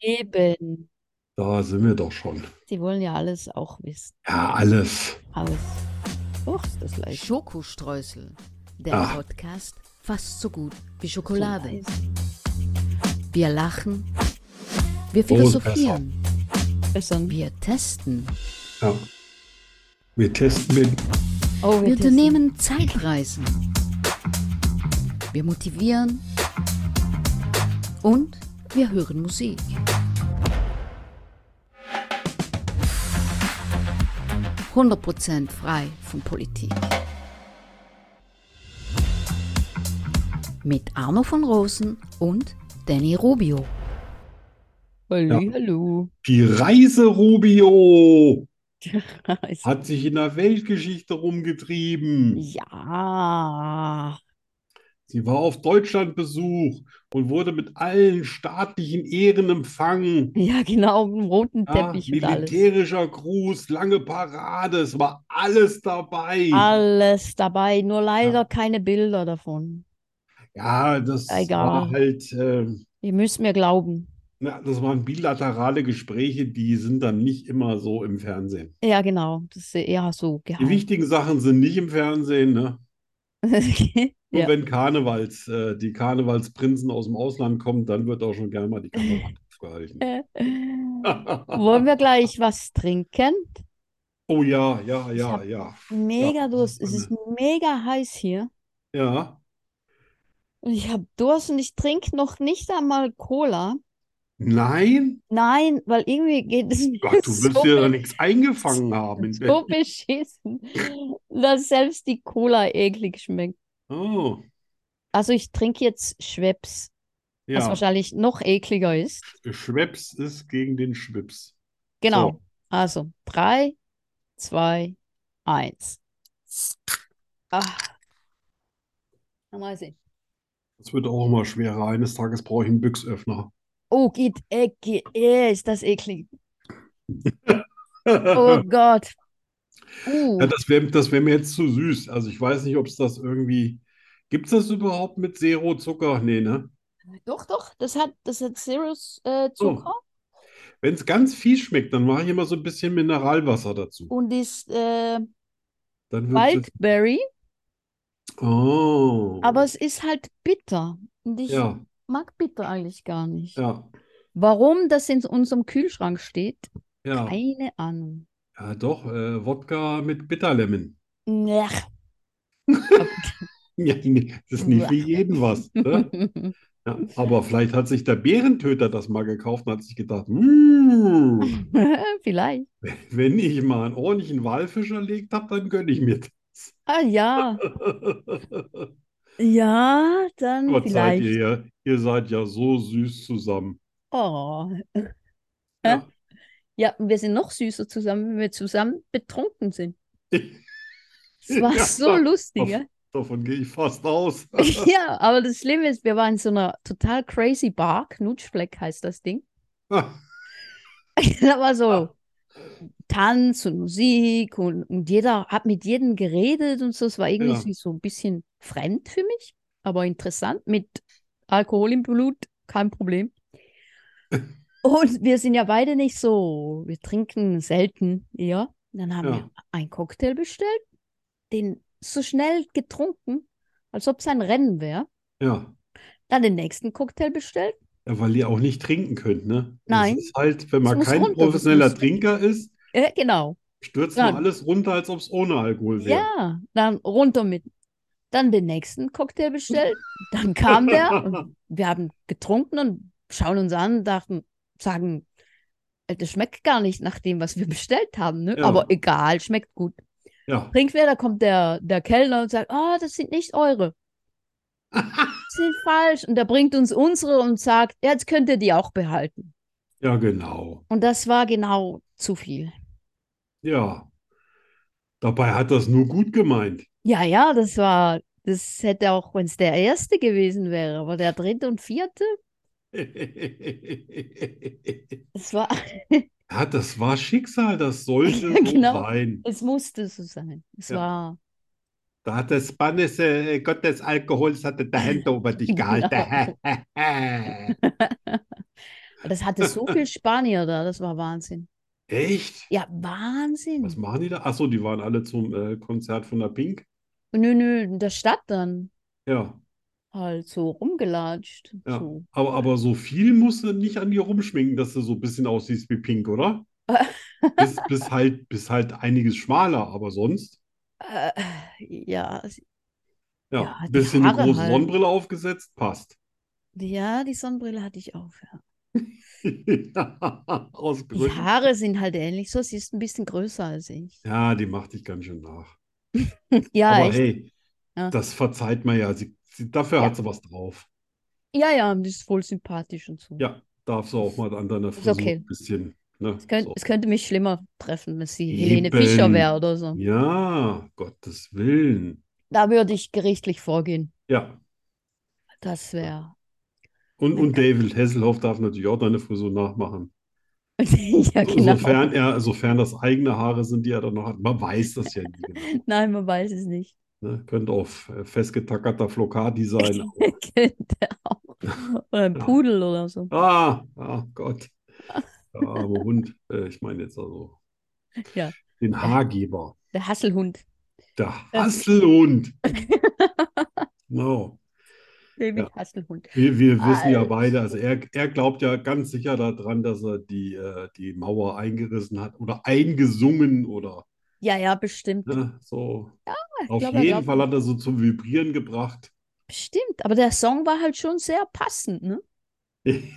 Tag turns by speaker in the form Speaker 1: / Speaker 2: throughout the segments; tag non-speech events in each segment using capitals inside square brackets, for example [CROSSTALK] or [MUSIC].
Speaker 1: Eben.
Speaker 2: Da sind wir doch schon.
Speaker 1: Sie wollen ja alles auch wissen.
Speaker 2: Ja, alles.
Speaker 1: Alles. Doch, ist das leicht.
Speaker 3: Schokostreusel, der
Speaker 2: Ah,
Speaker 3: Podcast fast so gut wie
Speaker 1: So
Speaker 3: Schokolade.
Speaker 1: leicht.
Speaker 3: Wir lachen, wir
Speaker 2: so Oh, ist besser.
Speaker 3: philosophieren,
Speaker 1: Bessern.
Speaker 3: wir testen,
Speaker 2: Ja. Wir testen mit.
Speaker 1: Oh, wir testen.
Speaker 3: wir unternehmen Zeitreisen, wir motivieren und wir hören Musik. Prozent frei von Politik. Mit Arno von Rosen und Danny Rubio.
Speaker 2: Ja.
Speaker 1: Halli, hallo. [LAUGHS]
Speaker 2: Die Reise Rubio
Speaker 1: Also,
Speaker 2: hat sich in der Weltgeschichte rumgetrieben.
Speaker 1: Ja.
Speaker 2: Sie war auf Deutschlandbesuch und wurde mit allen staatlichen Ehren empfangen.
Speaker 1: Ja, genau, auf dem roten
Speaker 2: Ja,
Speaker 1: Teppich und alles.
Speaker 2: militärischer Gruß, lange Parade, es war alles dabei.
Speaker 1: Alles dabei, nur
Speaker 2: Ja,
Speaker 1: leider keine Bilder davon.
Speaker 2: ja, das war
Speaker 1: Egal.
Speaker 2: halt, ähm,
Speaker 1: Ihr müsst mir glauben.
Speaker 2: na, das waren bilaterale Gespräche, die sind dann nicht immer so im Fernsehen.
Speaker 1: Ja, genau. Das ist eher so
Speaker 2: Die
Speaker 1: geheim.
Speaker 2: wichtigen Sachen sind nicht im Fernsehen, ne? Nur
Speaker 1: [LAUGHS]
Speaker 2: [LAUGHS]
Speaker 1: Ja.
Speaker 2: wenn Karnevals, äh, die Karnevalsprinzen aus dem Ausland kommen, dann wird auch schon gerne mal
Speaker 1: [LAUGHS]
Speaker 2: die Kamera aufgehalten.
Speaker 1: Wollen wir gleich was trinken?
Speaker 2: Oh ja, ja,
Speaker 1: Ich
Speaker 2: ja,
Speaker 1: habe
Speaker 2: ja. Ja,
Speaker 1: mega Durst. Es ist mega heiß hier.
Speaker 2: ja.
Speaker 1: Und ich habe Durst und ich trinke noch nicht einmal Cola.
Speaker 2: Nein?
Speaker 1: Nein, weil irgendwie geht es mir
Speaker 2: Gott, du wirst
Speaker 1: so,
Speaker 2: dir da nichts eingefangen haben. In
Speaker 1: so
Speaker 2: Berlin.
Speaker 1: beschissen, dass selbst die Cola eklig schmeckt.
Speaker 2: Oh,
Speaker 1: Also ich trinke jetzt Schweppes, was
Speaker 2: ja.
Speaker 1: wahrscheinlich noch ekliger ist.
Speaker 2: Schweppes ist gegen den Schwips. So.
Speaker 1: Genau. Also drei, zwei, eins. Ah, mal sehen.
Speaker 2: Das wird auch immer schwerer. Eines Tages brauche ich einen Büchsöffner.
Speaker 1: Oh, geht, äh, geht, äh, ist das
Speaker 2: [LAUGHS]
Speaker 1: eklig. Oh Gott.
Speaker 2: Ja,
Speaker 1: Uh,
Speaker 2: das wäre das wär mir jetzt zu süß. Also ich weiß nicht, ob es das irgendwie. Gibt es das überhaupt mit Zero Zucker? Nee, ne?
Speaker 1: doch, doch, das hat, das hat Zero äh,
Speaker 2: Oh.
Speaker 1: Zucker
Speaker 2: Wenn es ganz fies schmeckt, dann mache ich immer so ein bisschen Mineralwasser dazu.
Speaker 1: und ist äh,
Speaker 2: Dann wird es.
Speaker 1: Wildberry, aber
Speaker 2: Oh.
Speaker 1: es ist halt bitter. Und ich
Speaker 2: Ja,
Speaker 1: mag bitter eigentlich gar nicht.
Speaker 2: ja,
Speaker 1: Warum das in unserem Kühlschrank steht,
Speaker 2: ja.
Speaker 1: keine Ahnung.
Speaker 2: Ja, doch, äh, Wodka mit Bitterlemon.
Speaker 1: Nech.
Speaker 2: [LAUGHS] Ja, nee, das ist nicht für jeden was, ne? Ja, aber vielleicht hat sich der Bärentöter das mal gekauft und hat sich gedacht, "Mm,
Speaker 1: [LAUGHS] Vielleicht.
Speaker 2: wenn ich mal einen ordentlichen Walfisch erlegt habe, dann gönne ich mir das.
Speaker 1: Ah ja.
Speaker 2: [LAUGHS]
Speaker 1: Ja, dann
Speaker 2: Gott seid ihr
Speaker 1: vielleicht.
Speaker 2: ja, ihr seid ja so süß zusammen.
Speaker 1: Oh. Hä?
Speaker 2: Ja.
Speaker 1: Ja, und wir sind noch süßer zusammen, wenn wir zusammen betrunken
Speaker 2: [LAUGHS]
Speaker 1: sind. Es war
Speaker 2: Ja,
Speaker 1: so lustig,
Speaker 2: dav-
Speaker 1: ja.
Speaker 2: davon gehe ich fast aus. [LAUGHS]
Speaker 1: Ja, aber das Schlimme ist, wir waren in so einer total crazy Bar, Knutschfleck heißt das Ding. [LAUGHS] Da war so Tanz und Musik und, und jeder hat mit jedem geredet und so. Es war irgendwie
Speaker 2: Ja,
Speaker 1: so so ein bisschen fremd für mich, aber interessant. Mit Alkohol im Blut, kein
Speaker 2: [LAUGHS]
Speaker 1: Problem. Und wir sind ja beide nicht so, wir trinken selten eher. Und Dann haben wir
Speaker 2: ja,
Speaker 1: einen Cocktail bestellt, den so schnell getrunken, als ob es ein Rennen wäre.
Speaker 2: ja.
Speaker 1: Dann den nächsten Cocktail bestellt.
Speaker 2: Ja, weil ihr auch nicht trinken könnt, ne? Das
Speaker 1: Nein,
Speaker 2: ist halt, wenn
Speaker 1: es
Speaker 2: man
Speaker 1: muss
Speaker 2: kein
Speaker 1: runter, das muss
Speaker 2: professioneller
Speaker 1: weg.
Speaker 2: Trinker ist,
Speaker 1: Äh, genau.
Speaker 2: stürzt man
Speaker 1: Dann,
Speaker 2: alles runter, als ob es ohne Alkohol wäre.
Speaker 1: ja, dann runter mit. Dann den nächsten Cocktail bestellt. Dann kam der und wir haben getrunken und schauen uns an, dachten, sagen, äh, das schmeckt gar nicht nach dem, was wir [LAUGHS] bestellt haben, ne?
Speaker 2: Ja,
Speaker 1: Aber egal, schmeckt gut.
Speaker 2: [LAUGHS] ja.
Speaker 1: Trinkt wir, da kommt der, der Kellner und sagt, ah, das sind nicht eure. sind falsch. Und er bringt uns unsere und sagt, jetzt könnt ihr die auch behalten.
Speaker 2: Ja, genau.
Speaker 1: Und das war genau zu viel.
Speaker 2: Ja. Dabei hat das nur gut gemeint. [LAUGHS]
Speaker 1: Ja, ja, das war, das hätte auch, wenn es der erste gewesen wäre, aber der dritte und vierte, das war, [LAUGHS]
Speaker 2: Ja, das war Schicksal, das sollte so
Speaker 1: genau,
Speaker 2: sein.
Speaker 1: es musste so sein. Es
Speaker 2: Ja.
Speaker 1: war,
Speaker 2: Da hat der Spannes, äh, Gott
Speaker 1: [LAUGHS]
Speaker 2: des Alkohols, hatte der Hände über dich gehalten.
Speaker 1: genau. Das hatte so viel Spanier da, das war Wahnsinn.
Speaker 2: [LAUGHS] Echt?
Speaker 1: Ja, Wahnsinn.
Speaker 2: Was machen die da? Achso, die waren alle zum äh, Konzert von der Pink.
Speaker 1: Nö, nö, in der Stadt dann
Speaker 2: Ja,
Speaker 1: halt so rumgelatscht. und
Speaker 2: Ja.
Speaker 1: So.
Speaker 2: aber, aber so viel musst du nicht an dir rumschminken, dass du so ein bisschen aussiehst wie Pink, oder?
Speaker 1: [LAUGHS]
Speaker 2: Bis, bis halt, bis halt einiges schmaler, aber sonst.
Speaker 1: Äh, ja, es-
Speaker 2: Ja,
Speaker 1: Ja, die
Speaker 2: bisschen eine
Speaker 1: Haare
Speaker 2: große
Speaker 1: halt.
Speaker 2: Sonnenbrille aufgesetzt, passt. [LAUGHS]
Speaker 1: ja, die Sonnenbrille hatte ich auch. Ja.
Speaker 2: Aus
Speaker 1: Die
Speaker 2: Gründen.
Speaker 1: Haare sind halt ähnlich so, sie ist ein bisschen größer als ich.
Speaker 2: Ja, die macht dich ganz schön nach.
Speaker 1: Ja,
Speaker 2: Aber
Speaker 1: echt.
Speaker 2: hey,
Speaker 1: Ja.
Speaker 2: das verzeiht man ja. Sie, sie, dafür hat sie was drauf.
Speaker 1: Ja, ja, die ist voll sympathisch und so.
Speaker 2: Ja. Darf sie auch mal an deiner
Speaker 1: Ist
Speaker 2: Frisur
Speaker 1: okay.
Speaker 2: ein bisschen, ne?
Speaker 1: Es, könnt,
Speaker 2: So.
Speaker 1: es könnte mich schlimmer treffen, wenn sie Helene Fischer
Speaker 2: Eben.
Speaker 1: wäre oder so.
Speaker 2: Ja, Gottes Willen.
Speaker 1: Da würde ich gerichtlich vorgehen.
Speaker 2: Ja.
Speaker 1: Das wäre.
Speaker 2: Und, und
Speaker 1: Danke.
Speaker 2: David Hasselhoff darf natürlich auch deine Frisur nachmachen.
Speaker 1: [LAUGHS] Ja,
Speaker 2: So-
Speaker 1: genau.
Speaker 2: Sofern er, sofern das eigene Haare sind, die er dann noch hat. Man weiß das ja nie genau.
Speaker 1: [LAUGHS] Nein, man weiß es nicht. [LAUGHS]
Speaker 2: Ne? Könnte auf äh, festgetackerter Flokati sein.
Speaker 1: [LAUGHS] Könnte auch. Oder ein
Speaker 2: Ja.
Speaker 1: Pudel oder so.
Speaker 2: Ah, ah
Speaker 1: [LAUGHS]
Speaker 2: Gott. Der arme Hund. Äh, ich meine jetzt also
Speaker 1: Ja.
Speaker 2: den Haargeber.
Speaker 1: Der Hasselhund.
Speaker 2: Der
Speaker 1: [LAUGHS]
Speaker 2: Hasselhund. Genau.
Speaker 1: David Hasselhund.
Speaker 2: Wir, wir wissen ja
Speaker 1: Alter.
Speaker 2: beide, also er, er glaubt ja ganz sicher daran, dass er die, äh, die Mauer eingerissen hat oder eingesungen oder
Speaker 1: Ja, ja, bestimmt.
Speaker 2: ne, so.
Speaker 1: Ich
Speaker 2: Auf
Speaker 1: glaub, er
Speaker 2: jeden
Speaker 1: glaubt-
Speaker 2: Fall hat er so zum Vibrieren gebracht.
Speaker 1: Bestimmt. Aber der Song war halt schon sehr passend, ne? I've been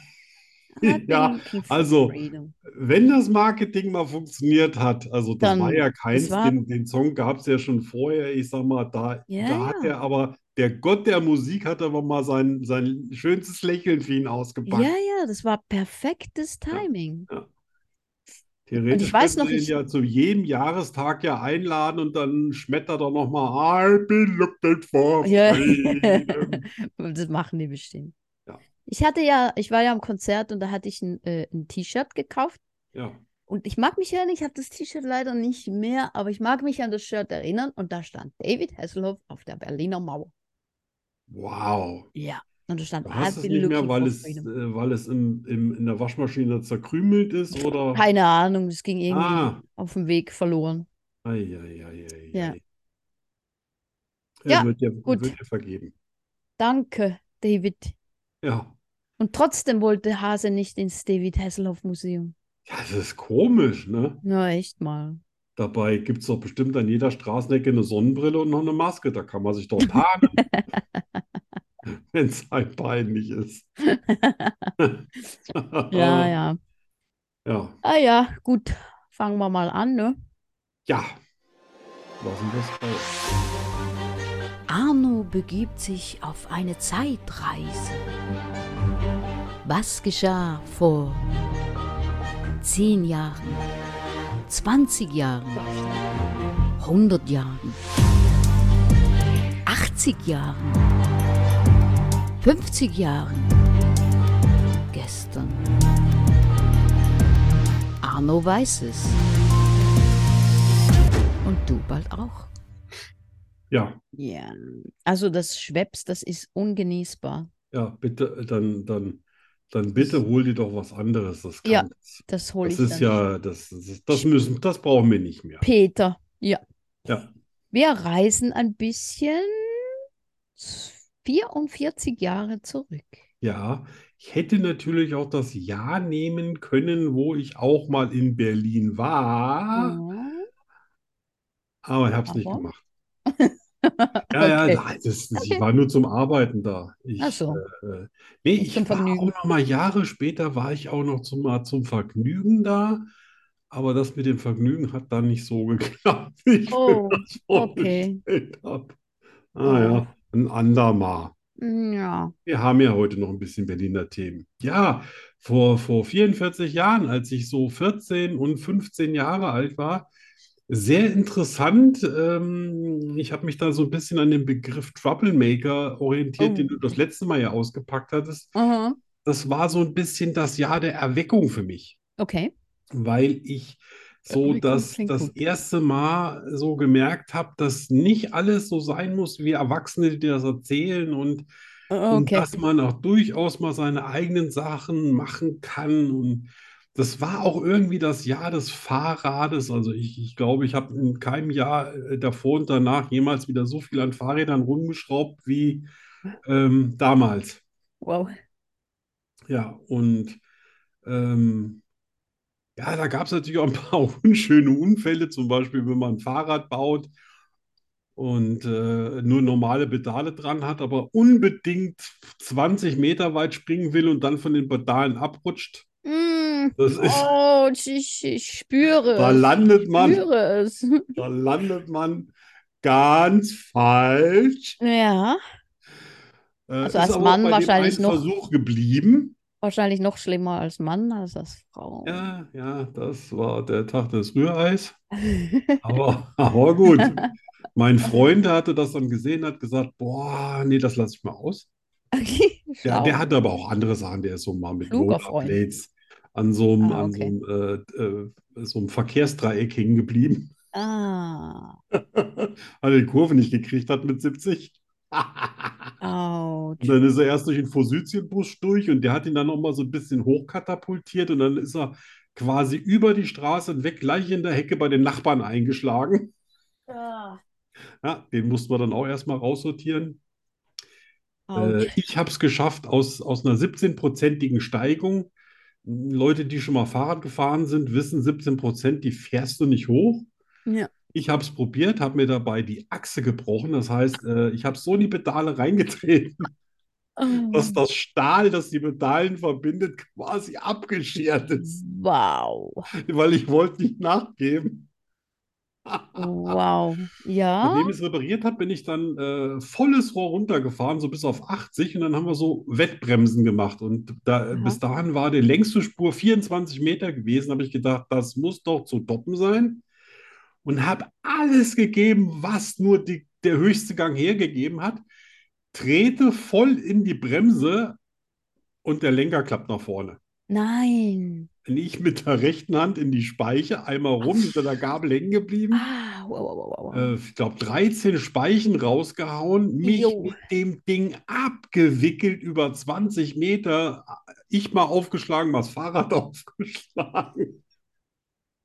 Speaker 2: [LAUGHS] Ja,
Speaker 1: looking for
Speaker 2: also,
Speaker 1: freedom.
Speaker 2: Wenn das Marketing mal funktioniert hat, also das
Speaker 1: Dann-
Speaker 2: war ja keins,
Speaker 1: das war-
Speaker 2: den, den Song gab es ja schon vorher, ich sag mal, da,
Speaker 1: Ja,
Speaker 2: da hat er aber, der Gott der Musik hat aber mal sein, sein schönstes Lächeln für ihn
Speaker 1: Ja,
Speaker 2: ausgepackt.
Speaker 1: ja, das war perfektes Timing.
Speaker 2: Theoretisch
Speaker 1: Und ich weiß
Speaker 2: könnten
Speaker 1: noch,
Speaker 2: sie ihn
Speaker 1: ich-
Speaker 2: ja zu jedem Jahrestag ja einladen und dann schmettert er nochmal I'll be looking for
Speaker 1: Ja. [LAUGHS]
Speaker 2: freedom.
Speaker 1: Das machen die bestimmt.
Speaker 2: Ja.
Speaker 1: Ich hatte ja, ich war ja am Konzert und da hatte ich ein, äh, ein T-Shirt gekauft.
Speaker 2: Ja,
Speaker 1: Und ich mag mich ja nicht, ich habe das T-Shirt leider nicht mehr, aber ich mag mich an das Shirt erinnern und da stand David Hasselhoff auf der Berliner Mauer.
Speaker 2: wow.
Speaker 1: Ja. Und da stand
Speaker 2: Du
Speaker 1: I've
Speaker 2: hast es
Speaker 1: been
Speaker 2: nicht mehr,
Speaker 1: looking
Speaker 2: weil
Speaker 1: for
Speaker 2: es,
Speaker 1: freedom.
Speaker 2: äh, weil es im, im, in der Waschmaschine zerkrümelt ist oder?
Speaker 1: Keine Ahnung, das ging irgendwie
Speaker 2: Ah,
Speaker 1: auf dem Weg verloren.
Speaker 2: ei, ei, ei, ei,
Speaker 1: Ja.
Speaker 2: ei. Er
Speaker 1: Ja,
Speaker 2: wird dir,
Speaker 1: gut.
Speaker 2: wird dir vergeben.
Speaker 1: Danke, David.
Speaker 2: Ja.
Speaker 1: Und trotzdem wollte Hase nicht ins David Hasselhoff Museum.
Speaker 2: Ja, das ist komisch, ne?
Speaker 1: Na, echt mal.
Speaker 2: Dabei gibt es doch bestimmt an jeder Straßenecke eine Sonnenbrille und noch eine Maske. Da kann man sich
Speaker 1: [LAUGHS]
Speaker 2: doch tarnen, wenn es einem peinlich ist.
Speaker 1: [LAUGHS] Ja, ja.
Speaker 2: [LAUGHS] Ja,
Speaker 1: Ah ja, gut. Fangen wir mal an, ne?
Speaker 2: ja. Lassen wir es raus.
Speaker 3: Arno begibt sich auf eine Zeitreise. Was geschah vor 10 Jahren, 20 Jahren, 100 Jahren, 80 Jahren, 50 Jahren, gestern? Arno weiß es. Und du bald auch.
Speaker 2: Ja,
Speaker 1: Ja. Also das Schweppes, das ist ungenießbar.
Speaker 2: ja, bitte, äh, dann, dann, dann bitte hol dir doch was anderes. Das kann
Speaker 1: Ja,
Speaker 2: das.
Speaker 1: Das hole
Speaker 2: Das
Speaker 1: ich dann.
Speaker 2: ist ja, das, das, das müssen, das brauchen wir nicht mehr.
Speaker 1: Peter, ja.
Speaker 2: Ja.
Speaker 1: Wir reisen ein bisschen 44 Jahre zurück.
Speaker 2: Ja, ich hätte natürlich auch das Jahr nehmen können, wo ich auch mal in Berlin war,
Speaker 1: Mhm.
Speaker 2: aber ich habe es nicht
Speaker 1: Aber? [LAUGHS]
Speaker 2: gemacht. Ja, ja,
Speaker 1: Okay.
Speaker 2: da- das, das, ich
Speaker 1: Okay.
Speaker 2: war nur zum Arbeiten da. Ich,
Speaker 1: Ach so.
Speaker 2: äh, nee,
Speaker 1: Nicht
Speaker 2: ich
Speaker 1: zum
Speaker 2: war
Speaker 1: Vergnügen.
Speaker 2: auch noch mal Jahre später war ich auch noch zum, mal zum Vergnügen da, aber das mit dem Vergnügen hat dann nicht so [LAUGHS] geklappt, wie ich mir
Speaker 1: Oh,
Speaker 2: das
Speaker 1: okay.
Speaker 2: vorgestellt habe.
Speaker 1: Oh.
Speaker 2: Ah ja, ein andermal.
Speaker 1: Mm, Ja.
Speaker 2: Wir haben ja heute noch ein bisschen Berliner Themen. Ja, vor, vor 44 Jahren, als ich so 14 und 15 Jahre alt war, sehr interessant. Ähm, ich habe mich da so ein bisschen an dem Begriff Troublemaker orientiert,
Speaker 1: Oh.
Speaker 2: den du das letzte Mal ja ausgepackt hattest.
Speaker 1: Aha.
Speaker 2: Das war so ein bisschen das Jahr der Erweckung für mich
Speaker 1: Okay.
Speaker 2: weil ich so
Speaker 1: Rückblick
Speaker 2: das,
Speaker 1: klingt
Speaker 2: das
Speaker 1: gut.
Speaker 2: erste Mal so gemerkt habe, dass nicht alles so sein muss, wie Erwachsene dir das erzählen und Und
Speaker 1: Ah, Okay.
Speaker 2: dass man auch durchaus mal seine eigenen Sachen machen kann. Und das war auch irgendwie das Jahr des Fahrrades. Also ich, ich glaube, ich habe in keinem Jahr äh, davor und danach jemals wieder so viel an Fahrrädern rumgeschraubt wie ähm, damals.
Speaker 1: Wow.
Speaker 2: Ja, und ähm, ja, da gab es natürlich auch ein paar [LAUGHS] unschöne Unfälle, zum Beispiel, wenn man ein Fahrrad baut und äh, nur normale Pedale dran hat, aber unbedingt 20 Meter weit springen will und dann von den Pedalen abrutscht.
Speaker 1: Mm.
Speaker 2: Das ist,
Speaker 1: [LAUGHS] Oh, ich, ich spüre
Speaker 2: da
Speaker 1: es.
Speaker 2: landet
Speaker 1: Ich
Speaker 2: man,
Speaker 1: spüre es. [LAUGHS]
Speaker 2: da landet man ganz falsch.
Speaker 1: Ja,
Speaker 2: Äh,
Speaker 1: also
Speaker 2: ist
Speaker 1: als
Speaker 2: aber auch
Speaker 1: Mann
Speaker 2: bei dem
Speaker 1: wahrscheinlich
Speaker 2: einen
Speaker 1: noch
Speaker 2: Versuch geblieben.
Speaker 1: wahrscheinlich noch schlimmer als Mann als als Frau.
Speaker 2: Ja, ja, das war der Tag des Rühreis. Aber, aber gut. Mein Freund hatte das dann gesehen, hat gesagt, boah, nee, das lasse ich mal aus.
Speaker 1: [LAUGHS] Okay,
Speaker 2: Der, der
Speaker 1: schlau.
Speaker 2: hatte aber auch andere Sachen, der ist so mal mit
Speaker 1: Kluger Freund.
Speaker 2: Rollerblades an so einem,
Speaker 1: Ah,
Speaker 2: an
Speaker 1: okay.
Speaker 2: so einem, äh, äh, so einem Verkehrsdreieck hängen geblieben, [LAUGHS]
Speaker 1: Ah,
Speaker 2: weil er die Kurve nicht gekriegt hat mit [LAUGHS] 70. Und
Speaker 1: ouch.
Speaker 2: dann ist er erst durch den Forsythienbus durch und der hat ihn dann nochmal so ein bisschen hochkatapultiert und dann ist er quasi über die Straße hinweg gleich in der Hecke bei den Nachbarn eingeschlagen. Ne.
Speaker 1: Ah,
Speaker 2: Ja, den mussten wir dann auch erstmal raussortieren. Äh,
Speaker 1: ouch.
Speaker 2: ich habe es geschafft, aus, aus einer 17-prozentigen Steigung. Leute, die schon mal Fahrrad gefahren sind, wissen, 17 Prozent, die fährst du nicht hoch.
Speaker 1: Ja.
Speaker 2: Ich habe es probiert, habe mir dabei die Achse gebrochen. Das heißt, äh, ich habe so in die Pedale reingetreten, dass
Speaker 1: Oh.
Speaker 2: das Stahl, das die Pedalen verbindet, quasi abgeschert ist,
Speaker 1: Wow.
Speaker 2: weil ich wollte nicht nachgeben.
Speaker 1: Oh. Wow. Ja.
Speaker 2: Nachdem ich es repariert habe, bin ich dann äh, volles Rohr runtergefahren, so bis auf 80 und dann haben wir so Wettbremsen gemacht. Und da, bis
Speaker 1: Aha.
Speaker 2: dahin war die längste Spur 24 Meter gewesen, habe ich gedacht, das muss doch zu toppen sein. Und habe alles gegeben, was nur die, der höchste Gang hergegeben hat. Trete voll in die Bremse und der Lenker klappt nach vorne.
Speaker 1: Nein.
Speaker 2: Bin ich mit der rechten Hand in die Speiche, einmal rum, hinter der Gabel hängen geblieben.
Speaker 1: Ah, wow, wow, wow, wow. wow.
Speaker 2: äh, ich glaube, 13 Speichen rausgehauen, mich
Speaker 1: Jo.
Speaker 2: mit dem Ding abgewickelt über 20 Meter. Ich mal aufgeschlagen, mal das Fahrrad [LAUGHS] aufgeschlagen.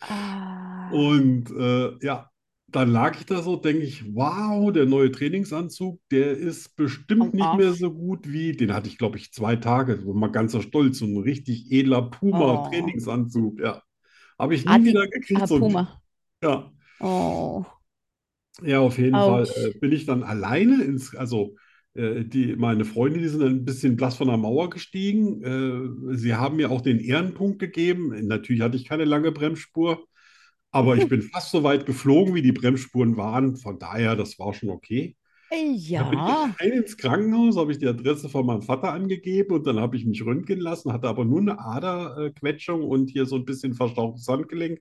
Speaker 1: Ah.
Speaker 2: Und äh, ja, dann lag ich da so, denke ich, wow, der neue Trainingsanzug, der ist
Speaker 1: Am
Speaker 2: bestimmt nicht mehr
Speaker 1: Arsch.
Speaker 2: so gut wie, den hatte ich, glaube ich, zwei Tage, wo mal ganzer Stolz, so ein richtig edler
Speaker 1: Oh.
Speaker 2: Puma-Trainingsanzug, ja. Habe ich nie
Speaker 1: Adi.
Speaker 2: wieder gekriegt,
Speaker 1: Ah,
Speaker 2: so ein,
Speaker 1: Puma.
Speaker 2: ja.
Speaker 1: Oh.
Speaker 2: Ja, auf jeden Fall
Speaker 1: Ouch.
Speaker 2: äh, bin ich dann alleine ins, also äh, die, meine Freunde, die sind dann ein bisschen blass von der Mauer gestiegen. Äh, sie haben mir auch den Ehrenpunkt gegeben. Natürlich hatte ich keine lange Bremsspur, aber ich bin fast so weit geflogen, wie die Bremsspuren waren. Von daher, das war schon okay. Da bin ich dann
Speaker 1: Ja.
Speaker 2: allein ins Krankenhaus, habe ich die Adresse von meinem Vater angegeben und dann habe ich mich röntgen lassen, hatte aber nur eine Aderquetschung und hier so ein bisschen verstauchtes Handgelenk.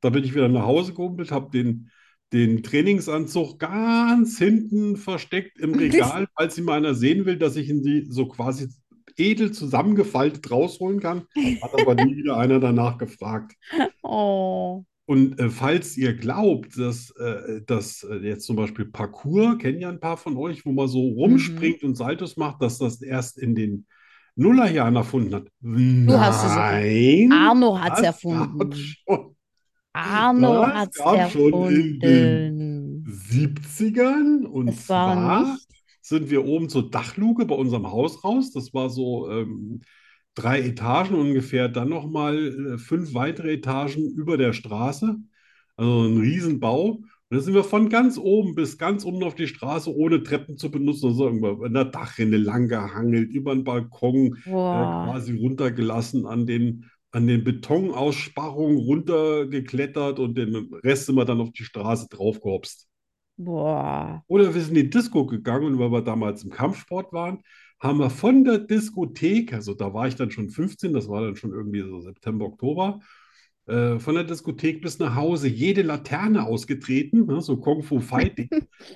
Speaker 2: Da bin ich wieder nach Hause gehumpelt, habe den, den Trainingsanzug ganz hinten versteckt im Regal, falls ihn mal einer sehen will, dass ich ihn die so quasi edel zusammengefaltet rausholen kann. Hat aber nie wieder einer danach gefragt.
Speaker 1: Oh.
Speaker 2: Und äh, falls ihr glaubt, dass, äh, dass äh, jetzt zum Beispiel Parkour, kennen ja ein paar von euch, wo man so
Speaker 1: Mhm.
Speaker 2: rumspringt und Saltos macht, dass das erst in den Nullerjahren erfunden hat.
Speaker 1: Du hast es erfunden.
Speaker 2: Nein,
Speaker 1: Arno hat's
Speaker 2: das gab
Speaker 1: erfunden.
Speaker 2: schon,
Speaker 1: Arno
Speaker 2: das
Speaker 1: hat's
Speaker 2: gab schon in
Speaker 1: erfunden.
Speaker 2: den 70ern. Und
Speaker 1: Es war
Speaker 2: zwar
Speaker 1: nicht.
Speaker 2: sind wir oben zur Dachluke bei unserem Haus raus. Das war so ähm, drei Etagen ungefähr, dann nochmal äh, fünf weitere Etagen über der Straße. Also ein Riesenbau. Und da sind wir von ganz oben bis ganz unten auf die Straße, ohne Treppen zu benutzen, also irgendwo an der Dachrinne lang gehangelt, über den Balkon äh,
Speaker 1: Boah.
Speaker 2: quasi runtergelassen, an den, an den Betonaussparungen runtergeklettert und den Rest sind wir dann auf die Straße draufgehopst.
Speaker 1: Boah.
Speaker 2: Oder wir sind in die Disco gegangen und weil wir damals im Kampfsport waren, haben wir von der Diskothek, also da war ich dann schon 15, das war dann schon irgendwie so September, Oktober, äh, von der Diskothek bis nach Hause jede Laterne ausgetreten, ne, so Kung Fu Fighting.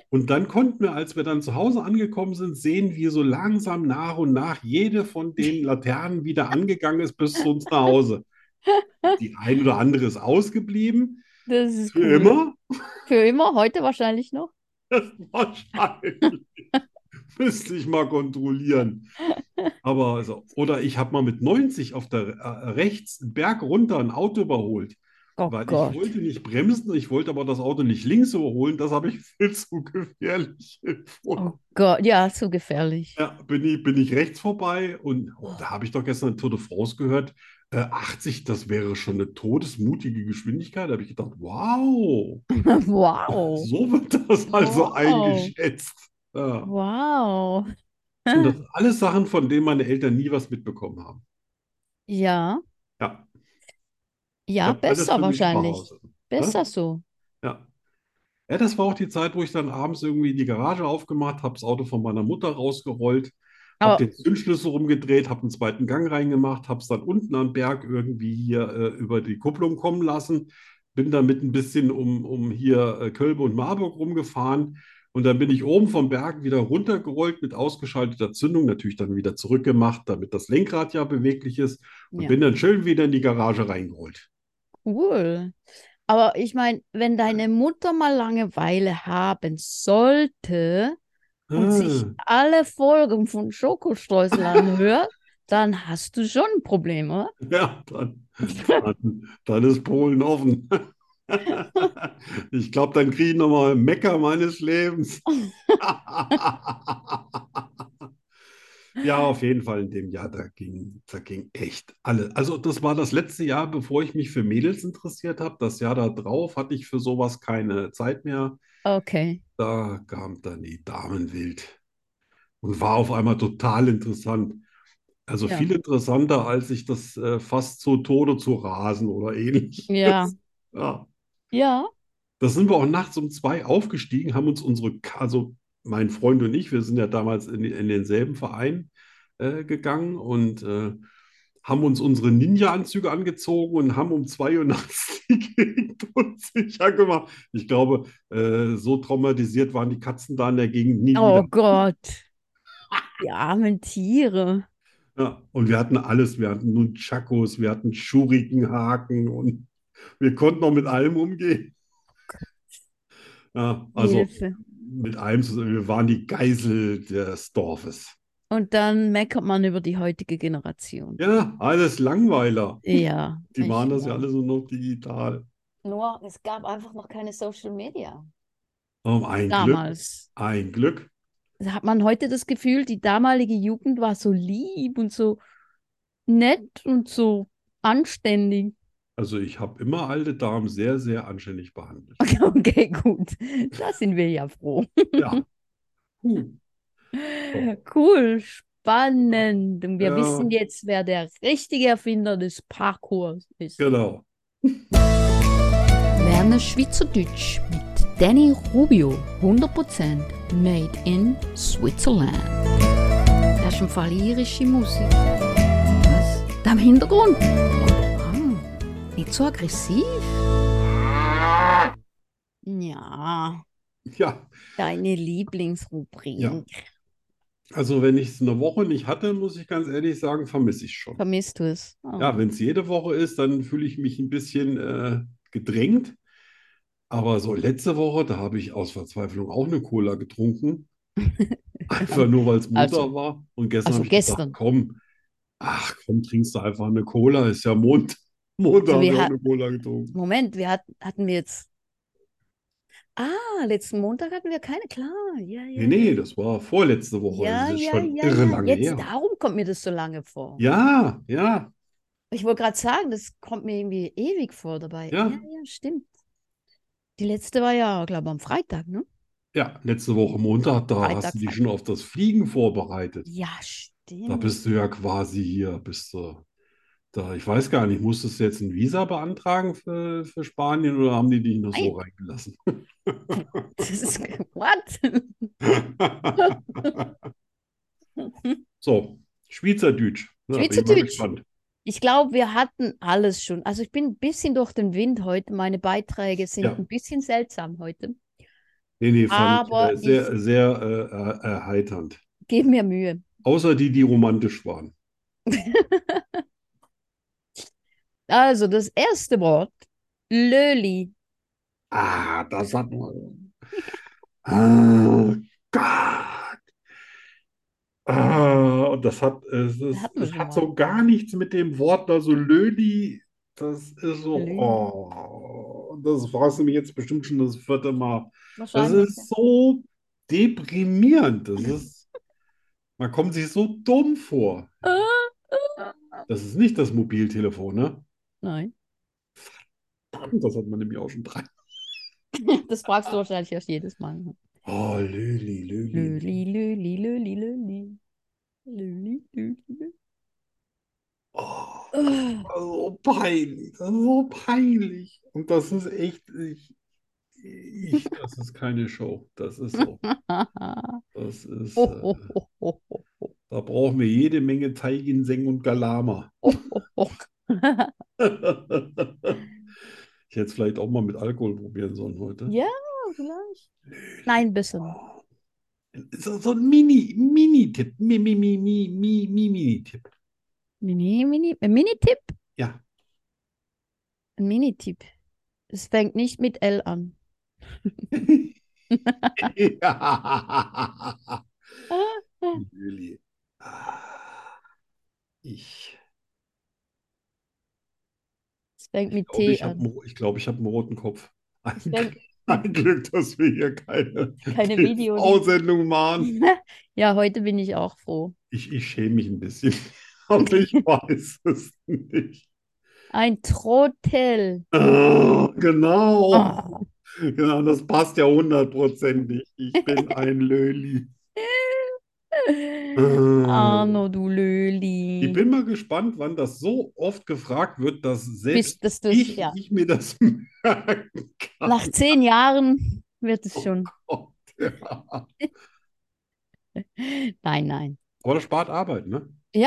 Speaker 2: Und dann konnten wir, als wir dann zu Hause angekommen sind, sehen, wie so langsam nach und nach jede von den Laternen wieder angegangen ist bis zu uns nach Hause. Die ein oder andere ist ausgeblieben,
Speaker 1: Das ist
Speaker 2: für
Speaker 1: cool.
Speaker 2: immer.
Speaker 1: Für immer, heute wahrscheinlich noch.
Speaker 2: Das war scheiße. [LAUGHS] Müsste ich mal kontrollieren. Aber also, oder ich habe mal mit 90 auf der äh, rechts einen Berg runter ein Auto überholt.
Speaker 1: Oh
Speaker 2: Weil
Speaker 1: Gott.
Speaker 2: ich wollte nicht bremsen, ich wollte aber das Auto nicht links überholen, das habe ich viel [LAUGHS] zu gefährlich empfunden.
Speaker 1: Oh Gott, ja, zu gefährlich.
Speaker 2: Ja, bin ich, bin ich rechts vorbei und oh, da habe ich doch gestern Tour de France gehört, äh, 80, das wäre schon eine todesmutige Geschwindigkeit. Da habe ich gedacht, wow,
Speaker 1: [LAUGHS] Wow.
Speaker 2: so wird das also
Speaker 1: Oh. Wow.
Speaker 2: eingeschätzt. Ja.
Speaker 1: Wow.
Speaker 2: Und das sind alles Sachen, von denen meine Eltern nie was mitbekommen haben.
Speaker 1: Ja,
Speaker 2: Ja, ich
Speaker 1: ja,
Speaker 2: hab alles
Speaker 1: besser
Speaker 2: für mich zu
Speaker 1: wahrscheinlich.
Speaker 2: Hause.
Speaker 1: Besser so.
Speaker 2: Ja. Ja, das war auch die Zeit, wo ich dann abends irgendwie die Garage aufgemacht habe, das Auto von meiner Mutter rausgerollt,
Speaker 1: Aber
Speaker 2: habe den Zündschlüssel rumgedreht, habe einen zweiten Gang reingemacht, habe es dann unten am Berg irgendwie hier äh, über die Kupplung kommen lassen, bin damit ein bisschen um, um hier äh, Kölbe und Marburg rumgefahren und dann bin ich oben vom Berg wieder runtergerollt mit ausgeschalteter Zündung, natürlich dann wieder zurückgemacht, damit das Lenkrad ja beweglich ist und
Speaker 1: ja,
Speaker 2: bin dann schön wieder in die Garage reingerollt.
Speaker 1: cool. Aber ich meine, wenn deine Mutter mal Langeweile haben sollte und sich
Speaker 2: Ah.
Speaker 1: alle Folgen von Schokostreusel
Speaker 2: [LAUGHS]
Speaker 1: anhört, dann hast du schon ein Problem, oder?
Speaker 2: Ja, dann, dann, dann ist Polen offen. [LAUGHS] Ich glaube, dann kriege ich nochmal Mecker meines Lebens. [LAUGHS] Ja, auf jeden Fall in dem Jahr, da ging, da ging echt alle. Also das war das letzte Jahr, bevor ich mich für Mädels interessiert habe. Das Jahr da drauf hatte ich für sowas keine Zeit mehr.
Speaker 1: Okay.
Speaker 2: Da kam dann die Damenwelt und war auf einmal total interessant. Also
Speaker 1: Ja.
Speaker 2: viel interessanter, als ich das äh, fast zu Tode zu rasen oder ähnlich.
Speaker 1: Ja.
Speaker 2: Ja.
Speaker 1: Ja.
Speaker 2: Da sind wir auch nachts um zwei aufgestiegen, haben uns unsere, Ka- also mein Freund und ich, wir sind ja damals in, in denselben Verein äh, gegangen und äh, haben uns unsere Ninja-Anzüge angezogen und haben um zwei Uhr [LAUGHS] nachts die Gegend unsicher gemacht. Ich glaube, äh, so traumatisiert waren die Katzen da in der Gegend nie
Speaker 1: Oh
Speaker 2: wieder.
Speaker 1: Gott. Die armen Tiere.
Speaker 2: Ja, und wir hatten alles. Wir hatten Nunchakos, wir hatten Schurikenhaken und wir konnten auch mit allem umgehen. Ja, also
Speaker 1: Hilfe.
Speaker 2: mit allem zusammen. Wir waren die Geisel des Dorfes.
Speaker 1: Und dann meckert man über die heutige Generation.
Speaker 2: Ja, alles Langweiler.
Speaker 1: Ja,
Speaker 2: Die machen
Speaker 1: ich
Speaker 2: das ja alles nur noch digital.
Speaker 1: Nur, es gab einfach noch keine Social Media.
Speaker 2: Oh, ein Glück,
Speaker 1: Damals.
Speaker 2: ein Glück.
Speaker 1: Da hat man heute das Gefühl, die damalige Jugend war so lieb und so nett und so anständig. [LAUGHS]
Speaker 2: Also ich habe immer alte Damen sehr, sehr anständig behandelt.
Speaker 1: Okay, gut. Da sind wir ja froh.
Speaker 2: Ja. Huh.
Speaker 1: Cool, spannend. Und wir
Speaker 2: Ja.
Speaker 1: wissen jetzt, wer der richtige Erfinder des Parkours ist.
Speaker 2: Genau.
Speaker 3: Lerne Schweizerdeutsch mit Danny Rubio. 100% made in Switzerland. Das ist im Fall irische Musik. Was? Da im Hintergrund? Ah, nicht so aggressiv.
Speaker 1: Ja,
Speaker 2: Ja,
Speaker 1: deine Lieblingsrubrik.
Speaker 2: Ja. also wenn ich es eine Woche nicht hatte, muss ich ganz ehrlich sagen, vermisse ich schon.
Speaker 1: Vermisst du es? Oh.
Speaker 2: Ja, wenn es jede Woche ist, dann fühle ich mich ein bisschen äh, gedrängt. Aber so letzte Woche, da habe ich aus Verzweiflung auch eine Cola
Speaker 1: [LAUGHS]
Speaker 2: getrunken. Einfach nur, weil es Montag
Speaker 1: Also-
Speaker 2: war. Und gestern
Speaker 1: also
Speaker 2: habe ich gedacht,
Speaker 1: gestern.
Speaker 2: komm, ach komm, trinkst du einfach eine Cola. Ist ja Montag. [LAUGHS] Montag habe
Speaker 1: Also wir
Speaker 2: ich auch
Speaker 1: hat-
Speaker 2: eine Cola getrunken.
Speaker 1: Moment, wir hatten, hatten wir jetzt. Ah, letzten Montag hatten wir keine, klar. Ja, ja.
Speaker 2: Nee, nee, das war vorletzte Woche.
Speaker 1: Ja,
Speaker 2: Das ist
Speaker 1: ja,
Speaker 2: schon
Speaker 1: ja,
Speaker 2: irre
Speaker 1: ja.
Speaker 2: lange
Speaker 1: Jetzt,
Speaker 2: her.
Speaker 1: darum kommt mir das so lange vor.
Speaker 2: Ja, ja,
Speaker 1: Ich wollte gerade sagen, das kommt mir irgendwie ewig vor dabei.
Speaker 2: Ja.
Speaker 1: ja, stimmt. Die letzte war ja, glaube ich, am Freitag, ne?
Speaker 2: ja. Letzte Woche Montag, da hast
Speaker 1: Freitag,
Speaker 2: du dich
Speaker 1: Freitag.
Speaker 2: schon auf das Fliegen vorbereitet.
Speaker 1: Ja,
Speaker 2: Da
Speaker 1: stimmt.
Speaker 2: bist du ja quasi hier, bist du da. Ich weiß gar nicht, musstest du jetzt ein Visa beantragen für, für Spanien oder haben die dich noch so reingelassen?
Speaker 1: [LAUGHS]
Speaker 2: [LAUGHS]
Speaker 1: Das ist, what?
Speaker 2: So, Schweizerdeutsch. Ja, bin ich mal
Speaker 1: Schweizerdeutsch.
Speaker 2: gespannt.
Speaker 1: Ich glaube, wir hatten alles schon. Also ich bin ein bisschen durch den Wind heute. Meine Beiträge sind
Speaker 2: Ja.
Speaker 1: ein bisschen seltsam heute.
Speaker 2: Nee, nee, fand ich
Speaker 1: Aber
Speaker 2: äh,
Speaker 1: ich-
Speaker 2: sehr, sehr äh, er- erheiternd.
Speaker 1: Gib mir Mühe.
Speaker 2: Außer die, die romantisch waren.
Speaker 1: Also das erste Wort, Löli.
Speaker 2: Ah, das hat man. Ah, Gott. Ah, und das hat, es, ist,
Speaker 1: Hatten wir
Speaker 2: es
Speaker 1: schon
Speaker 2: hat
Speaker 1: mal.
Speaker 2: so gar nichts mit dem Wort da so Löli. Das ist so,
Speaker 1: Löli.
Speaker 2: oh, das fragst du mich jetzt bestimmt schon das vierte Mal. Das
Speaker 1: Wahrscheinlich.
Speaker 2: ist so
Speaker 1: [LAUGHS]
Speaker 2: deprimierend. Das ist, man kommt sich so dumm vor. Das ist nicht das Mobiltelefon, ne?
Speaker 1: Nein.
Speaker 2: Das hat man nämlich auch schon drei.
Speaker 1: Das fragst du wahrscheinlich erst jedes Mal.
Speaker 2: Oh, Löli, Löli.
Speaker 1: Löli, löli, löli, löli. Löli, löli, löli.
Speaker 2: Oh.
Speaker 1: [LAUGHS] Ugh.
Speaker 2: So Also, peinlich, das ist so peinlich. Und das ist echt, ich, ich, das ist keine Show. Das ist so. Das ist,
Speaker 1: Ho,
Speaker 2: [LAUGHS] äh,
Speaker 1: ho, ho, ho, ho, ho,
Speaker 2: da brauchen wir jede Menge Taigin, Seng und [LAUGHS] Galama.
Speaker 1: ho, ho.
Speaker 2: Ich hätte es vielleicht auch mal mit Alkohol probieren sollen heute.
Speaker 1: Ja, vielleicht. Nein, ein bisschen.
Speaker 2: So, so ein Mini, Mini-Tipp. Mi, mi, mi, mi, mi, mi, [LAUGHS] Mini-Tipp.
Speaker 1: Mini, mini, ein Mini-Tipp?
Speaker 2: Ja.
Speaker 1: Ein Mini-Tipp. Es fängt nicht mit L an.
Speaker 2: [LAUGHS] Ja. Juli. Ich
Speaker 1: Es fängt mit
Speaker 2: glaube, ich
Speaker 1: T
Speaker 2: habe
Speaker 1: an.
Speaker 2: einen, ich glaube, ich habe einen roten Kopf. [LAUGHS] Ein,
Speaker 1: Es fängt
Speaker 2: ein Glück, dass wir hier keine
Speaker 1: keine
Speaker 2: [LAUGHS] Oh.
Speaker 1: Video.
Speaker 2: Aussendung machen.
Speaker 1: Mhm. Ja, heute bin ich auch froh.
Speaker 2: Ich, ich schäme mich ein bisschen, [LAUGHS] aber ich weiß es nicht.
Speaker 1: Ein Trottel.
Speaker 2: Ah, genau. [LAUGHS]
Speaker 1: Ah.
Speaker 2: Ja, das passt ja hundertprozentig.
Speaker 1: [LAUGHS]
Speaker 2: Ich bin ein Löli. Ah.
Speaker 1: Arno, du
Speaker 2: Ich
Speaker 1: Löli.
Speaker 2: bin mal gespannt, wann das so oft gefragt wird, dass selbst
Speaker 1: Bist das du,
Speaker 2: ich,
Speaker 1: ja.
Speaker 2: ich mir das [LAUGHS] merken kann.
Speaker 1: Nach zehn Jahren wird es schon.
Speaker 2: Oh, ja.
Speaker 1: Nein, nein.
Speaker 2: Aber das spart Arbeit, ne? [LAUGHS]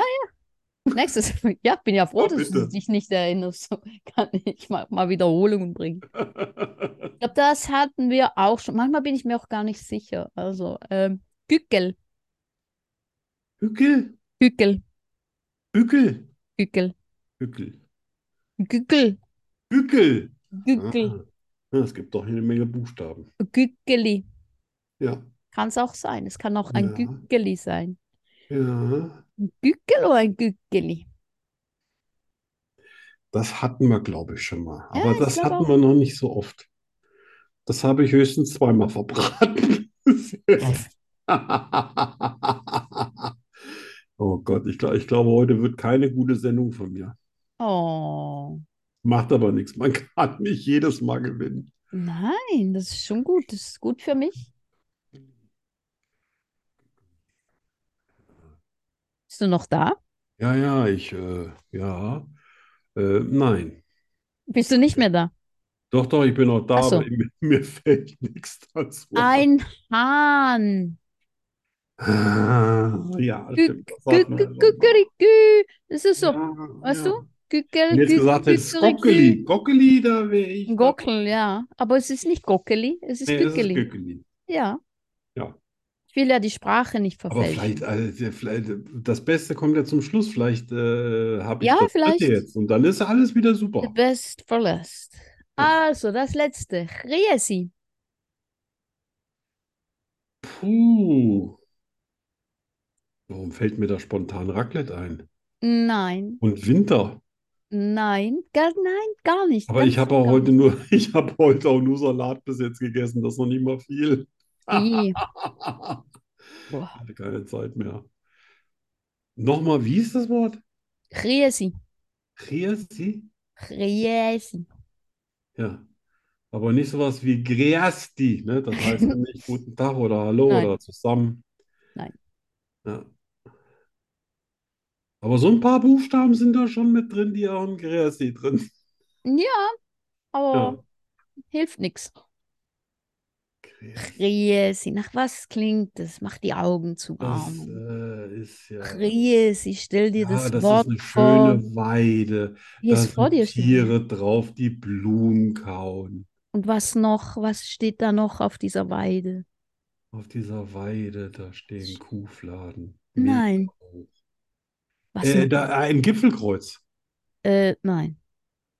Speaker 1: Nächstes. [LAUGHS] Ja, bin ja froh,
Speaker 2: Ja,
Speaker 1: dass du
Speaker 2: Ah, bitte.
Speaker 1: dich nicht erinnerst. [LAUGHS] Kann ich mal, mal Wiederholungen bringen. Ich glaube, das hatten wir auch schon. Manchmal bin ich mir auch gar nicht sicher. Also, ähm, Gückel,
Speaker 2: Hückel,
Speaker 1: Gückel,
Speaker 2: Hückel,
Speaker 1: Gückel,
Speaker 2: Hückel,
Speaker 1: Gückel,
Speaker 2: Hückel.
Speaker 1: Gückel,
Speaker 2: Ah, es gibt doch eine Menge Buchstaben.
Speaker 1: Gückeli.
Speaker 2: Ja,
Speaker 1: Kann es auch sein. Es kann auch ein
Speaker 2: Ja.
Speaker 1: Gückeli sein.
Speaker 2: ja.
Speaker 1: Ein Gückel oder ein Gückeli?
Speaker 2: Das hatten wir, glaube ich, schon mal.
Speaker 1: Ja,
Speaker 2: Aber
Speaker 1: ich
Speaker 2: das
Speaker 1: glaub
Speaker 2: hatten
Speaker 1: auch.
Speaker 2: wir noch nicht so oft. Das habe ich höchstens zweimal verbraten. [LAUGHS] Oh Gott, ich, glaub, ich glaube, heute wird keine gute Sendung von mir.
Speaker 1: Oh,
Speaker 2: Macht aber nichts. Man kann nicht jedes Mal gewinnen.
Speaker 1: nein, das ist schon gut. Das ist gut für mich. Bist du noch da?
Speaker 2: Ja, ja, ich, äh, ja. Äh, nein.
Speaker 1: Bist du nicht mehr da?
Speaker 2: Doch, doch, ich bin noch da,
Speaker 1: Ach so. Ah,
Speaker 2: aber mir, mir fällt nichts dazu ein.
Speaker 1: Ein Hahn.
Speaker 2: Ah, [LAUGHS] ja,
Speaker 1: Gü-
Speaker 2: stimmt. Das
Speaker 1: Gü-
Speaker 2: hatten wir
Speaker 1: gü-
Speaker 2: schon mal.
Speaker 1: Gückerikü. Das ist so.
Speaker 2: Ja,
Speaker 1: Weißt
Speaker 2: ja.
Speaker 1: du? Gückel,
Speaker 2: Wenn du jetzt
Speaker 1: Gü-
Speaker 2: gesagt hättest,
Speaker 1: Gückerikü.
Speaker 2: Gockeli, Gockeli, da wäre ich.
Speaker 1: Ein Gockel, ja. Aber es ist nicht Gockeli, es ist
Speaker 2: Nee, das ist
Speaker 1: Gückeli.
Speaker 2: Gückeli.
Speaker 1: Ja.
Speaker 2: Ja.
Speaker 1: Ich will ja die Sprache nicht
Speaker 2: Aber
Speaker 1: verfälschen.
Speaker 2: vielleicht, also, vielleicht, das Beste kommt ja zum Schluss. Vielleicht äh, habe ich
Speaker 1: Ja,
Speaker 2: das Dritte
Speaker 1: vielleicht.
Speaker 2: jetzt und dann ist alles wieder
Speaker 1: The
Speaker 2: super.
Speaker 1: best for last.
Speaker 2: Ja.
Speaker 1: Also, das letzte. Riesi.
Speaker 2: Puh. Warum fällt mir da spontan Raclette ein?
Speaker 1: Nein,
Speaker 2: Und Winter.
Speaker 1: nein, gar, nein, gar nicht.
Speaker 2: Aber ich
Speaker 1: Ganz genau.
Speaker 2: habe auch
Speaker 1: gar
Speaker 2: heute nur, [LAUGHS] ich habe heute auch nur Salat bis jetzt gegessen. Das ist noch nicht mal viel. [LAUGHS]
Speaker 1: nicht. I.
Speaker 2: Hatte
Speaker 1: Boah.
Speaker 2: keine Zeit mehr. Nochmal, wie ist das Wort?
Speaker 1: Riesi.
Speaker 2: Riesi?
Speaker 1: Riesi.
Speaker 2: Ja. Aber nicht sowas wie Greasti, ne? Das heißt
Speaker 1: [LAUGHS]
Speaker 2: ja nicht guten Tag oder Hallo
Speaker 1: Nein.
Speaker 2: oder zusammen.
Speaker 1: Nein.
Speaker 2: Ja. Aber so ein paar Buchstaben sind da schon mit drin, die auch in Greasti drin sind.
Speaker 1: Ja, aber
Speaker 2: Ja.
Speaker 1: Oh, hilft nichts.
Speaker 2: Greasti.
Speaker 1: Riesi. Nach was klingt das? Mach die Augen zu,
Speaker 2: Das
Speaker 1: Arno.
Speaker 2: äh, ist ja.
Speaker 1: Riesi, stell dir
Speaker 2: Ja,
Speaker 1: das
Speaker 2: das
Speaker 1: Wort
Speaker 2: ist eine
Speaker 1: vor.
Speaker 2: schöne Weide.
Speaker 1: Hier ist
Speaker 2: Da
Speaker 1: vor
Speaker 2: sind
Speaker 1: dir stehen.
Speaker 2: Tiere drauf, die Blumen kauen.
Speaker 1: Und was noch? Was steht da noch auf dieser Weide?
Speaker 2: Auf dieser Weide, da stehen Kuhfladen.
Speaker 1: Nein.
Speaker 2: Milchkuh.
Speaker 1: Was
Speaker 2: Äh,
Speaker 1: noch?
Speaker 2: da, ein Gipfelkreuz.
Speaker 1: Äh, nein,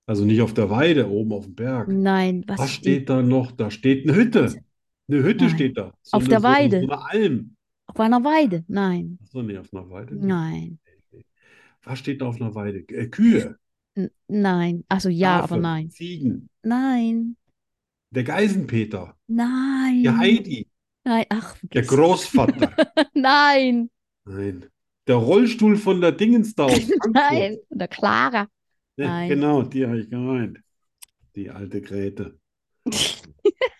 Speaker 2: Also nicht auf der Weide, oben auf dem Berg.
Speaker 1: nein, Hm, was
Speaker 2: Was
Speaker 1: steht
Speaker 2: steht da noch? Da steht eine Hütte. Eine Hütte
Speaker 1: Nein.
Speaker 2: steht da. So
Speaker 1: Auf
Speaker 2: eine,
Speaker 1: der
Speaker 2: so, eine-
Speaker 1: Weide.
Speaker 2: So eine Alm.
Speaker 1: Auf einer Weide? Nein.
Speaker 2: Achso, nee, auf einer Weide. nicht.
Speaker 1: Nein.
Speaker 2: Was steht da auf einer Weide? Äh, Kühe,
Speaker 1: N nein. Also ja, aber
Speaker 2: Schafe,
Speaker 1: nein.
Speaker 2: Ziegen,
Speaker 1: Nein.
Speaker 2: der Geisenpeter,
Speaker 1: Nein.
Speaker 2: der Heidi,
Speaker 1: Nein. Ach,
Speaker 2: der
Speaker 1: vergiss.
Speaker 2: Großvater.
Speaker 1: [LAUGHS] Nein.
Speaker 2: Nein. Der Rollstuhl von der Dingens da aus Frankfurt.
Speaker 1: [LAUGHS] Nein. Oder Clara. [LAUGHS]
Speaker 2: Ja,
Speaker 1: Nein.
Speaker 2: genau, die habe ich gemeint. Die alte Grete.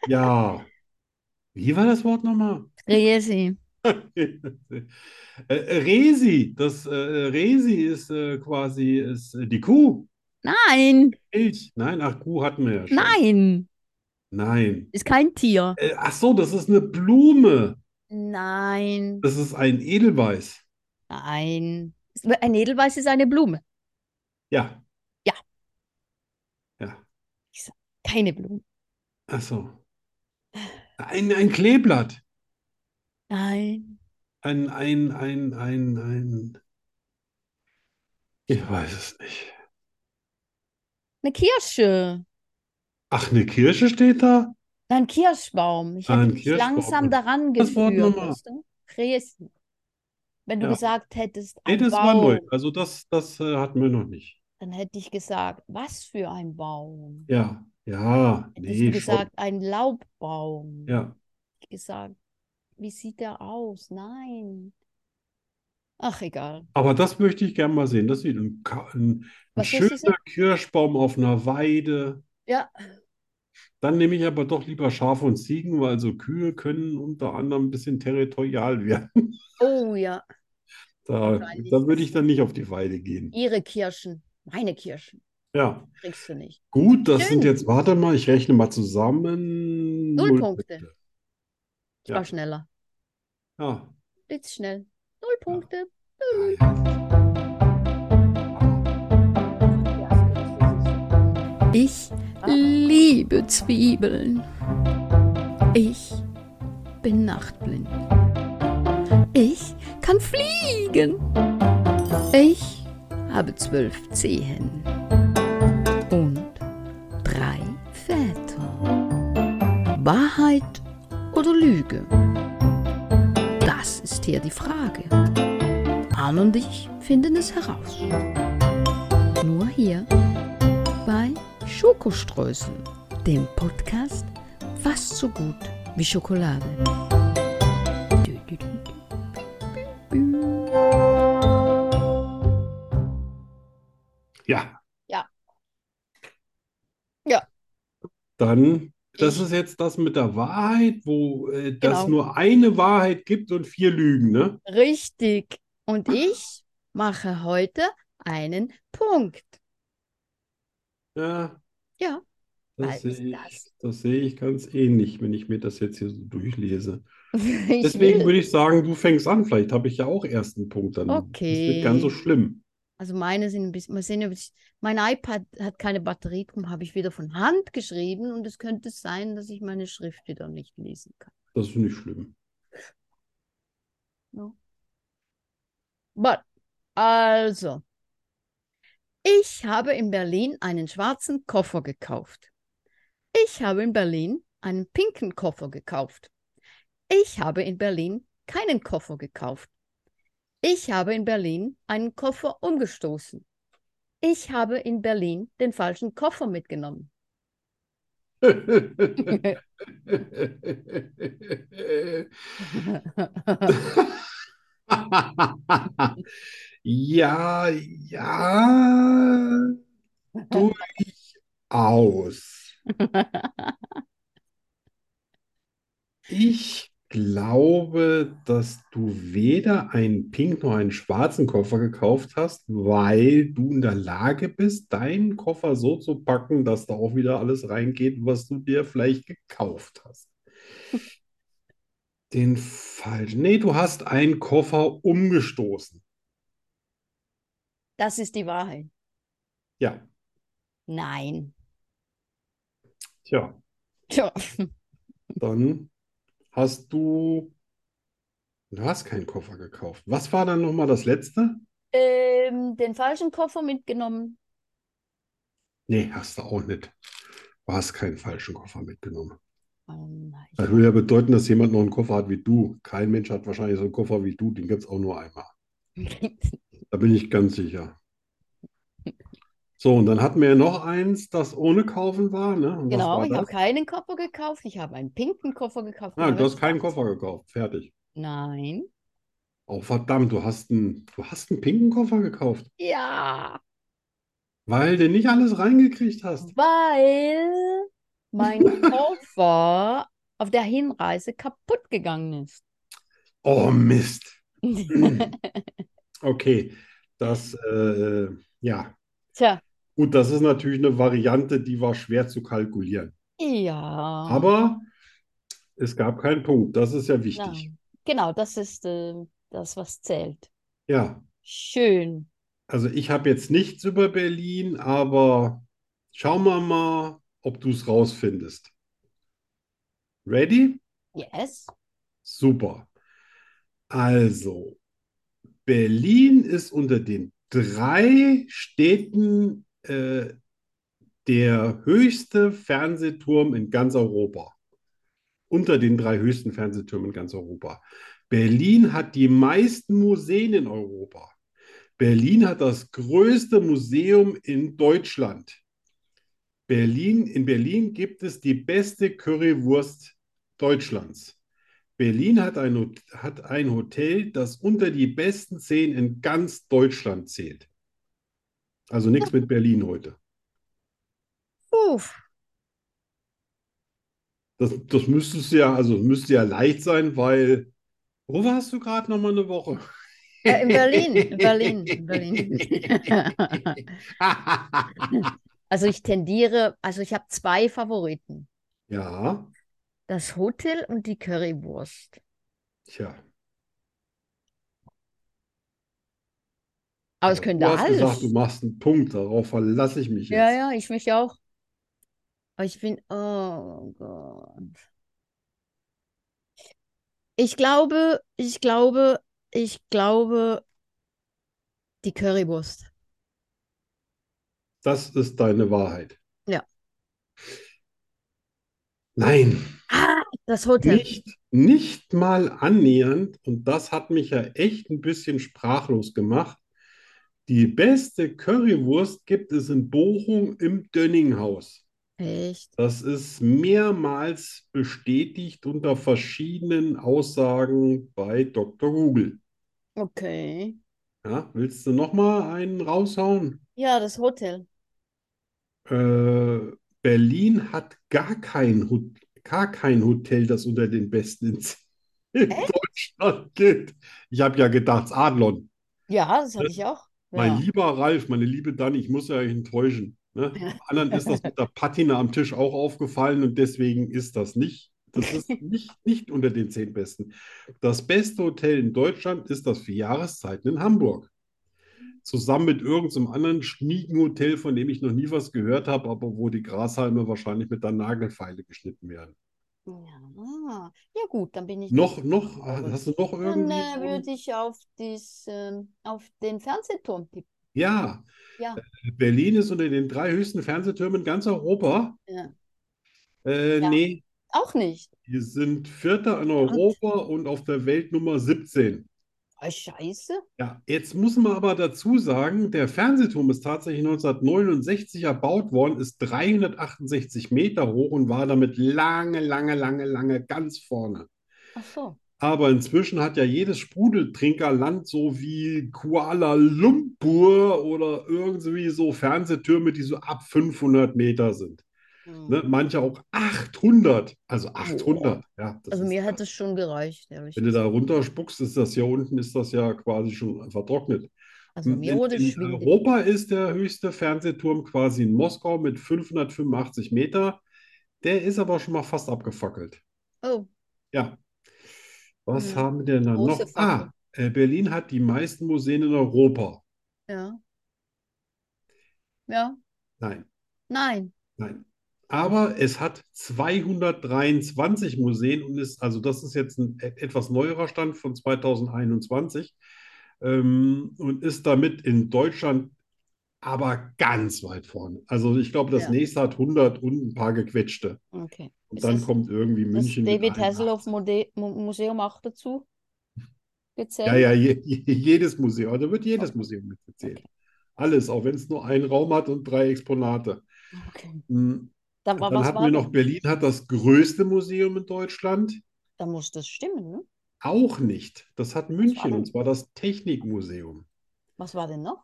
Speaker 2: Ja. Wie war das Wort nochmal?
Speaker 1: Resi.
Speaker 2: äh, äh, Resi, das äh, Resi ist äh, quasi ist, äh, die Kuh.
Speaker 1: Nein.
Speaker 2: Milch. Nein, ach, Kuh hatten wir ja schon.
Speaker 1: Nein.
Speaker 2: Nein.
Speaker 1: Ist kein Tier.
Speaker 2: Äh, ach so, das ist eine Blume.
Speaker 1: Nein.
Speaker 2: Das ist ein Edelweiß.
Speaker 1: Nein. Ist- Ein Edelweiß ist eine Blume.
Speaker 2: Ja.
Speaker 1: Ja.
Speaker 2: Ja.
Speaker 1: Keine Blume.
Speaker 2: Ach so. Ein, ein Kleeblatt.
Speaker 1: Nein.
Speaker 2: Ein, ein, ein, ein, ein. Ich weiß es nicht.
Speaker 1: Eine Kirsche.
Speaker 2: Ach, eine Kirsche steht da?
Speaker 1: Ein Kirschbaum. Ich hätte
Speaker 2: Ein
Speaker 1: dich
Speaker 2: Kirschbaum.
Speaker 1: langsam daran
Speaker 2: Das Wort
Speaker 1: geführt,
Speaker 2: nochmal.
Speaker 1: weißt du? Resi. Wenn du
Speaker 2: Ja.
Speaker 1: gesagt hättest,
Speaker 2: Nee,
Speaker 1: ein
Speaker 2: das war neu.
Speaker 1: Baum,
Speaker 2: Also das, das äh, hatten wir noch nicht.
Speaker 1: dann hätte ich gesagt, was für ein Baum?
Speaker 2: Ja, ja,
Speaker 1: Hättest
Speaker 2: nee,
Speaker 1: du
Speaker 2: schon.
Speaker 1: gesagt, ein Laubbaum?
Speaker 2: Ja.
Speaker 1: Hätte ich gesagt, wie sieht der aus? Nein. Ach, egal.
Speaker 2: Aber das möchte ich gerne mal sehen. Das sieht ein, Ka- ein, ein
Speaker 1: Was ist
Speaker 2: schöner
Speaker 1: das?
Speaker 2: Kirschbaum auf einer Weide.
Speaker 1: Ja.
Speaker 2: Dann nehme ich aber doch lieber Schafe und Ziegen, weil so Kühe können unter anderem ein bisschen territorial werden. [LAUGHS]
Speaker 1: Oh ja,
Speaker 2: Da,
Speaker 1: Wahrscheinlich.
Speaker 2: da würde ich dann nicht auf die Weide gehen.
Speaker 1: ihre Kirschen, meine Kirschen,
Speaker 2: Ja.
Speaker 1: kriegst du nicht.
Speaker 2: Gut, das sind
Speaker 1: Schön.
Speaker 2: jetzt, warte mal, ich rechne mal zusammen.
Speaker 1: Null Punkte.
Speaker 2: Punkte. Ah,
Speaker 1: Ich
Speaker 2: Ja.
Speaker 1: war schneller.
Speaker 2: Ja.
Speaker 1: Blitzschnell. Null Punkte.
Speaker 3: Ich liebe Zwiebeln. Ich bin nachtblind. Ich kann fliegen. Ich habe zwölf Zehen und drei Väter. Wahrheit oder Lüge? Das ist hier die Frage. Arne und ich finden es heraus. Nur hier bei Schokoströßen, dem Podcast fast so gut wie Schokolade. Dü, dü, dü, dü, dü, dü.
Speaker 2: Ja.
Speaker 1: Ja. Ja.
Speaker 2: Dann, das ist jetzt das mit der Wahrheit, wo äh, das
Speaker 1: Genau.
Speaker 2: nur eine Wahrheit gibt und vier Lügen, ne?
Speaker 1: Richtig. Und ich mache heute einen Punkt. [LAUGHS]
Speaker 2: Ja.
Speaker 1: Ja.
Speaker 2: Das
Speaker 1: Weil
Speaker 2: sehe ich,
Speaker 1: das-
Speaker 2: das sehe ich ganz ähnlich, wenn ich mir das jetzt hier so durchlese.
Speaker 1: Ich
Speaker 2: Deswegen
Speaker 1: will.
Speaker 2: würde ich sagen, du fängst an. Vielleicht habe ich ja auch erst einen Punkt. Dann ist es nicht ganz so
Speaker 1: Okay.
Speaker 2: schlimm.
Speaker 1: Also meine sind ein bisschen, mal sehen, ob ich, mein iPad hat keine Batterie, darum habe ich wieder von Hand geschrieben und es könnte sein, dass ich meine Schrift wieder nicht lesen kann.
Speaker 2: Das ist nicht schlimm.
Speaker 1: But, also, ich habe in Berlin einen schwarzen Koffer gekauft. Ich habe in Berlin einen pinken Koffer gekauft. Ich habe in Berlin keinen Koffer gekauft. Ich habe in Berlin einen Koffer umgestoßen. Ich habe in Berlin den falschen Koffer mitgenommen. [LAUGHS]
Speaker 2: Ja, ja, durchaus. Ich glaube, dass du weder einen pink noch einen schwarzen Koffer gekauft hast, weil du in der Lage bist, deinen Koffer so zu packen, dass da auch wieder alles reingeht, was du dir vielleicht gekauft hast. Den falschen. Nee, du hast einen Koffer umgestoßen.
Speaker 1: Das ist die Wahrheit.
Speaker 2: Ja,
Speaker 1: Nein. [LAUGHS]
Speaker 2: tja,
Speaker 1: Tja,
Speaker 2: dann hast du. Du hast keinen Koffer gekauft. Was war dann nochmal das letzte?
Speaker 1: ähm, den falschen Koffer mitgenommen.
Speaker 2: Nee, hast du auch nicht. Du hast keinen falschen Koffer mitgenommen.
Speaker 1: Ähm, ich
Speaker 2: Das würde ja bedeuten, dass jemand noch einen Koffer hat wie du. Kein Mensch hat wahrscheinlich so einen Koffer wie du, den gibt es auch nur einmal. Da bin ich ganz sicher. So, und dann hatten wir ja noch eins, das ohne Kaufen war, ne? Und was
Speaker 1: Genau,
Speaker 2: war
Speaker 1: ich habe
Speaker 2: das?
Speaker 1: keinen Koffer gekauft. Ich habe einen pinken Koffer gekauft.
Speaker 3: genau.
Speaker 2: Ah,
Speaker 1: mit
Speaker 2: du hast keinen
Speaker 1: Website.
Speaker 2: Koffer gekauft. Fertig.
Speaker 1: Nein.
Speaker 2: Oh, verdammt, du hast einen, du hast einen pinken Koffer gekauft,
Speaker 1: Ja,
Speaker 2: weil du nicht alles reingekriegt hast.
Speaker 1: weil [LAUGHS] mein Koffer auf der Hinreise kaputt gegangen ist.
Speaker 2: Oh, Mist. Okay, das, äh, ja.
Speaker 1: Tja,
Speaker 2: Gut, das ist natürlich eine Variante, die war schwer zu kalkulieren.
Speaker 1: ja.
Speaker 2: Aber es gab keinen Punkt. Das ist ja
Speaker 1: Ja,
Speaker 2: wichtig.
Speaker 1: genau, das ist äh, das, was zählt.
Speaker 2: Ja.
Speaker 1: Schön.
Speaker 2: Also ich habe jetzt nichts über Berlin, aber schauen wir mal, ob du es rausfindest. Ready?
Speaker 1: Yes.
Speaker 2: Super. Also, Berlin ist unter den drei Städten äh, der höchste Fernsehturm in ganz Europa. Unter den drei höchsten Fernsehtürmen in ganz Europa. Berlin hat die meisten Museen in Europa. Berlin hat das größte Museum in Deutschland. Berlin, in Berlin gibt es die beste Currywurst Deutschlands. Berlin hat ein, Hot- hat ein Hotel, das unter die besten zehn in ganz Deutschland zählt. Also nichts mit Berlin heute.
Speaker 1: Uff.
Speaker 2: Das, das müsste es ja, also müsste ja leicht sein, weil wo warst du gerade noch mal
Speaker 1: [LAUGHS]
Speaker 2: eine Woche?
Speaker 1: Äh, in Berlin, in Berlin, in Berlin. [LAUGHS] Also ich tendiere, also ich habe zwei Favoriten.
Speaker 2: Ja,
Speaker 1: Das Hotel und die Currywurst.
Speaker 2: tja.
Speaker 1: Aber es
Speaker 2: Aber
Speaker 1: könnte
Speaker 2: du hast gesagt,
Speaker 1: alles.
Speaker 2: du machst einen Punkt, darauf verlasse ich mich
Speaker 1: Ja,
Speaker 2: jetzt.
Speaker 1: ja, ich mich auch. Aber ich bin, oh Gott. Ich glaube, ich glaube, ich glaube, die Currywurst.
Speaker 2: Das ist deine Wahrheit.
Speaker 1: Ja.
Speaker 2: Nein,
Speaker 1: Ah, das Hotel.
Speaker 2: nicht, nicht mal annähernd. Und das hat mich ja echt ein bisschen sprachlos gemacht. Die beste Currywurst gibt es in Bochum im Dönninghaus.
Speaker 1: Echt?
Speaker 2: Das ist mehrmals bestätigt unter verschiedenen Aussagen bei Dr. Google.
Speaker 1: Okay.
Speaker 2: Ja, willst du noch mal einen raushauen?
Speaker 1: Ja, das Hotel.
Speaker 2: Äh, Berlin hat gar kein, Hot- gar kein Hotel, das unter den besten in, in
Speaker 1: Echt?
Speaker 2: Deutschland gilt. Ich habe ja gedacht, es Adlon.
Speaker 1: Ja, das hatte ich auch.
Speaker 2: Äh, Mein
Speaker 1: Ja.
Speaker 2: lieber Ralf, meine liebe Dani, ich muss ja euch enttäuschen. Ne? Dem anderen ist das mit der Patina am Tisch auch aufgefallen und deswegen ist das nicht. Das
Speaker 1: [LAUGHS]
Speaker 2: ist nicht, nicht unter den zehn besten. Das beste Hotel in Deutschland ist das für Jahreszeiten in Hamburg. Zusammen mit irgendeinem anderen schnieken Hotel, von dem ich noch nie was gehört habe, aber wo die Grashalme wahrscheinlich mit der Nagelfeile geschnitten werden.
Speaker 1: Ja. Ja, gut, dann bin ich
Speaker 2: Noch,
Speaker 1: nicht
Speaker 2: noch,
Speaker 1: traurig.
Speaker 2: hast du noch
Speaker 1: Dann
Speaker 2: irgendwie
Speaker 1: äh,
Speaker 2: so ein-
Speaker 1: würde ich auf, dies, ähm, auf den Fernsehturm tippen.
Speaker 2: Ja, Äh,
Speaker 1: Ja.
Speaker 2: Berlin ist unter den drei höchsten Fernsehtürmen in ganz Europa.
Speaker 1: Ja.
Speaker 2: Äh,
Speaker 1: Ja.
Speaker 2: nee,
Speaker 1: Auch nicht.
Speaker 2: Wir sind Vierter in Europa und auf der Welt Nummer 17.
Speaker 1: Ah, scheiße.
Speaker 2: Ja, jetzt muss man aber dazu sagen, der Fernsehturm ist tatsächlich 1969 erbaut worden, ist 368 Meter hoch und war damit lange, lange, lange, lange ganz vorne.
Speaker 1: Ach so.
Speaker 2: Aber inzwischen hat ja jedes Sprudeltrinkerland so wie Kuala Lumpur oder irgendwie so Fernsehtürme, die so ab 500 Meter sind. Ne?
Speaker 1: Hm.
Speaker 2: Manche auch 800, also 800. Ja, das
Speaker 1: Oh, Also
Speaker 2: ist
Speaker 1: mir hat es schon gereicht, ehrlich
Speaker 2: Wenn du da
Speaker 1: gesagt.
Speaker 2: runterspuckst, ist das hier unten, ist das ja quasi schon vertrocknet.
Speaker 1: Also
Speaker 2: In,
Speaker 1: mir wurde
Speaker 2: in
Speaker 1: schwindelig.
Speaker 2: Europa ist der höchste Fernsehturm quasi in Moskau mit 585 Meter. Der ist aber schon mal fast abgefackelt.
Speaker 1: Oh,
Speaker 2: Ja, was
Speaker 1: Hm.
Speaker 2: haben wir denn da noch?
Speaker 1: große Fackel.
Speaker 2: Ah, äh, Berlin hat die meisten Museen in Europa.
Speaker 1: Ja. Ja.
Speaker 2: Nein,
Speaker 1: Nein.
Speaker 2: nein. Aber es hat 223 Museen und ist, also das ist jetzt ein et- etwas neuerer Stand von 2021 ähm, und ist damit in Deutschland aber ganz weit vorne. Also ich glaube, das
Speaker 1: Ja.
Speaker 2: nächste hat 100 und ein paar gequetschte.
Speaker 1: Okay.
Speaker 2: Und
Speaker 1: Ist
Speaker 2: dann
Speaker 1: das-
Speaker 2: kommt irgendwie
Speaker 1: Das
Speaker 2: München mit
Speaker 1: David
Speaker 2: einem.
Speaker 1: Hasselhoff Mode- Mu- Museum auch dazu gezählt.
Speaker 2: Ja, ja, je, je, jedes Museum. also Da wird jedes Museum mitgezählt.
Speaker 1: Oh. Okay.
Speaker 2: Alles, auch wenn es nur einen Raum hat und drei Exponate.
Speaker 1: Okay.
Speaker 2: Hm,
Speaker 1: Dann, war-
Speaker 2: Dann
Speaker 1: was
Speaker 2: hatten
Speaker 1: war
Speaker 2: wir
Speaker 1: das?
Speaker 2: noch, Berlin hat das größte Museum in Deutschland.
Speaker 1: Dann muss das stimmen, ne?
Speaker 2: Auch nicht. Das hat München,
Speaker 1: denn?
Speaker 2: und zwar das Technikmuseum.
Speaker 1: Was war denn noch?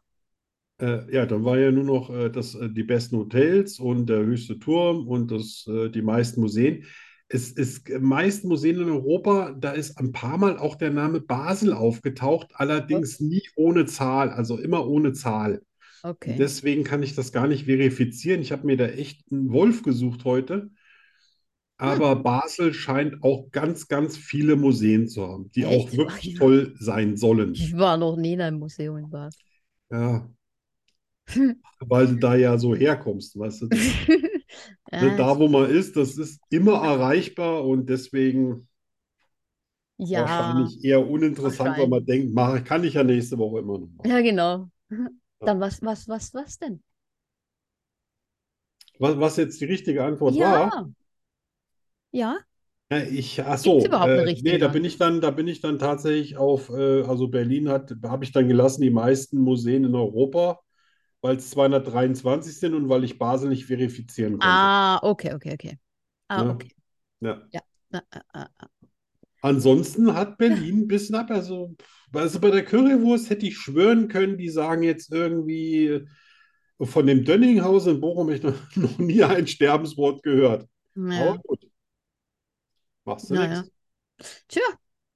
Speaker 2: Äh, ja, dann war ja nur noch äh, das, äh, die besten Hotels und der höchste Turm und das, äh, die meisten Museen. Es ist äh, meisten Museen in Europa, da ist ein paar Mal auch der Name Basel aufgetaucht, allerdings nie ohne Zahl, also immer ohne Zahl.
Speaker 1: Okay.
Speaker 2: Deswegen kann ich das gar nicht verifizieren. Ich habe mir da echt einen Wolf gesucht heute. Aber
Speaker 1: Hm.
Speaker 2: Basel scheint auch ganz, ganz viele Museen zu haben, die auch
Speaker 1: Echt?
Speaker 2: wirklich
Speaker 1: Ja.
Speaker 2: toll sein sollen.
Speaker 1: Ich war noch nie in einem Museum in
Speaker 2: [LAUGHS]
Speaker 1: Basel.
Speaker 2: Ja,
Speaker 1: Hm.
Speaker 2: weil du da ja so
Speaker 1: [LAUGHS]
Speaker 2: herkommst, weißt du? Das, ne,
Speaker 1: Ah,
Speaker 2: da, wo man ist, das ist immer erreichbar und deswegen
Speaker 1: ja.
Speaker 2: wahrscheinlich eher uninteressant, weil man denkt, mach, kann ich ja nächste Woche immer noch machen.
Speaker 1: Ja, genau. Dann was, was, was, was denn?
Speaker 2: Was, was jetzt die richtige Antwort war,
Speaker 1: Ja. Ja,
Speaker 2: Ja, ich, ach
Speaker 1: Gibt's
Speaker 2: so,
Speaker 1: überhaupt eine
Speaker 2: äh,
Speaker 1: richtige
Speaker 2: nee, da bin ich dann, da bin ich dann tatsächlich auf, äh, also Berlin hat, habe ich dann gelassen, die meisten Museen in Europa, weil es 223 sind und weil ich Basel nicht verifizieren konnte.
Speaker 1: ah, okay, okay, okay. Ah,
Speaker 2: Ja.
Speaker 1: okay.
Speaker 2: Ja.
Speaker 1: Ah, ah, ah, ah.
Speaker 2: Ansonsten
Speaker 1: [LAUGHS]
Speaker 2: hat Berlin bis nach, also, also bei der Currywurst hätte ich schwören können, die sagen jetzt irgendwie äh, von dem Dönninghaus in Bochum habe ich noch, [LAUGHS] noch nie ein Sterbenswort gehört.
Speaker 1: Naja.
Speaker 2: Aber gut. Machst du
Speaker 1: Naja.
Speaker 2: nichts.
Speaker 1: Tja,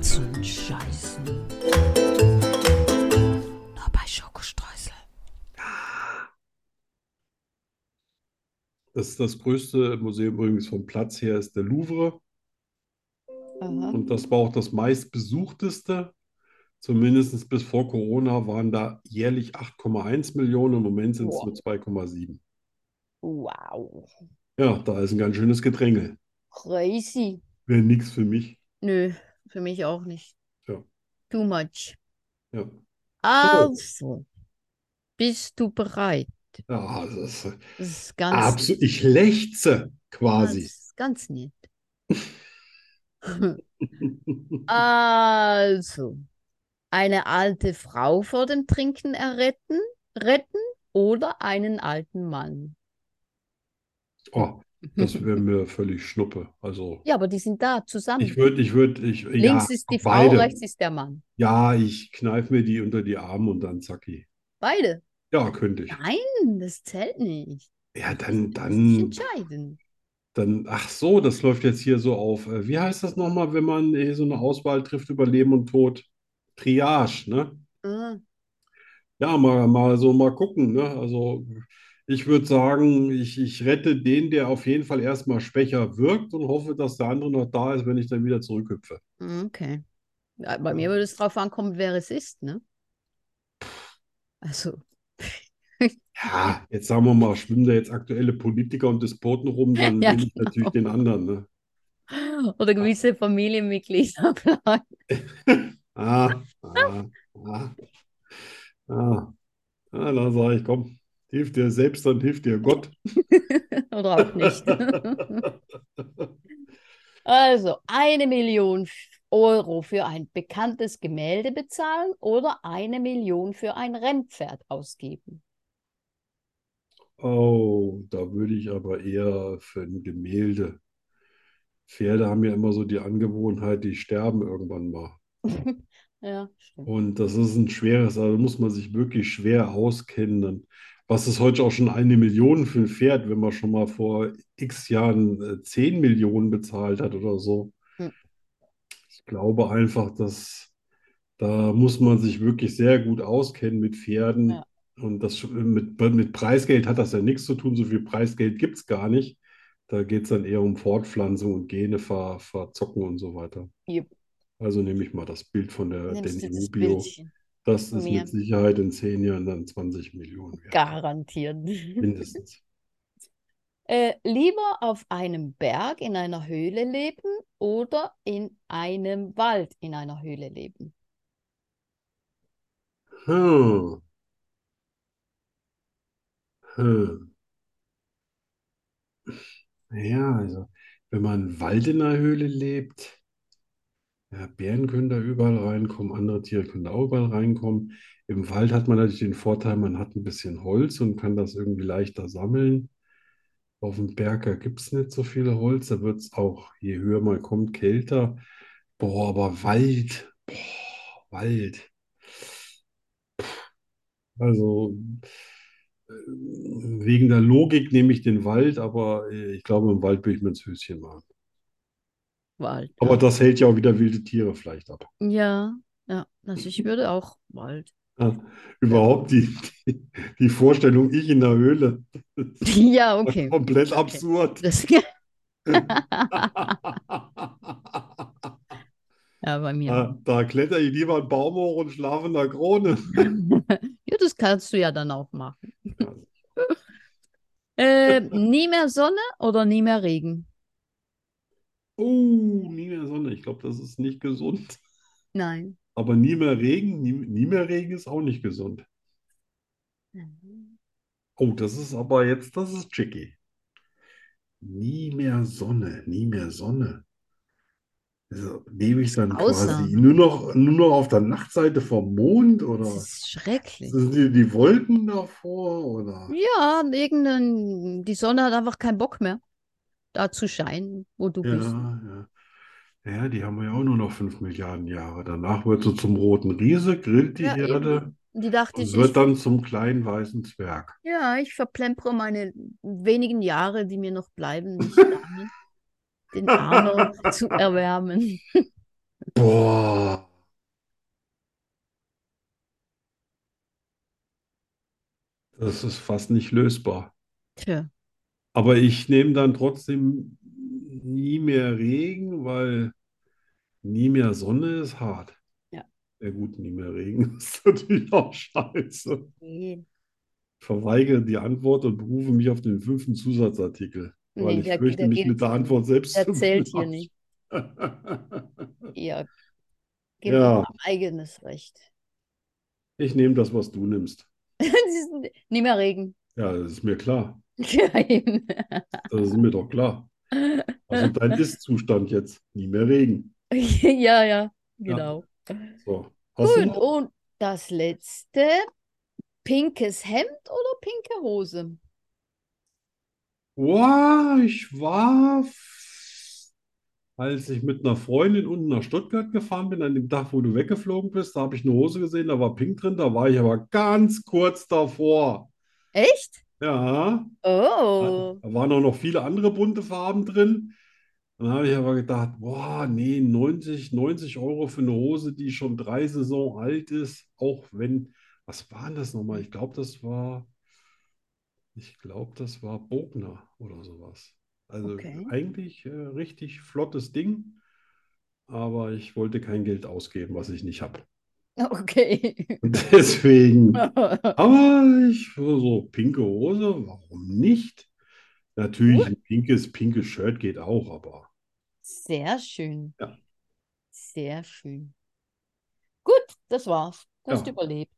Speaker 3: Zum Scheißen. Nur bei Schokostreusel.
Speaker 2: Das, das größte Museum übrigens vom Platz her ist der Louvre.
Speaker 1: Aha.
Speaker 2: Und das war auch das meistbesuchteste. Zumindest bis vor Corona waren da jährlich 8,1 Millionen. Im Moment sind es
Speaker 1: Boah.
Speaker 2: nur 2,7.
Speaker 1: Wow.
Speaker 2: Ja, da ist ein ganz schönes Gedrängel.
Speaker 1: Crazy.
Speaker 2: Wäre nichts für mich.
Speaker 1: Nö, für mich auch nicht.
Speaker 2: Ja.
Speaker 1: Too much.
Speaker 2: Ja.
Speaker 1: Also, bist du bereit?
Speaker 2: Ja, das ist
Speaker 1: Das ist ganz,
Speaker 2: absolut. Ich lechze quasi.
Speaker 1: ganz, ganz nett. Also, eine alte Frau vor dem Trinken erretten, retten oder einen alten Mann.
Speaker 2: [LAUGHS] Oh, das wäre mir völlig Schnuppe. Also,
Speaker 1: Ja, aber die sind da zusammen.
Speaker 2: ich würde, ich würde, ich, ja,
Speaker 1: Links ist die Frau,
Speaker 2: beide.
Speaker 1: rechts ist der Mann.
Speaker 2: Ja, ich kneife mir die unter die Arme und dann zacki.
Speaker 1: Beide.
Speaker 2: Ja, könnte ich.
Speaker 1: Nein, das zählt nicht.
Speaker 2: Ja, dann,
Speaker 1: Das ist nicht
Speaker 2: dann,
Speaker 1: entscheidend.
Speaker 2: dann, ach so, das läuft jetzt hier so auf. äh, Wie heißt das nochmal, wenn man äh, so eine Auswahl trifft über Leben und Tod? Triage, ne?
Speaker 1: Ah,
Speaker 2: Ja, mal, mal so mal gucken, ne? Also ich würde sagen, ich, ich rette den, der auf jeden Fall erstmal schwächer wirkt und hoffe, dass der andere noch da ist, wenn ich dann wieder zurückhüpfe.
Speaker 1: Mhm, okay. Ja, Bei
Speaker 2: Ja.
Speaker 1: mir würde es drauf ankommen, wer es ist, ne? [LAUGHS] Also,
Speaker 2: Ja, jetzt sagen wir mal, schwimmen da jetzt aktuelle Politiker und Despoten rum, dann
Speaker 1: Ja,
Speaker 2: nehme ich natürlich den anderen, ne?
Speaker 1: oder gewisse Familienmitglieder. [LAUGHS]
Speaker 2: Ah, ah, ah, ah. Ah, dann sage ich, komm, hilf dir selbst, dann hilft dir Gott.
Speaker 1: Oder auch nicht. Also, eine Million F- Euro für ein bekanntes Gemälde bezahlen oder eine Million für ein Rennpferd ausgeben.
Speaker 2: Oh, da würde ich aber eher für ein Gemälde. Pferde haben ja immer so die Angewohnheit, die sterben irgendwann mal.
Speaker 1: [LAUGHS] Ja, stimmt.
Speaker 2: Und das ist ein schweres, also muss man sich wirklich schwer auskennen. was ist heute auch schon eine Million für ein Pferd, wenn man schon mal vor x Jahren äh, 10 Millionen bezahlt hat oder so.
Speaker 1: Hm.
Speaker 2: Ich glaube einfach, dass da muss man sich wirklich sehr gut auskennen mit Pferden.
Speaker 1: Ja.
Speaker 2: Und das mit, mit Preisgeld hat das ja nichts zu tun. So viel Preisgeld gibt es gar nicht. Da geht es dann eher um Fortpflanzung und Gene ver, verzocken und so weiter.
Speaker 1: Jupp.
Speaker 2: Also nehme ich mal das Bild von der
Speaker 1: Nimmst du
Speaker 2: Danny
Speaker 1: das
Speaker 2: Rubio.
Speaker 1: Bildchen?
Speaker 2: Das ist
Speaker 1: Mir.
Speaker 2: mit Sicherheit in zehn Jahren dann 20 Millionen wert.
Speaker 1: Garantiert.
Speaker 2: Mindestens.
Speaker 1: [LAUGHS] Äh, lieber auf einem Berg in einer Höhle leben oder in einem Wald in einer Höhle leben?
Speaker 2: Hm. Hm. Ja, also wenn man im Wald in einer Höhle lebt, ja, Bären können da überall reinkommen, andere Tiere können da auch überall reinkommen. Im Wald hat man natürlich den Vorteil, man hat ein bisschen Holz und kann das irgendwie leichter sammeln. Auf dem Berg, da gibt es nicht so viel Holz, da wird es auch, je höher man kommt, kälter. Boah, aber Wald, boah, Wald. Also äh, wegen der Logik nehme ich den Wald, aber äh, ich glaube, im Wald will ich mir ins Höschen machen.
Speaker 1: Wald.
Speaker 2: Aber das hält ja auch wieder wilde Tiere vielleicht ab.
Speaker 1: Ja, ja, also ich würde auch [LAUGHS] Wald.
Speaker 2: Ja, überhaupt die, die, die Vorstellung, ich in der Höhle,
Speaker 1: Ja,
Speaker 2: [LAUGHS]
Speaker 1: okay.
Speaker 2: komplett
Speaker 1: Okay.
Speaker 2: absurd.
Speaker 1: Das, [LAUGHS] ja, bei mir.
Speaker 2: [LAUGHS] Da, da kletter ich lieber einen Baum hoch und schlafe in der Krone.
Speaker 1: Ja, das kannst du ja dann auch machen. [LAUGHS] Äh, nie mehr Sonne oder nie mehr Regen?
Speaker 2: Oh, nie mehr Sonne. Ich glaube, das ist nicht gesund.
Speaker 1: Nein.
Speaker 2: Aber nie mehr Regen, nie, nie mehr Regen ist auch nicht gesund.
Speaker 1: Mhm.
Speaker 2: Oh, das ist aber jetzt, das ist tricky. Nie mehr Sonne, nie mehr Sonne. Also lebe ich dann
Speaker 1: Außer- ne?
Speaker 2: quasi nur noch, nur noch auf der Nachtseite vom Mond oder
Speaker 1: Das ist schrecklich.
Speaker 2: sind die, die Wolken davor oder?
Speaker 1: Ja, irgendein, die Sonne hat einfach keinen Bock mehr, da zu scheinen, wo du
Speaker 2: Ja,
Speaker 1: bist.
Speaker 2: ja. Ja, die haben wir ja auch nur noch 5 Milliarden Jahre. Danach wird sie zum roten Riese, grillt die
Speaker 1: Mhm. Ja, eben.
Speaker 2: Erde
Speaker 1: Und die dachte
Speaker 2: und
Speaker 1: ich,
Speaker 2: wird
Speaker 1: ich,
Speaker 2: dann zum kleinen weißen Zwerg.
Speaker 1: ja, ich verplempere meine wenigen Jahre, die mir noch bleiben,
Speaker 2: [LAUGHS]
Speaker 1: nicht damit, den Arno zu erwärmen.
Speaker 2: Boah. Das ist fast nicht lösbar.
Speaker 1: Tja,
Speaker 2: Aber ich nehme dann trotzdem nie mehr Regen, weil nie mehr Sonne ist hart.
Speaker 1: Ja.
Speaker 2: Ja gut, nie mehr Regen [LAUGHS] ist natürlich auch scheiße.
Speaker 1: nee,
Speaker 2: Ich verweigere die Antwort und berufe mich auf den fünften Zusatzartikel, weil
Speaker 1: Nee,
Speaker 2: ich
Speaker 1: der-
Speaker 2: fürchte,
Speaker 1: der
Speaker 2: mich
Speaker 1: gilt
Speaker 2: mit der
Speaker 1: hier nicht.
Speaker 2: Antwort selbst
Speaker 1: der
Speaker 2: zu
Speaker 1: zählt hier
Speaker 2: belabern.
Speaker 1: nicht. Ihr gebt
Speaker 2: Ja.
Speaker 1: euch ein um eigenes Recht.
Speaker 2: [LAUGHS]
Speaker 1: [LAUGHS]
Speaker 2: Ich nehme das, was du nimmst.
Speaker 1: Sie sind- Nie mehr Regen. [LAUGHS]
Speaker 2: Ja, das ist mir klar.
Speaker 1: Ja, eben.
Speaker 2: Das ist mir doch klar. Also dein Ist-Zustand jetzt. Nie mehr Regen.
Speaker 1: Ja, ja, genau.
Speaker 2: So. Hast du
Speaker 1: Gut,
Speaker 2: noch?
Speaker 1: und das letzte, pinkes Hemd oder pinke Hose?
Speaker 2: Wow, ich war, als ich mit einer Freundin unten nach Stuttgart gefahren bin, an dem Tag, wo du weggeflogen bist, da habe ich eine Hose gesehen, da war Pink drin, da war ich aber ganz kurz davor.
Speaker 1: Echt?
Speaker 2: Ja,
Speaker 1: Oh. [LAUGHS]
Speaker 2: da waren auch noch viele andere bunte Farben drin. Dann habe ich aber gedacht, boah, nee, 90, 90 Euro für eine Hose, die schon drei Saison alt ist, auch wenn, was war denn das nochmal? Ich glaube, das war, ich glaube, das war Bogner oder sowas. Also
Speaker 1: Okay.
Speaker 2: eigentlich äh, richtig flottes Ding, aber ich wollte kein Geld ausgeben, was ich nicht habe.
Speaker 1: Okay.
Speaker 2: Und [LAUGHS]
Speaker 1: Ah.
Speaker 2: deswegen.
Speaker 1: Ja,
Speaker 2: Aber ich, so pinke Hose, warum nicht? Natürlich,
Speaker 1: Hm?
Speaker 2: ein pinkes, pinkes Shirt geht auch, aber
Speaker 1: Sehr schön.
Speaker 2: Ja.
Speaker 1: Sehr schön. Gut, das war's. Du hast
Speaker 2: Ja.
Speaker 1: überlebt.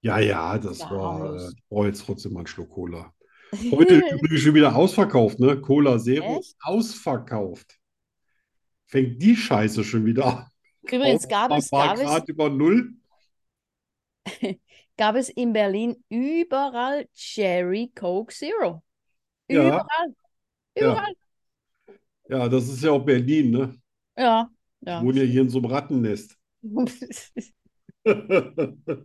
Speaker 2: ja, ja, das
Speaker 1: Ja,
Speaker 2: war, äh,
Speaker 1: harmlos.
Speaker 2: ich brauche jetzt trotzdem mal einen Schluck Cola.
Speaker 1: [LAUGHS]
Speaker 2: Heute übrigens schon wieder ausverkauft, ne? Cola Zero
Speaker 1: Echt?
Speaker 2: ausverkauft. Fängt die Scheiße schon wieder [LAUGHS] an.
Speaker 1: Übrigens gab
Speaker 2: Ein
Speaker 1: es,
Speaker 2: paar
Speaker 1: gab es,
Speaker 2: Oh, Grad über Null.
Speaker 1: gab es in Berlin überall Cherry Coke Zero.
Speaker 2: Ja.
Speaker 1: Überall.
Speaker 2: Ja.
Speaker 1: Überall.
Speaker 2: Ja, das ist ja auch Berlin, ne?
Speaker 1: Ja,
Speaker 2: Ich
Speaker 1: ja.
Speaker 2: wohne ja hier in so einem Rattennest. [LAUGHS]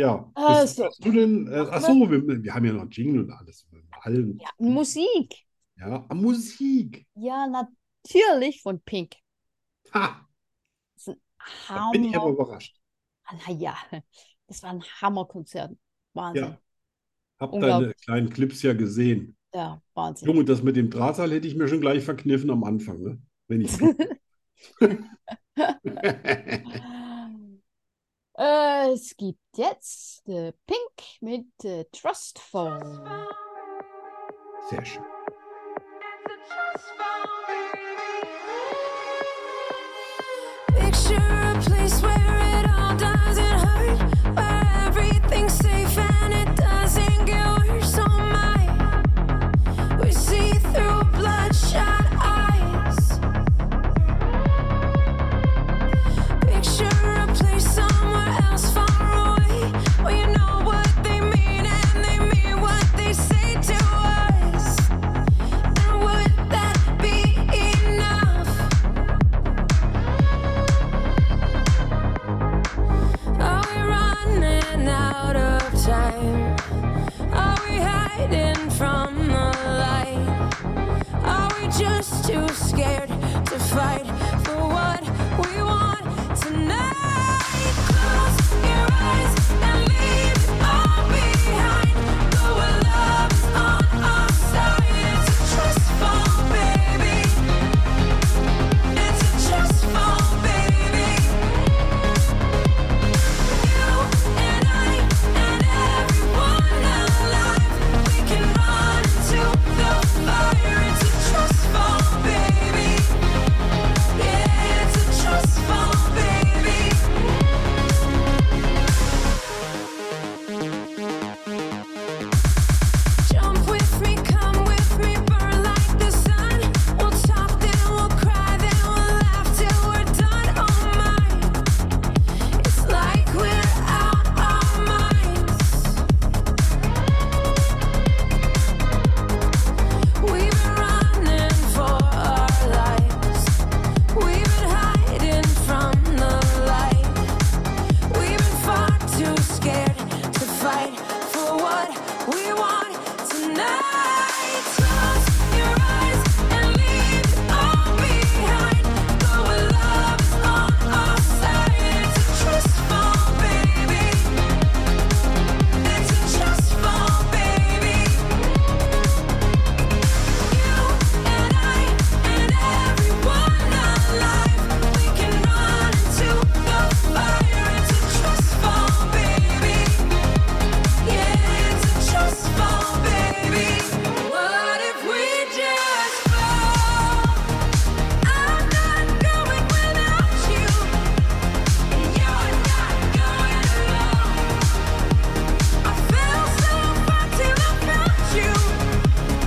Speaker 2: Ja.
Speaker 1: Also.
Speaker 2: Bist, bist du denn, äh, ach so, wir, wir haben ja noch Jingle und alles. mit Allem.
Speaker 1: [LAUGHS] Ja, Musik.
Speaker 2: Ja. Ah, Musik.
Speaker 1: Ja, natürlich von Pink.
Speaker 2: Ha, da
Speaker 1: Hammer.
Speaker 2: bin ich aber überrascht.
Speaker 1: Naja, das war ein Hammerkonzert. Wahnsinn.
Speaker 2: Ja. Hab deine
Speaker 1: Unglaublich.
Speaker 2: kleinen Clips ja gesehen.
Speaker 1: Ja, Wahnsinn.
Speaker 2: Junge, das mit dem Drahtseil hätte ich mir schon gleich verkniffen am Anfang, ne?
Speaker 1: [LAUGHS]
Speaker 2: Wenn ich.
Speaker 1: [LAUGHS] Äh, es gibt jetzt äh, Pink mit äh, Trust Fall.
Speaker 2: Sehr schön.
Speaker 4: Picture a place where it all doesn't hurt, where everything's safe and it doesn't get worse. Oh my, we see through bloodshot eyes. Picture a place somewhere else far away. We know what they mean and they mean what they say to us. And would that be enough? Are we running out of time? Are we hiding from the light? Are we just too scared to fight for what we want tonight? Close your eyes and leave it all behind. Though our love's on our side, it's a trust fall, baby. It's a trust fall, baby. Trust fall, baby. Jump with me, come with me, burn like the sun. We'll talk, then we'll cry, then we'll laugh till we're done. Oh my, it's like we're out our minds. We've been running for our lives. We've been hiding from the light. We've been far too scared to fight for what we want tonight. Close your eyes and leave it all behind. Though our love's on our side, it's a trust fall, baby. It's a trust fall, baby. You and I and everyone alive, we can run into the fire. It's a trust fall, baby. Yeah, it's a trust fall, baby. What if we just fall? I'm not going without you, and you're not going alone. I fell so far till I found you.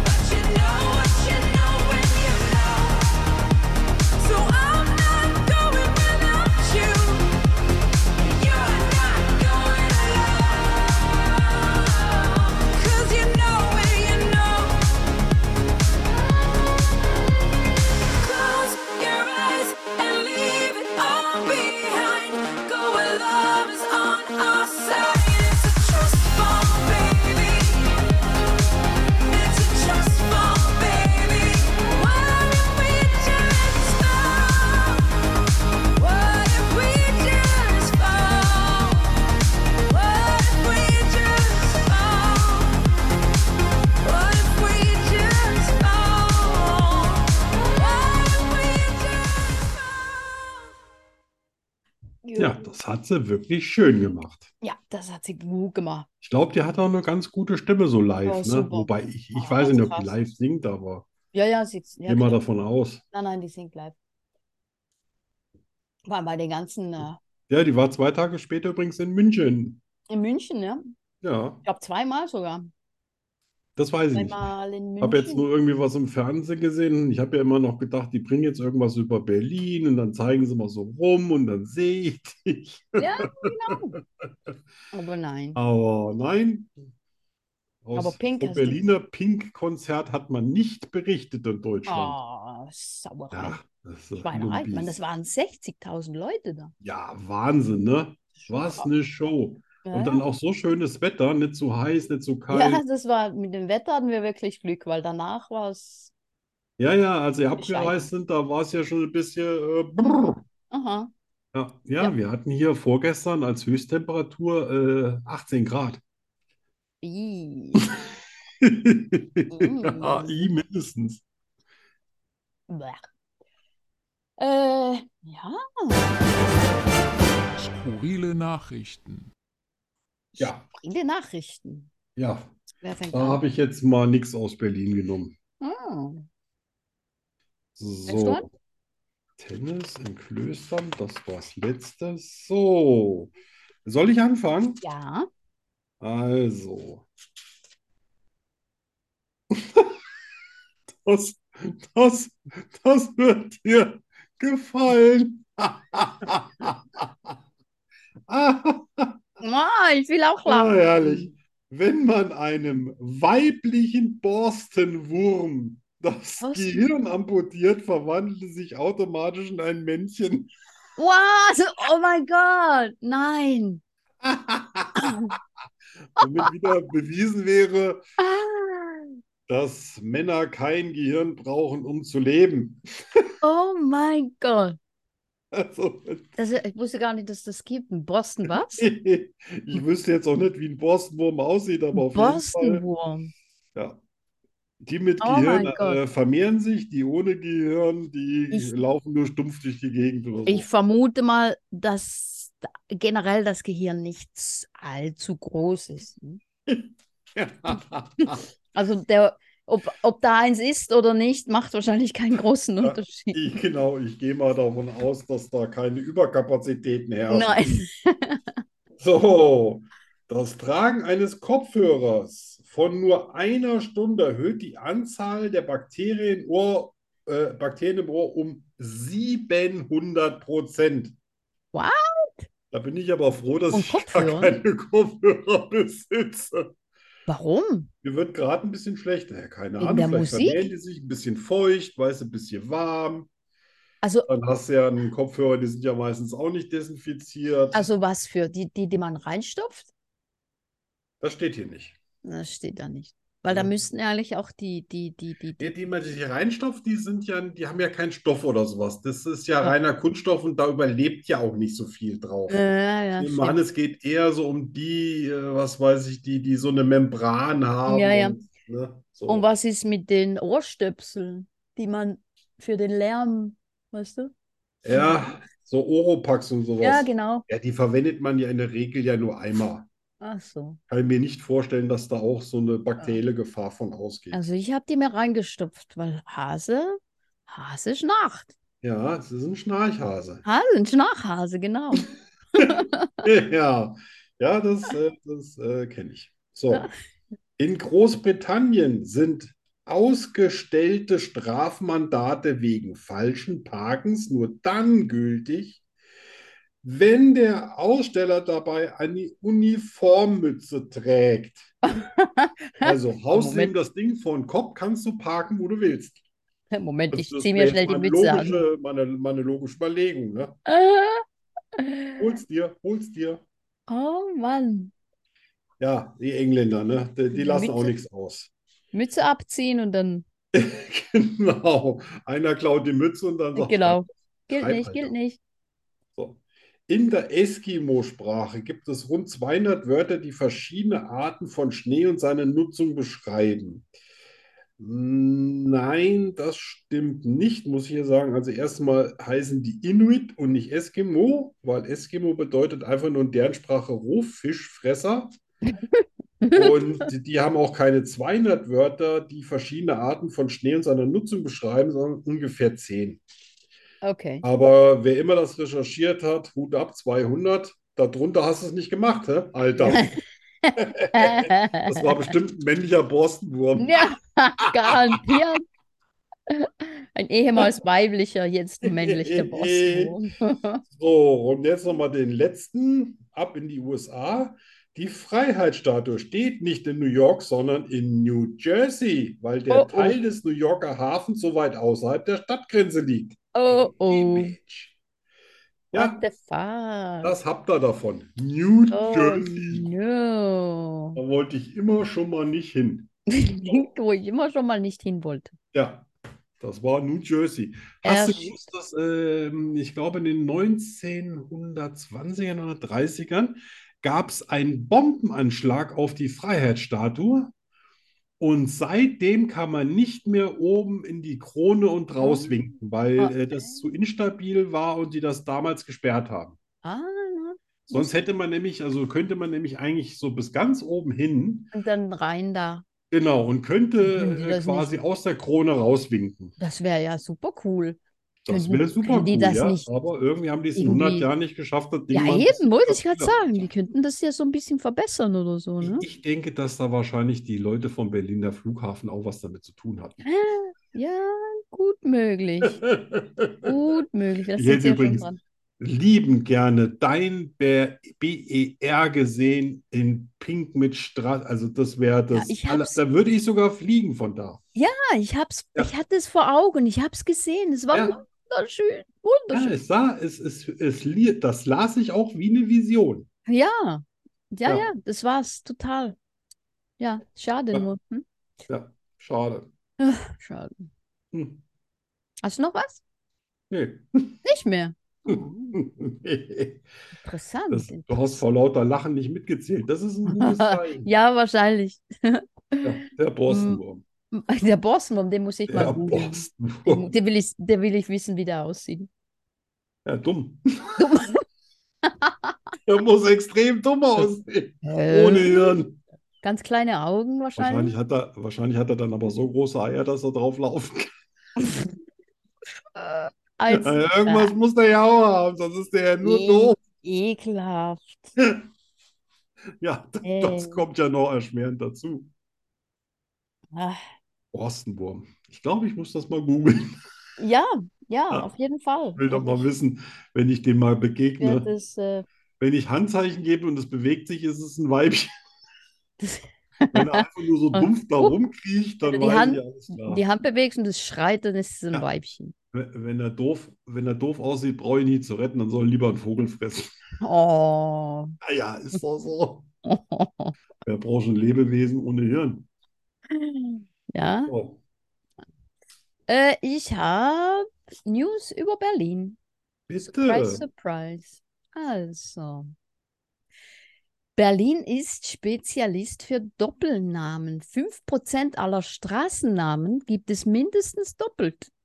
Speaker 4: But you know what you know when you know. So I'm not going without you. You're not going alone. 'Cause you know when you know. Close your eyes and leave it all behind. Go where love is on our side. It's a trust fall, baby. It's a trust fall, baby. What if we just fall? What if we just fall? What if we just fall? What if we just fall? What if we just fall?
Speaker 2: Ja, das hat sie wirklich schön gemacht.
Speaker 1: Ja, das hat sie gut gemacht.
Speaker 2: Ich glaube, die hat auch eine ganz gute Stimme so live,
Speaker 1: Ja,
Speaker 2: ne?
Speaker 1: Oh, super.
Speaker 2: Wobei ich, ich
Speaker 1: Ah,
Speaker 2: weiß
Speaker 1: ganz
Speaker 2: nicht, ob die
Speaker 1: krass.
Speaker 2: live singt, aber
Speaker 1: Ja, ja, sie ja,
Speaker 2: geh mal
Speaker 1: klar.
Speaker 2: davon aus.
Speaker 1: Nein, nein, die singt live. War bei den ganzen äh,
Speaker 2: Ja, die war zwei Tage später übrigens in München.
Speaker 1: in München, ne?
Speaker 2: Ja,
Speaker 1: Ich glaube zweimal sogar.
Speaker 2: das weiß ich nicht.
Speaker 1: Zweimal in
Speaker 2: Habe jetzt
Speaker 1: München.
Speaker 2: nur irgendwie was im Fernsehen gesehen. Ich habe ja immer noch gedacht, die bringen jetzt irgendwas über Berlin und dann zeigen sie mal so rum und dann sehe ich dich.
Speaker 1: Ja, genau. Aber nein.
Speaker 2: Aber nein, aus
Speaker 1: Aber Pink
Speaker 2: vom
Speaker 1: hast du-
Speaker 2: Berliner Pink-Konzert hat man nicht berichtet in Deutschland.
Speaker 1: Oh, Sauerei.
Speaker 2: Ah, Ja, das ist
Speaker 1: Schweinerei. Ich
Speaker 2: Lumpi.
Speaker 1: meine, das waren 60.000 Leute da.
Speaker 2: Ja, Wahnsinn, ne? Was eine Show. Und dann auch so schönes Wetter, nicht zu heiß, nicht zu kalt.
Speaker 1: Ja, das war mit dem Wetter hatten wir wirklich Glück, weil danach war es.
Speaker 2: Ja, ja, also als wir
Speaker 1: Bescheid.
Speaker 2: abgereist sind, da war es ja schon ein bisschen. Äh, brrr.
Speaker 1: Aha.
Speaker 2: ja, ja,
Speaker 1: Ja.
Speaker 2: wir hatten hier vorgestern als Höchsttemperatur äh, 18 Grad. [LAUGHS]
Speaker 1: Ih,
Speaker 2: Ja, i mindestens.
Speaker 1: blech. Äh, ja,
Speaker 5: Skurrile Nachrichten.
Speaker 2: Ja,
Speaker 1: viele Nachrichten.
Speaker 2: ja,
Speaker 1: Wer fängt
Speaker 2: da
Speaker 1: an?
Speaker 2: habe ich jetzt mal nichts aus Berlin genommen.
Speaker 1: Ah,
Speaker 2: So.
Speaker 1: an?
Speaker 2: Tennis in Klöstern, das war's letzte. So. Soll ich anfangen?
Speaker 1: ja,
Speaker 2: Also. [LAUGHS] Das, das, das wird dir gefallen. [LAUGHS] Ah,
Speaker 1: Ah, ich will auch lachen.
Speaker 2: Oh, herrlich. Wenn man einem weiblichen Borstenwurm das
Speaker 1: Borsten-
Speaker 2: Gehirn amputiert, verwandelte sich automatisch in ein Männchen.
Speaker 1: Was? Oh mein Gott, nein.
Speaker 2: [LAUGHS] Damit wieder bewiesen wäre,
Speaker 1: Ah,
Speaker 2: dass Männer kein Gehirn brauchen, um zu leben. [LAUGHS]
Speaker 1: oh mein Gott.
Speaker 2: Also,
Speaker 1: Das, ich wusste gar nicht, dass das gibt. Ein Borsten was? Hm.
Speaker 2: ich wüsste jetzt auch nicht, wie ein Borstenwurm aussieht, aber auf jeden Fall,
Speaker 1: Borstenwurm.
Speaker 2: ja. Die mit
Speaker 1: Oh
Speaker 2: Gehirn
Speaker 1: mein Gott.
Speaker 2: äh, vermehren sich, die ohne Gehirn, die
Speaker 1: Ich-
Speaker 2: laufen nur stumpf durch die Gegend oder so.
Speaker 1: Ich vermute mal, dass da- generell das Gehirn nicht allzu groß ist. ne? Also der, ob, ob da eins ist oder nicht, macht wahrscheinlich keinen großen
Speaker 2: Ja,
Speaker 1: Unterschied.
Speaker 2: [LAUGHS] Ich, genau, ich gehe mal davon aus, dass da
Speaker 1: [LAUGHS]
Speaker 2: keine Überkapazitäten herrschen.
Speaker 1: Nein.
Speaker 2: So, das Tragen eines Kopfhörers von nur einer Stunde erhöht die Anzahl der Bakterien, im Ohr, äh, Bakterien im Ohr um 700 Prozent.
Speaker 1: What?
Speaker 2: Da bin ich aber froh, dass
Speaker 1: Und
Speaker 2: ich gar
Speaker 1: Kopfhörer?
Speaker 2: keine [LAUGHS] Kopfhörer besitze.
Speaker 1: Warum?
Speaker 2: Mir wird gerade ein bisschen schlecht. Naja, keine
Speaker 1: Wegen
Speaker 2: Ahnung,
Speaker 1: der
Speaker 2: vielleicht
Speaker 1: Musik?
Speaker 2: vermehren die sich ein bisschen feucht, weiß ein bisschen warm.
Speaker 1: Also,
Speaker 2: Dann hast du ja einen Kopfhörer, die sind ja meistens auch nicht desinfiziert.
Speaker 1: also was für die, die, die man reinstopft?
Speaker 2: Das steht hier nicht.
Speaker 1: Das steht da nicht. Weil da
Speaker 2: Ja.
Speaker 1: müssten ehrlich auch die, die, die, die,
Speaker 2: Die,
Speaker 1: die.
Speaker 2: die man sich reinstopft, die sind ja, die haben ja keinen Stoff oder sowas. Das ist ja reiner Kunststoff und da überlebt ja auch nicht so viel drauf.
Speaker 1: Ja, ja,
Speaker 2: Ich nehme an,
Speaker 1: stimmt.
Speaker 2: es geht eher so um die, äh, was weiß ich, die, die so eine Membran haben
Speaker 1: Ja, ja.
Speaker 2: und, ne, so.
Speaker 1: Und was ist mit den Ohrstöpseln, die man für den Lärm, weißt du?
Speaker 2: Ja, so Oropax und sowas.
Speaker 1: Ja, genau.
Speaker 2: Ja, die verwendet man ja in der Regel ja nur einmal.
Speaker 1: Ach so.
Speaker 2: Kann mir nicht vorstellen, dass da auch so eine bakterielle Gefahr von ausgeht.
Speaker 1: Also ich habe die mir reingestopft, weil Hase, Hase schnarcht.
Speaker 2: Ja, es ist ein Schnarchhase.
Speaker 1: Hase, ein Schnarchhase, genau.
Speaker 2: [LAUGHS] Ja, ja, das, äh, das äh, kenne ich. So. In Großbritannien sind ausgestellte Strafmandate wegen falschen Parkens nur dann gültig, wenn der Aussteller dabei eine
Speaker 1: [LAUGHS]
Speaker 2: Uniformmütze trägt. Also haust du ihm
Speaker 1: Moment.
Speaker 2: das Ding vor den Kopf, kannst du parken, wo du willst.
Speaker 1: Moment, ich
Speaker 2: Das- das
Speaker 1: ziehe mir
Speaker 2: wäre
Speaker 1: schnell die
Speaker 2: meine
Speaker 1: Mütze an. Äh,
Speaker 2: logische, meine, meine logische Überlegung, ne? Hol's dir, hol's dir.
Speaker 1: Oh Mann.
Speaker 2: Ja, die Engländer, ne? Die, die lassen auch
Speaker 1: Mütze-
Speaker 2: nichts aus. [LAUGHS]
Speaker 1: Mütze abziehen und dann.
Speaker 2: Genau. Einer klaut die Mütze und dann sagt er,
Speaker 1: Genau. Gilt
Speaker 2: Schreib
Speaker 1: nicht,
Speaker 2: halt
Speaker 1: gilt
Speaker 2: auch.
Speaker 1: nicht.
Speaker 2: So. In der Eskimo-Sprache gibt es rund 200 Wörter, die verschiedene Arten von Schnee und seine Nutzung beschreiben. Nein, das stimmt nicht, muss ich hier sagen. Also erstmal heißen die Inuit und nicht Eskimo, weil Eskimo bedeutet einfach nur in deren Sprache Rohfischfresser. Und die haben auch keine 200 Wörter, die verschiedene Arten von Schnee und seine Nutzung beschreiben, sondern ungefähr 10. [LAUGHS]
Speaker 1: Okay.
Speaker 2: Aber wer immer das recherchiert hat, Hut ab 200, darunter hast du es nicht gemacht, hä? Alter. Das war bestimmt ein männlicher Borstenwurm.
Speaker 1: Ja, [LAUGHS] garantiert. Ein ehemals weiblicher,
Speaker 2: [LAUGHS]
Speaker 1: jetzt männlicher Boss.
Speaker 2: So, und jetzt nochmal den letzten, ab in die USA. Die Freiheitsstatue steht nicht in New York, sondern in New Jersey, weil der
Speaker 1: Oh, oh.
Speaker 2: Teil des New Yorker Hafens so weit außerhalb der Stadtgrenze liegt.
Speaker 1: Oh, oh.
Speaker 2: Bitch. Ja,
Speaker 1: What the fuck?
Speaker 2: das habt ihr davon. New
Speaker 1: Oh,
Speaker 2: Jersey.
Speaker 1: no. [LAUGHS]
Speaker 2: Da wollte ich immer schon mal nicht hin.
Speaker 1: Wo ich immer schon mal nicht hin wollte.
Speaker 2: Ja, das war New Jersey. Hast du
Speaker 1: Erst-
Speaker 2: gewusst, dass ähm, ich glaube in den 1920ern oder 30ern gab es einen Bombenanschlag auf die Freiheitsstatue und seitdem kann man nicht mehr oben in die Krone und rauswinken, weil
Speaker 1: Ah.
Speaker 2: äh, das zu instabil war und die das damals gesperrt haben.
Speaker 1: Ah, na.
Speaker 2: Sonst hätte man nämlich, also könnte man nämlich eigentlich so bis ganz oben hin,
Speaker 1: und dann rein da.
Speaker 2: genau, und könnte
Speaker 1: Wenn die
Speaker 2: äh,
Speaker 1: das nicht-
Speaker 2: quasi aus der Krone rauswinken.
Speaker 1: Das wäre ja super cool.
Speaker 2: Das
Speaker 1: Könnten-
Speaker 2: wäre super
Speaker 1: Also, können die
Speaker 2: cool,
Speaker 1: das
Speaker 2: ja.
Speaker 1: nicht
Speaker 2: Aber irgendwie haben die es in 100
Speaker 1: irgendwie-
Speaker 2: Jahren nicht geschafft, das Ding
Speaker 1: Ja,
Speaker 2: mal ein
Speaker 1: eben,
Speaker 2: bisschen
Speaker 1: wollte
Speaker 2: zu
Speaker 1: ich gerade
Speaker 2: verändern.
Speaker 1: sagen. Die könnten das ja so ein bisschen verbessern oder so, ne?
Speaker 2: Ich ich denke, dass da wahrscheinlich die Leute vom Berliner Flughafen auch was damit zu tun hatten.
Speaker 1: Ah, Ja, gut
Speaker 2: [LAUGHS]
Speaker 1: möglich. Gut möglich. Das
Speaker 2: Ich
Speaker 1: sind
Speaker 2: hätte
Speaker 1: sie ja schon
Speaker 2: übrigens-
Speaker 1: dran.
Speaker 2: Lieben gerne dein Ber- BER gesehen in Pink mit Straß. Also das wäre das
Speaker 1: ich
Speaker 2: aller-
Speaker 1: hab's-
Speaker 2: Da würde ich sogar fliegen von da.
Speaker 1: Ah, ich hab's,
Speaker 2: Ja.
Speaker 1: ich hatte es vor Augen, ich hab's gesehen. Es war
Speaker 2: Ja.
Speaker 1: wunderschön.
Speaker 2: Ja,
Speaker 1: Wunderschön.
Speaker 2: es sah, es, es, es, li- das las ich auch wie eine Vision.
Speaker 1: Ja. Ja,
Speaker 2: Ja.
Speaker 1: ja, das war's total. Ja, schade
Speaker 2: Ja.
Speaker 1: nur. Hm?
Speaker 2: Ja, schade.
Speaker 1: Schade.
Speaker 2: Hm,
Speaker 1: Hast du noch was?
Speaker 2: nee.
Speaker 1: Nicht mehr.
Speaker 2: [LAUGHS]
Speaker 1: Oh, interessant.
Speaker 2: Das, du hast vor lauter Lachen nicht mitgezählt. Das ist ein gutes
Speaker 1: [LAUGHS]
Speaker 2: Zeichen.
Speaker 1: Ja, wahrscheinlich. [LAUGHS]
Speaker 2: Ja, der Borstenwurm.
Speaker 1: Der Borstenwurm, den muss ich mal
Speaker 2: Der
Speaker 1: googeln. Den,
Speaker 2: Borstenwurm.
Speaker 1: den will ich, den will ich wissen, wie der aussieht.
Speaker 2: Ja, dumm. [LAUGHS] Der muss extrem dumm aussehen. Ohne
Speaker 1: Äh,
Speaker 2: Hirn.
Speaker 1: ganz kleine Augen wahrscheinlich.
Speaker 2: Wahrscheinlich hat er, wahrscheinlich hat er dann aber so große Eier, dass er drauf laufen kann.
Speaker 1: Äh, als
Speaker 2: Ja, [LAUGHS] irgendwas muss der ja auch haben, sonst ist der ja nur
Speaker 1: Nee.
Speaker 2: doof.
Speaker 1: ekelhaft.
Speaker 2: Ja, d-
Speaker 1: Ey.
Speaker 2: das kommt ja noch erschwerend dazu.
Speaker 1: Ah.
Speaker 2: Borstenwurm. Ich glaube, ich muss das mal googeln.
Speaker 1: Ja, ja,
Speaker 2: Ja.
Speaker 1: auf jeden Fall.
Speaker 2: Ich will doch
Speaker 1: Also
Speaker 2: mal wissen, wenn ich dem mal
Speaker 1: ich werd
Speaker 2: begegne.
Speaker 1: das, äh,
Speaker 2: Wenn ich Handzeichen gebe und es bewegt sich, ist es
Speaker 1: [LAUGHS]
Speaker 2: ein Weibchen. Wenn er einfach nur so dumpf da rumkriecht, dann
Speaker 1: Wenn du die
Speaker 2: weiß
Speaker 1: Hand-
Speaker 2: ich alles klar.
Speaker 1: die Hand bewegst und es schreit, dann ist es ein
Speaker 2: Ja.
Speaker 1: Weibchen.
Speaker 2: Wenn wenn er doof, wenn er doof aussieht, brauche ich ihn nicht zu retten, dann soll er lieber einen Vogel fressen. [LAUGHS]
Speaker 1: Oh.
Speaker 2: Ah ja, ist doch
Speaker 1: [LAUGHS]
Speaker 2: so. Wer braucht ein Lebewesen ohne Hirn?
Speaker 1: Ja.
Speaker 2: Oh.
Speaker 1: Äh, ich habe News über Berlin. Surprise,
Speaker 2: Bitte.
Speaker 1: surprise. Also. Berlin ist Spezialist für Doppelnamen. 5% aller Straßennamen gibt es mindestens doppelt. [LAUGHS]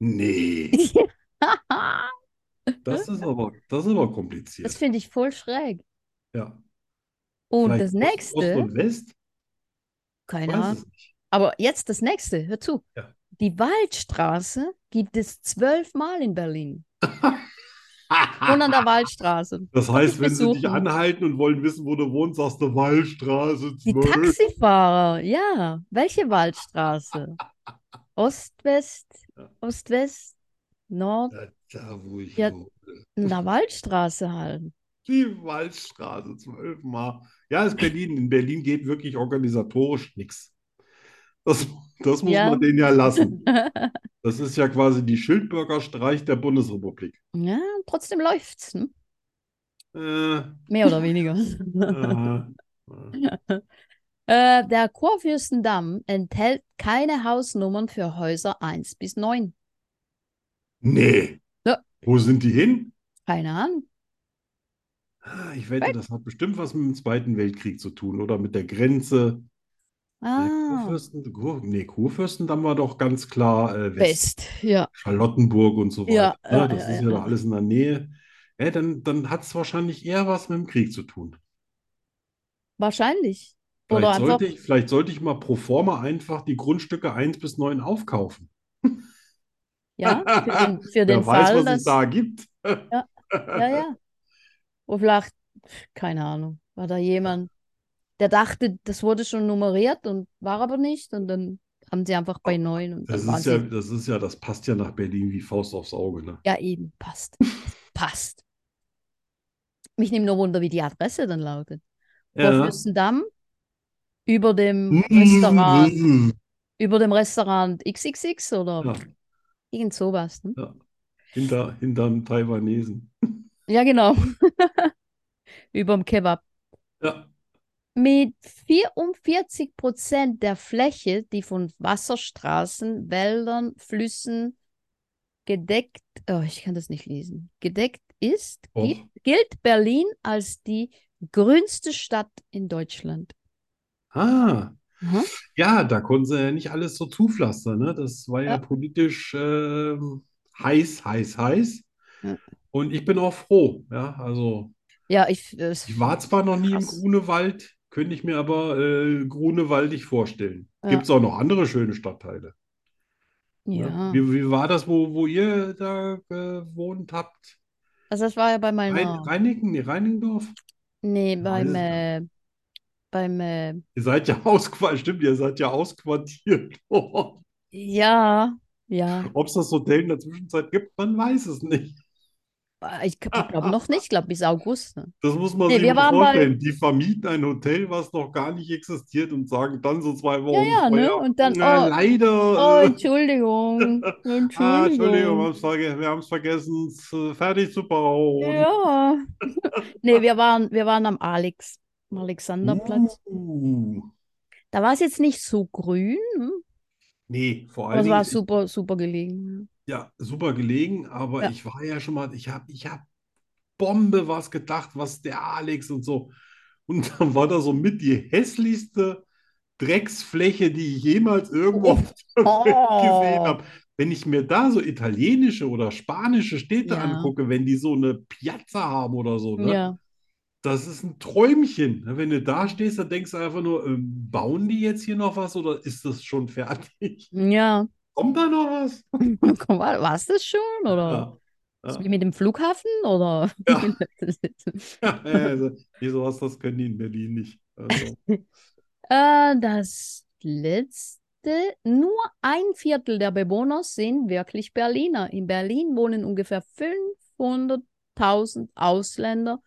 Speaker 2: Nee, das ist aber, das ist aber kompliziert.
Speaker 1: Das finde ich voll schräg.
Speaker 2: Ja.
Speaker 1: Und
Speaker 2: Vielleicht
Speaker 1: das
Speaker 2: Ost,
Speaker 1: nächste,
Speaker 2: Ost und West? Ich
Speaker 1: keine
Speaker 2: weiß
Speaker 1: Ahnung.
Speaker 2: es nicht.
Speaker 1: Aber jetzt das nächste, hör zu.
Speaker 2: Ja.
Speaker 1: Die Waldstraße gibt es zwölfmal in Berlin. Und an der Waldstraße.
Speaker 2: Das heißt, wenn sie dich
Speaker 1: besuchen.
Speaker 2: anhalten und wollen wissen, wo du wohnst, sagst du Wallstraße
Speaker 1: Die
Speaker 2: 12.
Speaker 1: Taxifahrer, ja. Welche Waldstraße? Ost-West,
Speaker 2: Ja.
Speaker 1: Ost-West, Nord,
Speaker 2: Da, da, wo ich
Speaker 1: Ja.
Speaker 2: wohne.
Speaker 1: in der Waldstraße halt.
Speaker 2: Die Waldstraße zwölfmal. Ja, ist Berlin. In Berlin geht wirklich organisatorisch nichts. Das, das muss
Speaker 1: Ja.
Speaker 2: man denen ja
Speaker 1: [LAUGHS]
Speaker 2: lassen. Das ist ja quasi die Schildbürgerstreich der Bundesrepublik.
Speaker 1: Ja, trotzdem läuft's, ne?
Speaker 2: Äh,
Speaker 1: Mehr oder
Speaker 2: [LAUGHS]
Speaker 1: weniger. [LAUGHS]
Speaker 2: äh, äh.
Speaker 1: Äh, der Kurfürstendamm enthält keine Hausnummern für Häuser 1 bis 9.
Speaker 2: nee.
Speaker 1: Ja.
Speaker 2: Wo sind die hin?
Speaker 1: Keine Ahnung.
Speaker 2: Ah, Ich wette, das hat bestimmt was mit dem Zweiten Weltkrieg zu tun oder mit der Grenze. Der
Speaker 1: Ah,
Speaker 2: Kurfürsten, Kur, nee, Kurfürstendamm war doch ganz klar äh, West.
Speaker 1: West, ja.
Speaker 2: Charlottenburg und so
Speaker 1: Ja,
Speaker 2: weiter. ne?
Speaker 1: ja,
Speaker 2: das
Speaker 1: ja,
Speaker 2: ist
Speaker 1: ja.
Speaker 2: ja da alles in der Nähe. Ja, dann dann hat es wahrscheinlich eher was mit dem Krieg zu tun.
Speaker 1: Wahrscheinlich. Oder
Speaker 2: Vielleicht
Speaker 1: einfach,
Speaker 2: sollte ich, vielleicht sollte ich mal pro forma einfach die Grundstücke 1 bis 9 aufkaufen.
Speaker 1: ja, für
Speaker 2: [LAUGHS]
Speaker 1: den, für den
Speaker 2: Wer weiß,
Speaker 1: Fall,
Speaker 2: was
Speaker 1: dass.
Speaker 2: es da gibt. [LAUGHS]
Speaker 1: Ja, ja. Und vielleicht, keine Ahnung, war da jemand, der dachte, das wurde schon nummeriert und war aber nicht. Und dann haben sie einfach bei neun und
Speaker 2: Das
Speaker 1: dann waren
Speaker 2: ist ja,
Speaker 1: sie.
Speaker 2: das ist ja, das passt ja nach Berlin wie Faust aufs Auge, ne?
Speaker 1: Ja, eben, passt. [LAUGHS] Passt. Mich nimmt nur Wunder, wie die Adresse dann lautet.
Speaker 2: Ja.
Speaker 1: Kurfürstendamm, über dem Hm,
Speaker 2: [LAUGHS]
Speaker 1: Restaurant, über dem Restaurant XXX oder
Speaker 2: Ja,
Speaker 1: irgend sowas. Ne?
Speaker 2: hinter, hinterm Taiwanesen.
Speaker 1: Ja, genau. [LAUGHS] Überm Kebab.
Speaker 2: Ja.
Speaker 1: Mit 44 Prozent der Fläche, die von Wasserstraßen, Wäldern, Flüssen gedeckt, oh, ich kann das nicht lesen, gedeckt ist,
Speaker 2: Och.
Speaker 1: gibt, gilt Berlin als die grünste Stadt in Deutschland.
Speaker 2: Ah.
Speaker 1: Mhm.
Speaker 2: Ja, da konnten sie ja nicht alles so zupflastern, ne? Das war ja
Speaker 1: Ja.
Speaker 2: politisch ähm, heiß, heiß, heiß.
Speaker 1: Ja.
Speaker 2: Und ich bin auch froh, ja. Also,
Speaker 1: Ja, ich, äh,
Speaker 2: ich war zwar noch nie im
Speaker 1: Krass.
Speaker 2: Grunewald, könnte ich mir aber äh, grunewaldig vorstellen.
Speaker 1: Ja.
Speaker 2: Gibt es auch noch andere schöne Stadtteile. ne?
Speaker 1: ja.
Speaker 2: Wie, wie war das, wo, wo ihr da gewohnt habt?
Speaker 1: Also das war ja bei
Speaker 2: Rhein,
Speaker 1: meiner,
Speaker 2: Reinigen, nee, Reinigendorf?
Speaker 1: nee,
Speaker 2: weiß
Speaker 1: beim,
Speaker 2: es
Speaker 1: äh, beim, äh,
Speaker 2: Ihr seid ja [LAUGHS] ausquartiert, stimmt, ihr seid ja ausquartiert. [LAUGHS] Ob
Speaker 1: ja, ja,
Speaker 2: es das Hotel in der Zwischenzeit gibt, man weiß es nicht.
Speaker 1: ich, ich glaube noch nicht, ich glaube bis August, ne?
Speaker 2: Das muss man
Speaker 1: Nee,
Speaker 2: sich
Speaker 1: wir
Speaker 2: mal
Speaker 1: waren bei-
Speaker 2: vorstellen. Die vermieten ein Hotel, was noch gar nicht existiert und sagen dann so zwei Wochen
Speaker 1: ja, ne?
Speaker 2: vorher,
Speaker 1: Und dann,
Speaker 2: na,
Speaker 1: oh,
Speaker 2: leider,
Speaker 1: Oh,
Speaker 2: [LAUGHS] äh,
Speaker 1: Entschuldigung.
Speaker 2: [LAUGHS] ah, Entschuldigung, wir
Speaker 1: Entschuldigung.
Speaker 2: haben's verge- wir haben es vergessen, es äh, fertig zu bauen.
Speaker 1: Ja. [LAUGHS] Nee, wir waren, wir waren am Alex, am Alexanderplatz.
Speaker 2: Uh,
Speaker 1: Da war es jetzt nicht so grün, hm,
Speaker 2: nee, vor
Speaker 1: aber
Speaker 2: allen
Speaker 1: es war
Speaker 2: Dingen,
Speaker 1: super, super gelegen.
Speaker 2: ja, super gelegen, aber
Speaker 1: Ja.
Speaker 2: ich war ja schon mal, ich habe ich hab Bombe was gedacht, was der Alex und so. Und [LAUGHS] dann war da so mit die hässlichste Drecksfläche, die ich jemals irgendwo auf
Speaker 1: [LAUGHS]
Speaker 2: der Welt gesehen
Speaker 1: Oh.
Speaker 2: habe. Wenn ich mir da so italienische oder spanische Städte
Speaker 1: Ja.
Speaker 2: angucke, wenn die so eine Piazza haben oder so, ne?
Speaker 1: Ja.
Speaker 2: Das ist ein Träumchen. ne? Wenn du da stehst, dann denkst du einfach nur, ähm, bauen die jetzt hier noch was oder ist das schon fertig? [LAUGHS]
Speaker 1: Ja. [LAUGHS]
Speaker 2: Kommt da noch was?
Speaker 1: Komm, war, war's das schon? Oder
Speaker 2: Ja.
Speaker 1: ist wie mit dem Flughafen? Oder? [LAUGHS]
Speaker 2: Ja. Ja, [LAUGHS] also, wieso was, das können die in Berlin nicht. Also,
Speaker 1: Äh, das letzte, nur ein Viertel der Bewohner sind wirklich Berliner. In Berlin wohnen ungefähr 500.000 Ausländer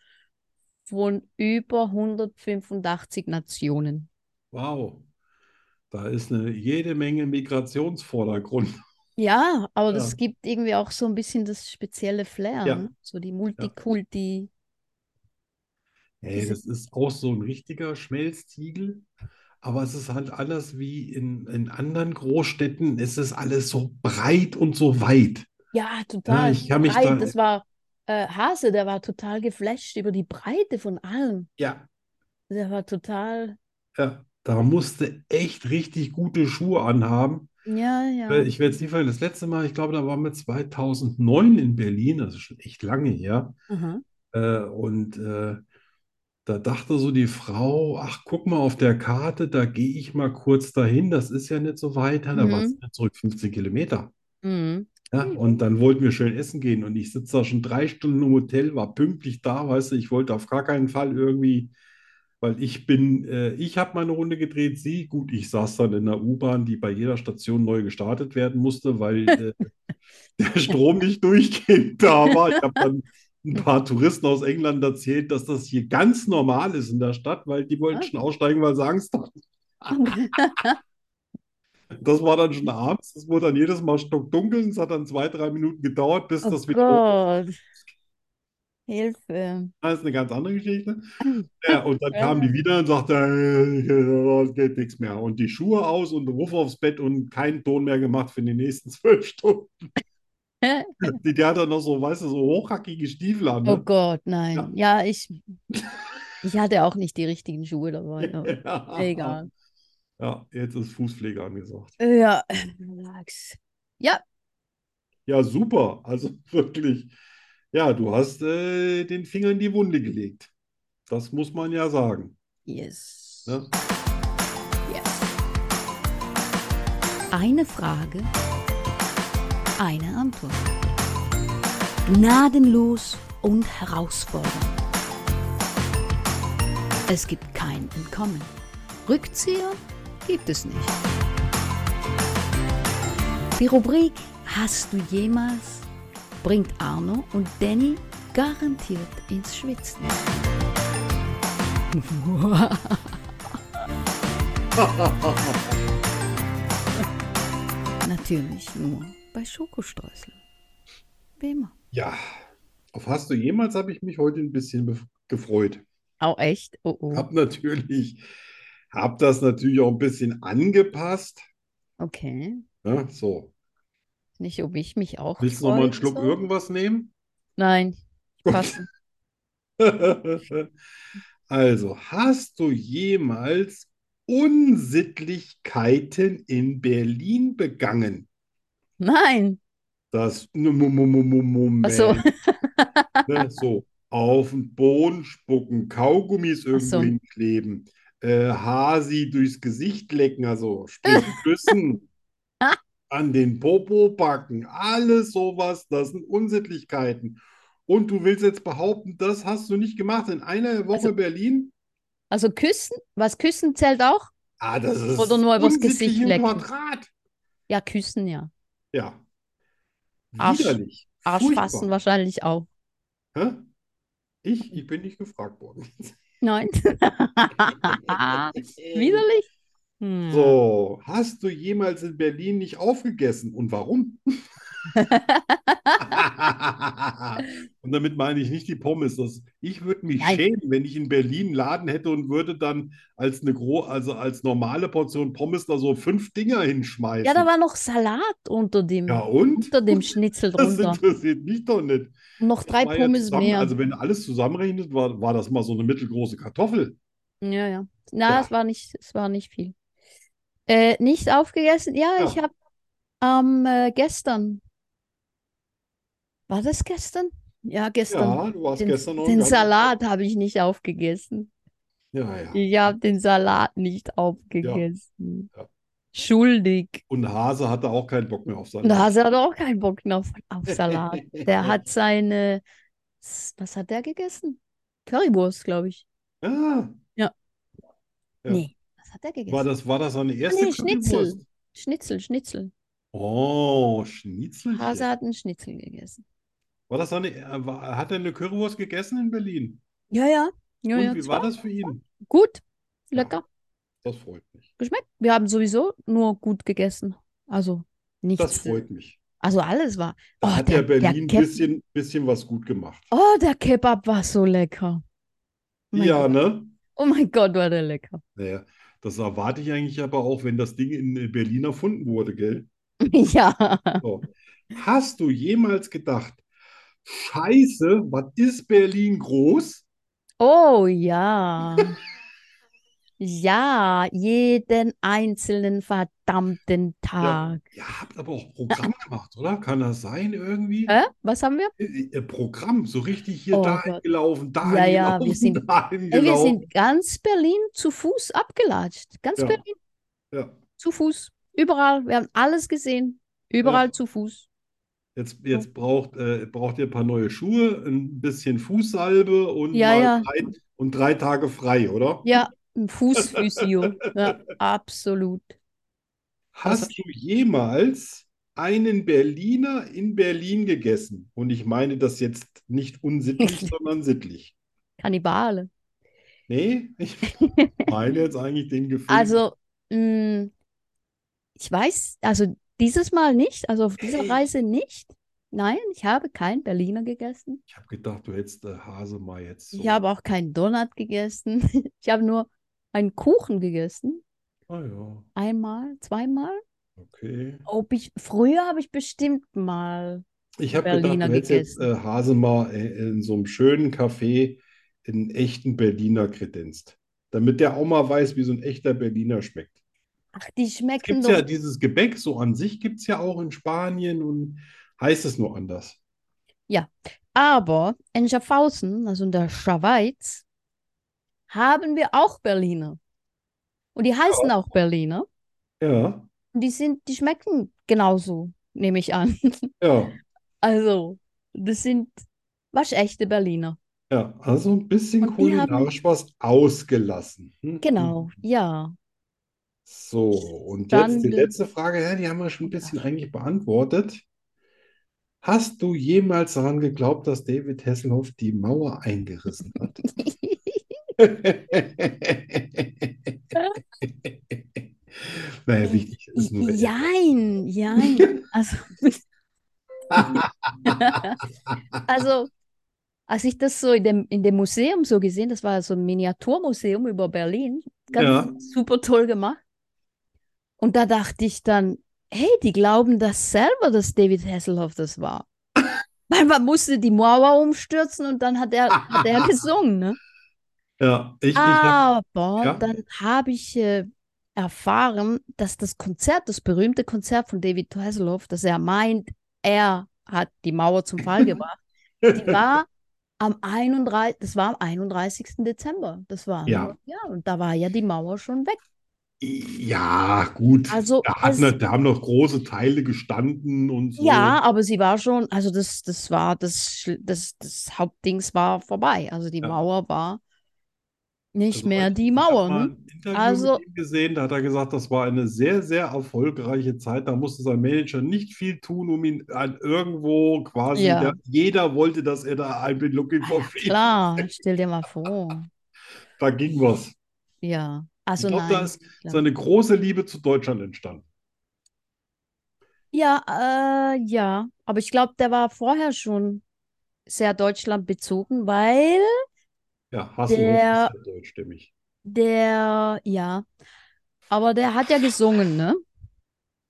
Speaker 1: von über 185 Nationen.
Speaker 2: wow. Da ist eine jede Menge Migrationsvordergrund.
Speaker 1: Ja, aber
Speaker 2: Ja.
Speaker 1: das gibt irgendwie auch so ein bisschen das spezielle Flair,
Speaker 2: Ja.
Speaker 1: ne? So die Multikulti.
Speaker 2: Ey, das ist auch so ein richtiger Schmelztiegel, aber es ist halt alles wie in, in anderen Großstädten. Es ist alles so breit und so weit.
Speaker 1: Ja, total.
Speaker 2: ich kann mich
Speaker 1: Breit,
Speaker 2: da-
Speaker 1: das war äh, Hase, der war total geflasht über die Breite von allem.
Speaker 2: Ja.
Speaker 1: Der war total,
Speaker 2: Ja, da musste echt richtig gute Schuhe anhaben.
Speaker 1: ja, ja.
Speaker 2: Äh, Ich werde es nie vergessen. Das letzte Mal, ich glaube, da waren wir 2009 in Berlin, das ist schon echt lange her.
Speaker 1: Aha.
Speaker 2: Äh, und äh, da dachte so die Frau, ach, guck mal auf der Karte, da gehe ich mal kurz dahin, das ist ja nicht so weit. Ja, Da
Speaker 1: Mhm.
Speaker 2: waren es wieder zurück 15 Kilometer.
Speaker 1: Mhm.
Speaker 2: Ja, und dann wollten wir schön essen gehen und ich sitze da schon drei Stunden im Hotel, war pünktlich da, weißt du, ich wollte auf gar keinen Fall irgendwie, weil ich bin, äh, ich habe meine Runde gedreht, sie, gut, ich saß dann in der U-Bahn, die bei jeder Station neu gestartet werden musste, weil
Speaker 1: [LAUGHS]
Speaker 2: äh, der Strom nicht durchgehend [LAUGHS] da war. Ich habe dann ein paar Touristen aus England erzählt, dass das hier ganz normal ist in der Stadt, weil die wollten
Speaker 1: Ah.
Speaker 2: schon aussteigen, weil sie Angst hatten.
Speaker 1: [LAUGHS]
Speaker 2: Das war dann schon abends. Es wurde dann jedes Mal stockdunkel. und Es hat dann zwei, drei Minuten gedauert, bis
Speaker 1: Oh
Speaker 2: das wieder
Speaker 1: Gott. Hilfe.
Speaker 2: Das ist eine ganz
Speaker 1: [LAUGHS]
Speaker 2: andere Geschichte. Ja, und dann
Speaker 1: Ja.
Speaker 2: kamen die wieder und sagten, äh, es geht nichts mehr. Und die Schuhe aus und Ruf aufs Bett und keinen Ton mehr gemacht für die nächsten [LAUGHS]
Speaker 1: [LAUGHS]
Speaker 2: zwölf Stunden. Die, die hat dann noch so, weißt du, so hochhackige Stiefel an.
Speaker 1: Oh
Speaker 2: Ne?
Speaker 1: Gott, nein. Ja,
Speaker 2: [LAUGHS]
Speaker 1: ich, ich hatte auch nicht die richtigen Schuhe dabei. aber
Speaker 2: [LAUGHS] Ja.
Speaker 1: oh Egal.
Speaker 2: Ja, jetzt ist Fußpflege angesagt.
Speaker 1: Ja, relax.
Speaker 2: Ja, super. Also [LAUGHS] wirklich. Ja, du hast äh, den Finger in die Wunde gelegt. Das muss man ja sagen.
Speaker 1: Yes.
Speaker 2: Ne?
Speaker 1: Yes.
Speaker 3: Eine Frage, eine Antwort. Gnadenlos und herausfordernd. Es gibt kein Entkommen. Rückzieher gibt es nicht. Die Rubrik Hast du jemals bringt Arno und Danny garantiert ins Schwitzen. Natürlich nur bei Schokostreusel. Wie immer.
Speaker 2: Ja, Auf Hast du jemals habe ich mich heute ein bisschen bef- gefreut.
Speaker 1: Auch echt? Oh, oh.
Speaker 2: [LAUGHS] Hab natürlich, hab das natürlich auch ein bisschen angepasst.
Speaker 1: Okay.
Speaker 2: Ne? So.
Speaker 1: Nicht, ob ich mich auch
Speaker 2: Willst du noch mal einen
Speaker 1: freuen
Speaker 2: Schluck
Speaker 1: soll?
Speaker 2: irgendwas nehmen?
Speaker 1: Nein,
Speaker 2: Gut.
Speaker 1: passt.
Speaker 2: [LAUGHS] Also, hast du jemals Unsittlichkeiten in Berlin begangen?
Speaker 1: Nein.
Speaker 2: Das ne, Mo- Mo- Mo- Mo-
Speaker 1: Ach so.
Speaker 2: Moment. Ne, so auf den Boden spucken,
Speaker 1: Ach
Speaker 2: Kaugummis
Speaker 1: so.
Speaker 2: irgendwo hinkleben, äh, Hasi durchs Gesicht lecken, also
Speaker 1: [LAUGHS]
Speaker 2: sprich küssen, an den Popo packen, alles sowas, das sind Unsittlichkeiten. Und du willst jetzt behaupten, das hast du nicht gemacht in einer Woche
Speaker 1: Also-
Speaker 2: Berlin?
Speaker 1: Also küssen? Was küssen zählt auch?
Speaker 2: Ah, das ist
Speaker 1: Oder nur übers
Speaker 2: unsittlich
Speaker 1: Gesicht
Speaker 2: im
Speaker 1: lecken.
Speaker 2: Quadrat.
Speaker 1: Ja, küssen, ja.
Speaker 2: Ja.
Speaker 1: Arsch-
Speaker 2: Widerlich.
Speaker 1: Arsch
Speaker 2: Furchtbar.
Speaker 1: fassen wahrscheinlich auch.
Speaker 2: Hä? Ich, ich bin nicht gefragt [LAUGHS] worden.
Speaker 1: Nein. [LAUGHS] Widerlich? Hm.
Speaker 2: So, hast du jemals in Berlin nicht aufgegessen und warum? [LAUGHS] Und damit meine ich nicht die Pommes. Das, ich würde mich
Speaker 1: Nein.
Speaker 2: schämen, wenn ich in Berlin einen Laden hätte und würde dann als eine gro also als normale Portion Pommes da so fünf Dinger hinschmeißen.
Speaker 1: Ja, da war noch Salat unter dem,
Speaker 2: Ja, und?
Speaker 1: unter dem Schnitzel
Speaker 2: [LAUGHS] Das
Speaker 1: drunter.
Speaker 2: interessiert mich doch nicht.
Speaker 1: Und noch drei
Speaker 2: War ja
Speaker 1: Pommes
Speaker 2: zusammen,
Speaker 1: mehr.
Speaker 2: also wenn alles zusammenrechnet, war, war das mal so eine mittelgroße Kartoffel.
Speaker 1: Ja, ja.
Speaker 2: Ja.
Speaker 1: Na, es war nicht, es war nicht viel. Äh, nicht aufgegessen? Ja,
Speaker 2: Ja.
Speaker 1: ich habe am äh, gestern. War das gestern? Ja, gestern.
Speaker 2: Ja, du warst
Speaker 1: Den,
Speaker 2: gestern noch
Speaker 1: den
Speaker 2: ganz-
Speaker 1: Salat habe ich nicht aufgegessen.
Speaker 2: Ja, ja.
Speaker 1: Ich habe den Salat nicht aufgegessen.
Speaker 2: Ja.
Speaker 1: Schuldig.
Speaker 2: Und Hase hatte auch keinen Bock mehr auf
Speaker 1: Und der
Speaker 2: Salat.
Speaker 1: Hase hat auch keinen Bock mehr auf, auf
Speaker 2: [LAUGHS]
Speaker 1: Salat. Der hat seine, s- was hat der gegessen? Currywurst, glaube ich.
Speaker 2: Ah, Ja.
Speaker 1: Nee, was hat der
Speaker 2: war
Speaker 1: gegessen?
Speaker 2: das, war das seine erste
Speaker 1: Nee, Schnitzel.
Speaker 2: Currywurst?
Speaker 1: Schnitzel, Schnitzel.
Speaker 2: Oh, Schnitzelchen.
Speaker 1: Hase hat einen Schnitzel gegessen.
Speaker 2: War das seine, äh, war, hat er eine Currywurst gegessen in Berlin?
Speaker 1: Ja, ja. Ja,
Speaker 2: Und
Speaker 1: ja,
Speaker 2: wie
Speaker 1: zwar
Speaker 2: war das für ihn?
Speaker 1: gut,
Speaker 2: Ja.
Speaker 1: lecker,
Speaker 2: Das freut mich.
Speaker 1: geschmeckt. Wir haben sowieso nur gut gegessen. Also
Speaker 2: Das
Speaker 1: nichts.
Speaker 2: freut mich.
Speaker 1: Also alles war.
Speaker 2: Da
Speaker 1: Oh,
Speaker 2: hat
Speaker 1: der,
Speaker 2: ja
Speaker 1: der
Speaker 2: Berlin ein
Speaker 1: Keb-
Speaker 2: bisschen, bisschen was gut gemacht.
Speaker 1: Oh, der Kebab war so lecker. Oh mein
Speaker 2: Ja,
Speaker 1: Gott.
Speaker 2: ne?
Speaker 1: Oh mein Gott, war der lecker. [LAUGHS]
Speaker 2: Naja, das erwarte ich eigentlich aber auch, wenn das Ding in Berlin erfunden wurde, gell?
Speaker 1: Ja.
Speaker 2: So. Hast du jemals gedacht, Scheiße, was ist Berlin groß?
Speaker 1: Oh ja. Ja, jeden einzelnen verdammten Tag.
Speaker 2: Ihr habt aber
Speaker 1: [LAUGHS]
Speaker 2: auch Programm gemacht, oder? Kann das sein irgendwie?
Speaker 1: Hä? Was haben wir?
Speaker 2: Äh, äh, Programm, so richtig hier
Speaker 1: Oh
Speaker 2: dahin
Speaker 1: Gott.
Speaker 2: gelaufen,
Speaker 1: Ja,
Speaker 2: dahin
Speaker 1: ja, wir
Speaker 2: gelaufen, [LAUGHS]
Speaker 1: sind-
Speaker 2: dahin
Speaker 1: Ey, wir
Speaker 2: gelaufen.
Speaker 1: sind ganz Berlin zu Fuß abgelatscht. Ganz
Speaker 2: Ja.
Speaker 1: Berlin
Speaker 2: Ja.
Speaker 1: zu Fuß. Überall. Wir haben alles gesehen. Überall
Speaker 2: Ja.
Speaker 1: zu Fuß.
Speaker 2: Jetzt, jetzt braucht, äh, braucht ihr ein paar neue Schuhe, ein bisschen Fußsalbe und
Speaker 1: Ja,
Speaker 2: mal
Speaker 1: ja.
Speaker 2: drei, und drei Tage frei, oder?
Speaker 1: Ja, ein
Speaker 2: [LAUGHS]
Speaker 1: Fußphysio. Ja, absolut.
Speaker 2: Hast du jemals einen Berliner in Berlin gegessen? Und ich meine das jetzt nicht
Speaker 1: [LAUGHS]
Speaker 2: unsittlich, sondern sittlich.
Speaker 1: Kannibale.
Speaker 2: Nee, ich meine jetzt eigentlich den Gefilmten.
Speaker 1: Also, mh, ich weiß, also dieses Mal nicht, also auf dieser Reise nicht. Nein, ich habe kein Berliner gegessen.
Speaker 2: Ich habe gedacht, du hättest äh, Hase mal jetzt
Speaker 1: Ich
Speaker 2: so.
Speaker 1: habe auch keinen Donut gegessen. [LAUGHS] Ich habe nur einen Kuchen gegessen.
Speaker 2: Ah ja,
Speaker 1: Einmal, zweimal.
Speaker 2: okay.
Speaker 1: Ob ich, früher habe ich bestimmt mal.
Speaker 2: Ich habe gedacht,
Speaker 1: Berliner
Speaker 2: du hättest jetzt
Speaker 1: gegessen.
Speaker 2: äh, Hase mal äh, in so einem schönen Café einen echten Berliner kredenzt, damit der auch mal weiß, wie so ein echter Berliner schmeckt.
Speaker 1: Ach, die schmecken
Speaker 2: Gibt's
Speaker 1: doch.
Speaker 2: ja dieses Gebäck, so an sich gibt es ja auch in Spanien und heißt es nur anders.
Speaker 1: Aber in Schaffhausen, also in der Schweiz, haben wir auch Berliner. Und die heißen auch Berliner.
Speaker 2: Ja,
Speaker 1: Und die sind, die schmecken genauso, nehme ich an. [LAUGHS]
Speaker 2: ja,
Speaker 1: Also, das sind waschechte Berliner.
Speaker 2: ja. Also ein bisschen
Speaker 1: Und die haben-
Speaker 2: kulinarisch was ausgelassen. Hm,
Speaker 1: Genau,
Speaker 2: hm.
Speaker 1: ja.
Speaker 2: So, und
Speaker 1: Dann
Speaker 2: jetzt die
Speaker 1: will-
Speaker 2: letzte Frage, ja, die haben wir schon ein bisschen eigentlich beantwortet. Hast du jemals daran geglaubt, dass David Hasselhoff die Mauer eingerissen
Speaker 1: [LAUGHS]
Speaker 2: hat? [LAUGHS] Naja, wichtig ist nur der
Speaker 1: Jein,
Speaker 2: [LAUGHS]
Speaker 1: jein. Also, also als ich das so in dem, in dem Museum so gesehen, das war so ein Miniaturmuseum über Berlin, ganz
Speaker 2: Ja.
Speaker 1: super toll gemacht. Und da dachte ich dann, hey, die glauben das selber, dass David Hasselhoff das
Speaker 2: [LAUGHS]
Speaker 1: war. Weil man musste die Mauer umstürzen und dann hat er, hat er gesungen, ne?
Speaker 2: Ja, ich, ich hab,
Speaker 1: Aber
Speaker 2: ja.
Speaker 1: dann habe ich äh, erfahren, dass das Konzert, das berühmte Konzert von David Hasselhoff, dass er meint, er hat die Mauer zum
Speaker 2: [LAUGHS]
Speaker 1: Fall gebracht, die war am 31, das war am 31. Dezember. Das war
Speaker 2: Ja.
Speaker 1: ja und da war ja die Mauer schon weg.
Speaker 2: [LAUGHS] ja, gut.
Speaker 1: Also
Speaker 2: Da, hat,
Speaker 1: es-
Speaker 2: noch- da haben noch große Teile gestanden und so.
Speaker 1: ja, aber sie war schon, also das, das war das, Schl- das, das Hauptdings war vorbei. Also die
Speaker 2: Ja.
Speaker 1: Mauer war nicht
Speaker 2: Also
Speaker 1: mehr
Speaker 2: ich-
Speaker 1: die
Speaker 2: ich hab
Speaker 1: Mauer.
Speaker 2: mal
Speaker 1: Ne?
Speaker 2: ein Interview
Speaker 1: Also-
Speaker 2: mit ihm gesehen, da hat er gesagt, das war eine sehr, sehr erfolgreiche Zeit. Da musste sein Manager nicht viel tun, um ihn an irgendwo quasi,
Speaker 1: Ja. Ah,
Speaker 2: da, jeder wollte, dass er da ein bin looking for Phoenix.
Speaker 1: Klar, stell dir mal vor.
Speaker 2: Da ging was.
Speaker 1: Ja, also
Speaker 2: ich glaube, da
Speaker 1: nein.
Speaker 2: ist
Speaker 1: klar.
Speaker 2: seine große Liebe zu Deutschland entstanden.
Speaker 1: Ja, äh, ja, aber ich glaube, der war vorher schon sehr Deutschland bezogen, weil
Speaker 2: Ja, Hasselhoff ist
Speaker 1: Der-
Speaker 2: ja deutschstämmig.
Speaker 1: der, ja, aber der hat ja gesungen, ne?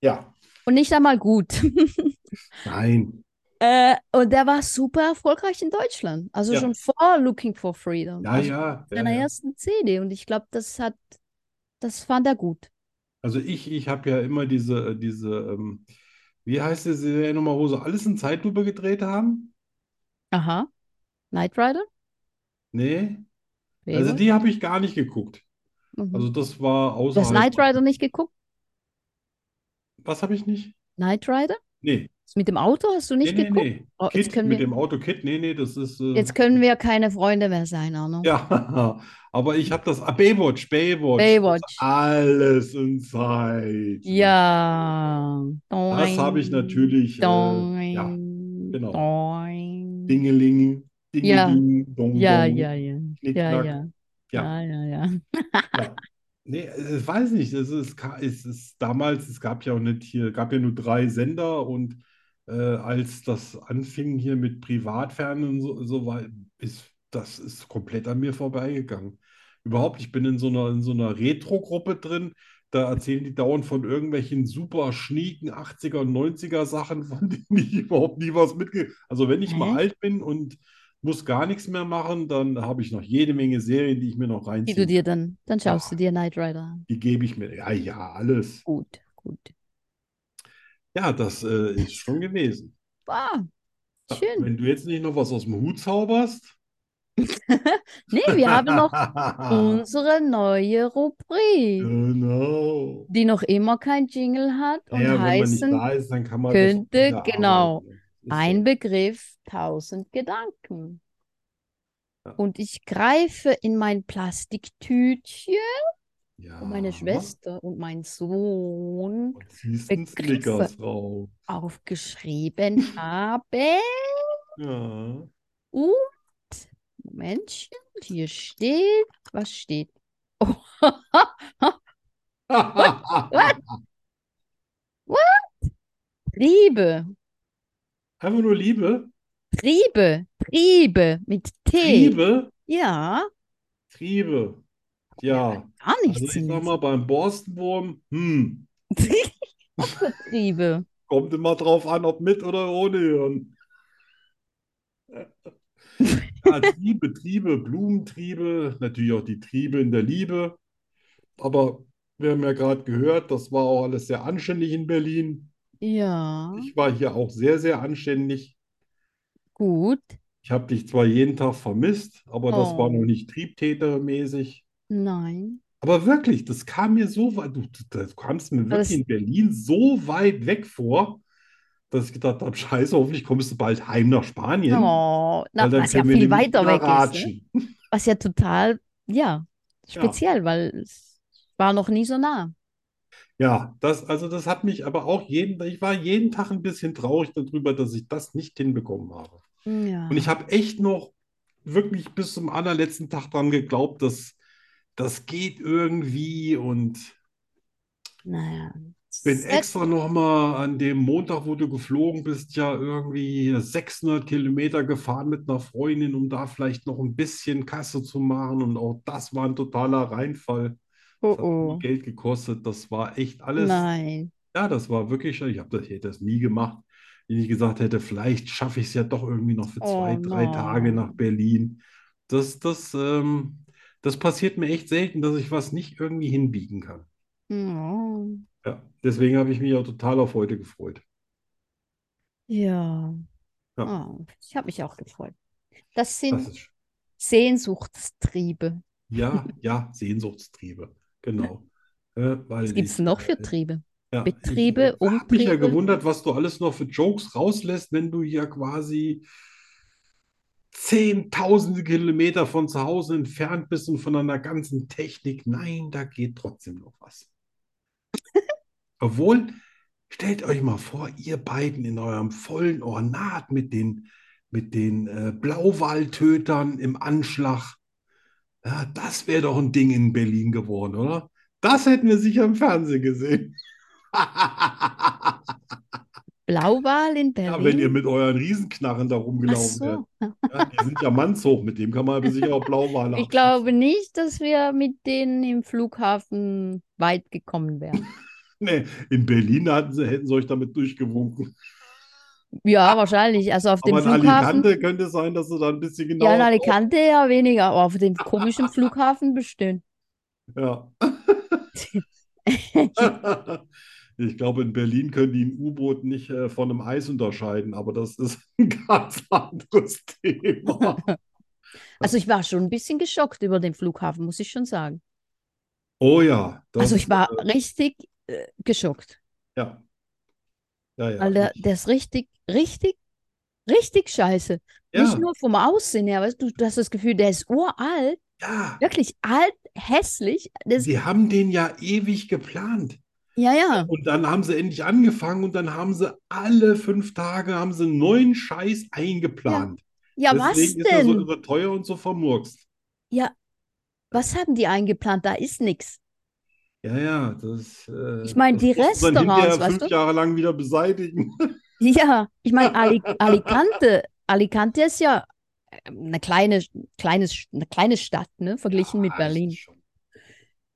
Speaker 2: Ja,
Speaker 1: Und nicht einmal gut. [LAUGHS]
Speaker 2: nein.
Speaker 1: Äh, und der war super erfolgreich in Deutschland, also
Speaker 2: Ja.
Speaker 1: schon vor Looking for Freedom,
Speaker 2: Ja,
Speaker 1: also
Speaker 2: ja, ja,
Speaker 1: seiner
Speaker 2: ja.
Speaker 1: ersten CD. Und ich glaube, das hat, das fand er gut.
Speaker 2: Also ich, ich habe ja immer diese, diese, ähm, wie heißt die Serie nochmal, wo sie alles in Zeitlupe gedreht haben?
Speaker 1: Aha. Knight Rider?
Speaker 2: Nee.
Speaker 1: ne?
Speaker 2: Also die habe ich gar nicht geguckt.
Speaker 1: Playboy? Mhm.
Speaker 2: Also das war
Speaker 1: Du hast
Speaker 2: außerhalb.
Speaker 1: Knight Rider nicht geguckt?
Speaker 2: Was habe ich nicht?
Speaker 1: Knight Rider?
Speaker 2: Nee,
Speaker 1: Mit dem Auto hast du nicht
Speaker 2: nee, nee,
Speaker 1: geguckt?
Speaker 2: nee.
Speaker 1: Oh, jetzt
Speaker 2: Kid
Speaker 1: können
Speaker 2: mit
Speaker 1: wir-
Speaker 2: dem Auto Kid, nee, nee, das ist äh,
Speaker 1: Jetzt können wir keine Freunde mehr sein, Arno.
Speaker 2: [LAUGHS] ja, aber ich habe das ah, Baywatch, Baywatch,
Speaker 1: Baywatch.
Speaker 2: alles in Zeit.
Speaker 1: Ja.
Speaker 2: Das habe ich natürlich, äh, ja,
Speaker 1: Doing,
Speaker 2: genau.
Speaker 1: doing.
Speaker 2: Dingeling, Dingeling, Dong,
Speaker 1: Ja,
Speaker 2: Dong.
Speaker 1: ja, ja. Ja,
Speaker 2: Knickknack.
Speaker 1: ja.
Speaker 2: Ja.
Speaker 1: Ja, ja, ja.
Speaker 2: Nee, äh, ich weiß nicht. Es ist, ka- es ist damals, es gab ja auch nicht hier, gab ja nur drei Sender und äh, als das anfing hier mit Privatfernsehen und so, so war, ist, das ist komplett an mir vorbeigegangen. Überhaupt, ich bin in so einer, in so einer Retro-Gruppe drin, da erzählen die dauernd von irgendwelchen super schnieken 80er und 90er Sachen, [LAUGHS] von denen ich überhaupt nie was mitge... Also wenn ich mal
Speaker 1: Hä?
Speaker 2: alt bin und muss gar nichts mehr machen, dann habe ich noch jede Menge Serien, die ich mir noch
Speaker 1: Die
Speaker 2: reinziehe.
Speaker 1: du dir dann, dann schaust du dir Knight Rider an.
Speaker 2: Die gebe ich mir. Ja, ja, alles.
Speaker 1: Gut, gut.
Speaker 2: Ja, das äh, ist schon gewesen.
Speaker 1: Wow.
Speaker 2: Ja,
Speaker 1: Schön.
Speaker 2: Wenn du jetzt nicht noch was aus dem Hut zauberst.
Speaker 1: Nee, wir haben
Speaker 2: [LAUGHS]
Speaker 1: noch unsere neue Rubrik,
Speaker 2: Genau.
Speaker 1: die noch immer kein Jingle hat und
Speaker 2: Naja, wenn man nicht
Speaker 1: heißen
Speaker 2: da ist, dann kann man das
Speaker 1: könnte,
Speaker 2: wieder
Speaker 1: genau,
Speaker 2: arbeiten. Ist so.
Speaker 1: Ein Begriff, tausend Gedanken.
Speaker 2: Ja.
Speaker 1: Und ich greife in mein Plastiktütchen,
Speaker 2: Ja.
Speaker 1: wo meine Schwester und mein Sohn
Speaker 2: Und ziehst einen
Speaker 1: Begriffe.
Speaker 2: Snickers raus. [LAUGHS]
Speaker 1: aufgeschrieben haben.
Speaker 2: Ja.
Speaker 1: Und, Momentchen, hier steht, was steht? Oh, [LAUGHS] Triebe,
Speaker 2: [LAUGHS] Einfach nur Liebe.
Speaker 1: Triebe, Triebe mit T.
Speaker 2: Triebe.
Speaker 1: Ja,
Speaker 2: Triebe. Ja.
Speaker 1: gar
Speaker 2: Also
Speaker 1: nichts.
Speaker 2: ich sag mal, beim Borstenwurm, hm,
Speaker 1: [LAUGHS] Triebe.
Speaker 2: kommt immer drauf an, ob mit oder ohne Hirn. Ja, Triebe, Triebe, Blumentriebe, natürlich auch die Triebe in der Liebe. Aber wir haben ja gerade gehört, das war auch alles sehr anständig in Berlin.
Speaker 1: Ja,
Speaker 2: Ich war hier auch sehr, sehr anständig.
Speaker 1: gut.
Speaker 2: Ich habe dich zwar jeden Tag vermisst, aber das war
Speaker 1: Oh.
Speaker 2: noch nicht triebtätermäßig.
Speaker 1: Nein.
Speaker 2: Aber wirklich, das kam mir so weit, du, du, das kamst mir
Speaker 1: Das-
Speaker 2: wirklich in Berlin so weit weg vor, dass ich gedacht habe, scheiße, hoffentlich kommst du bald heim nach Spanien,
Speaker 1: Oh, na,
Speaker 2: weil dann
Speaker 1: was ja
Speaker 2: können wir
Speaker 1: viel
Speaker 2: nämlich
Speaker 1: weiter
Speaker 2: wieder
Speaker 1: weg ist, ne?
Speaker 2: ratschen.
Speaker 1: Was ja total, ja, speziell, weil es war noch nie so nah.
Speaker 2: Ja, das, also das hat mich aber auch jeden, ich war jeden Tag ein bisschen traurig darüber, dass ich das nicht hinbekommen habe.
Speaker 1: Ja.
Speaker 2: Und ich habe echt noch wirklich bis zum allerletzten Tag dran geglaubt, dass das geht irgendwie und
Speaker 1: naja,
Speaker 2: bin extra nochmal an dem Montag, wo du geflogen bist, ja irgendwie 600 Kilometer gefahren mit einer Freundin, um da vielleicht noch ein bisschen Kasse zu machen. Und auch das war ein totaler Reinfall.
Speaker 1: Oh
Speaker 2: Das hat nur
Speaker 1: oh.
Speaker 2: Geld gekostet. Das war echt alles.
Speaker 1: Nein.
Speaker 2: Ja, das war wirklich, ich hab das, ich hätte das nie gemacht, wenn ich gesagt hätte, vielleicht schaffe ich es ja doch irgendwie noch für zwei,
Speaker 1: Oh,
Speaker 2: drei Tage
Speaker 1: nein.
Speaker 2: nach Berlin. Das, das, ähm, das passiert mir echt selten, dass ich was nicht irgendwie hinbiegen kann.
Speaker 1: Oh.
Speaker 2: Ja, deswegen habe ich mich auch total auf heute gefreut.
Speaker 1: Ja.
Speaker 2: Ja.
Speaker 1: Oh, ich habe mich auch gefreut. Das sind
Speaker 2: Das ist, schön.
Speaker 1: Sehnsuchtstriebe.
Speaker 2: ja, ja, Sehnsuchtstriebe, genau. Äh, weil
Speaker 1: Was gibt es
Speaker 2: ich,
Speaker 1: noch für
Speaker 2: äh,
Speaker 1: Triebe?
Speaker 2: Ja, ich
Speaker 1: Betriebe,
Speaker 2: habe mich ja
Speaker 1: Umtriebe.
Speaker 2: gewundert, was du alles noch für Jokes rauslässt, wenn du ja quasi zehntausende Kilometer von zu Hause entfernt bist und von einer ganzen Technik. Nein, da geht trotzdem noch
Speaker 1: [LAUGHS]
Speaker 2: was. Obwohl, stellt euch mal vor, ihr beiden in eurem vollen Ornat mit den, mit den äh, Blauwaltötern im Anschlag. Ja, das wäre doch ein Ding in Berlin geworden, oder? Das hätten wir sicher im Fernsehen gesehen. [LAUGHS] Ja,
Speaker 1: Blauwal in
Speaker 2: wenn ihr
Speaker 1: Berlin?
Speaker 2: mit euren Riesenknarren da
Speaker 1: Ach
Speaker 2: rumgelaufen wärt.
Speaker 1: so.
Speaker 2: Ja, die sind ja mannshoch, mit dem kann man aber sicher auch
Speaker 1: [LAUGHS] Ich
Speaker 2: Blauwale abschießen.
Speaker 1: glaube nicht, dass wir mit denen im Flughafen weit gekommen wären.
Speaker 2: Nee, in Berlin hatten sie, hätten sie euch damit durchgewunken.
Speaker 1: Ja, wahrscheinlich. Also auf dem
Speaker 2: Aber in
Speaker 1: Flughafen.
Speaker 2: Alicante genau. könnte es sein, dass sie da ein bisschen
Speaker 1: Ja, in
Speaker 2: genauer
Speaker 1: Alicante ja weniger, aber auf dem komischen Flughafen bestimmt.
Speaker 2: drauf- genau-
Speaker 1: [LAUGHS]
Speaker 2: Ja. Ich glaube, in Berlin können die ein U-Boot nicht äh, von einem Eis unterscheiden, aber das ist [LAUGHS] ein ganz anderes
Speaker 1: [LAUGHS]
Speaker 2: Thema.
Speaker 1: Also ich war schon ein bisschen geschockt über den Flughafen, muss ich schon sagen.
Speaker 2: Oh ja,
Speaker 1: Also
Speaker 2: das,
Speaker 1: ich war richtig äh, geschockt,
Speaker 2: ja. Ja, ja.
Speaker 1: weil der, der ist richtig, richtig, richtig scheiße. Nicht
Speaker 2: Ja,
Speaker 1: nur vom Aussehen her, weißt du, du hast das Gefühl, der ist uralt,
Speaker 2: ja.
Speaker 1: wirklich alt, hässlich. Das,
Speaker 2: Sie haben den ja ewig geplant.
Speaker 1: ja, ja,
Speaker 2: Und dann haben sie endlich angefangen und dann haben sie alle fünf Tage haben sie einen neuen Scheiß eingeplant.
Speaker 1: ja, was
Speaker 2: Deswegen ist er so
Speaker 1: denn?
Speaker 2: überteuer und so vermurkst.
Speaker 1: Was haben die eingeplant? Da ist nichts.
Speaker 2: Ja, ja, das, äh,
Speaker 1: Ich meine,
Speaker 2: das
Speaker 1: die
Speaker 2: musst du dann
Speaker 1: Restaurants,
Speaker 2: hinterher
Speaker 1: weißt
Speaker 2: fünf
Speaker 1: du?
Speaker 2: Jahre lang wieder beseitigen.
Speaker 1: Ja, ich meine,
Speaker 2: [LAUGHS]
Speaker 1: Ali Alicante, Alicante ist ja ähm, eine kleine, kleines, eine kleine Stadt, ne, verglichen
Speaker 2: [LAUGHS]
Speaker 1: mit
Speaker 2: Ah, das ist
Speaker 1: Berlin.
Speaker 2: schon-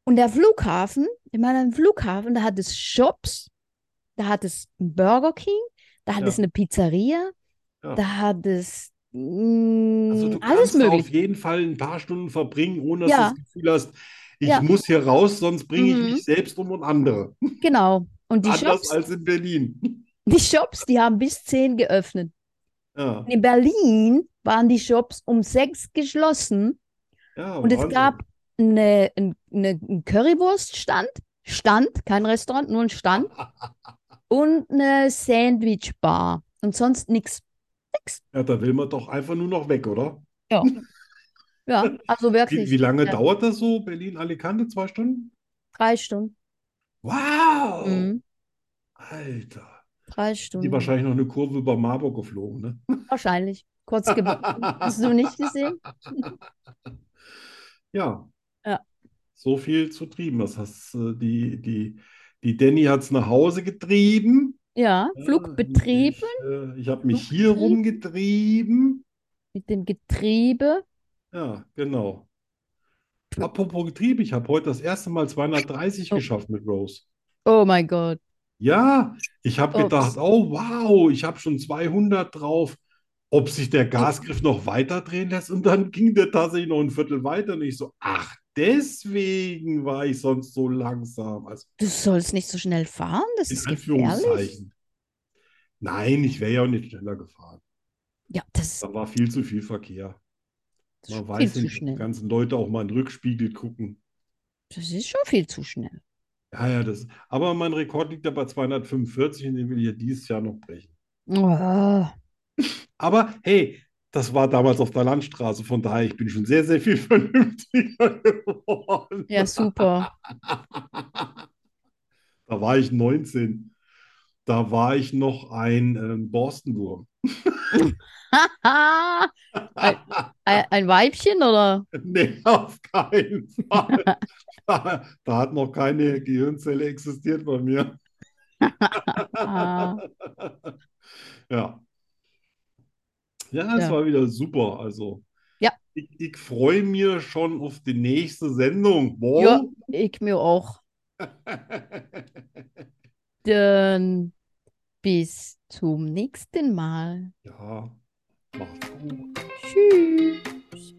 Speaker 1: Und der Flughafen, ich meine, ein Flughafen, da hat es Shops, da hat es einen Burger King, da hat
Speaker 2: Ja.
Speaker 1: es eine Pizzeria,
Speaker 2: Ja.
Speaker 1: da hat es
Speaker 2: Also
Speaker 1: mh,
Speaker 2: du
Speaker 1: Hm, alles
Speaker 2: kannst da auf
Speaker 1: möglich.
Speaker 2: jeden Fall ein paar Stunden verbringen, ohne dass
Speaker 1: Ja.
Speaker 2: du das Gefühl hast, ich
Speaker 1: Ja.
Speaker 2: muss hier raus, sonst bringe ich
Speaker 1: Mhm.
Speaker 2: mich selbst um und andere.
Speaker 1: Genau. Und die
Speaker 2: Anders
Speaker 1: Shops,
Speaker 2: als in Berlin. [LAUGHS]
Speaker 1: die Shops, die haben bis 10 geöffnet.
Speaker 2: Ja,
Speaker 1: Und in Berlin waren die Shops um 6 geschlossen.
Speaker 2: ja,
Speaker 1: Und es
Speaker 2: Wahnsinn.
Speaker 1: gab eine, eine, einen Currywurststand, Stand, kein Restaurant, nur ein Stand
Speaker 2: [LAUGHS]
Speaker 1: und eine Sandwichbar und sonst nichts.
Speaker 2: Ja, da will man doch einfach nur noch weg, oder?
Speaker 1: Ja, also
Speaker 2: Wie,
Speaker 1: wirklich
Speaker 2: wie lange
Speaker 1: Ja.
Speaker 2: dauert das so? Berlin-Alicante, zwei Stunden?
Speaker 1: drei Stunden.
Speaker 2: Wow!
Speaker 1: Mhm,
Speaker 2: Alter.
Speaker 1: drei
Speaker 2: Oh. Die
Speaker 1: Stunden.
Speaker 2: wahrscheinlich noch eine Kurve über Marburg geflogen, ne?
Speaker 1: Wahrscheinlich. Kurz
Speaker 2: [LAUGHS]
Speaker 1: gebacken. Hast du nicht gesehen?
Speaker 2: Ja.
Speaker 1: Ja.
Speaker 2: So viel zu trieben. Das heißt, äh, die, die, die Danny hat es nach Hause getrieben.
Speaker 1: Ja,
Speaker 2: Ja,
Speaker 1: Flugbetrieb
Speaker 2: Ich, äh, ich habe mich hier rumgetrieben.
Speaker 1: mit dem Getriebe.
Speaker 2: Ja, genau. Apropos Getriebe, ich habe heute das erste Mal 230
Speaker 1: Oh.
Speaker 2: geschafft mit Rose.
Speaker 1: Oh mein Gott.
Speaker 2: Ja, ich habe
Speaker 1: Ups.
Speaker 2: gedacht, oh wow, ich habe schon 200 drauf. Ob sich
Speaker 1: Oh.
Speaker 2: der Gasgriff noch weiter drehen lässt? Und dann ging der tatsächlich noch ein Viertel weiter. Und ich so, ach, deswegen war ich sonst so langsam. Also
Speaker 1: Du sollst nicht so schnell fahren, das
Speaker 2: in
Speaker 1: ist gefährlich.
Speaker 2: Anführungszeichen. Nein, ich wäre ja auch nicht schneller gefahren.
Speaker 1: Ja, das
Speaker 2: Da war viel zu viel Verkehr.
Speaker 1: ist
Speaker 2: Man
Speaker 1: schon
Speaker 2: weiß
Speaker 1: viel zu
Speaker 2: nicht, ob die
Speaker 1: schnell.
Speaker 2: ganzen Leute auch mal in den Rückspiegel gucken.
Speaker 1: Das ist schon viel zu schnell.
Speaker 2: Ja, ja, das. Aber mein Rekord liegt ja bei 245 und den will ich ja dieses Jahr noch brechen. [LAUGHS]
Speaker 1: Oh.
Speaker 2: Aber hey, das war damals auf der Landstraße, von daher ich bin schon sehr, sehr viel [LAUGHS] vernünftiger geworden.
Speaker 1: Ja, super.
Speaker 2: Da war ich 19. Da war ich noch ein ähm, Borstenwurm. [LAUGHS]
Speaker 1: Haha. Ein, ein ein Weibchen oder?
Speaker 2: Nee, auf
Speaker 1: [LAUGHS]
Speaker 2: keinen Fall. Da, da hat noch keine Gehirnzelle existiert bei mir.
Speaker 1: Ah.
Speaker 2: Ja. Ja, es
Speaker 1: Ja.
Speaker 2: war wieder super. Also,
Speaker 1: Ja.
Speaker 2: ich, ich freue mich schon auf die nächste Sendung. Wow.
Speaker 1: Ja. Ich mir auch. Dann bis zum nächsten Mal.
Speaker 2: [LAUGHS] Ja, macht's gut.
Speaker 1: Tschüss.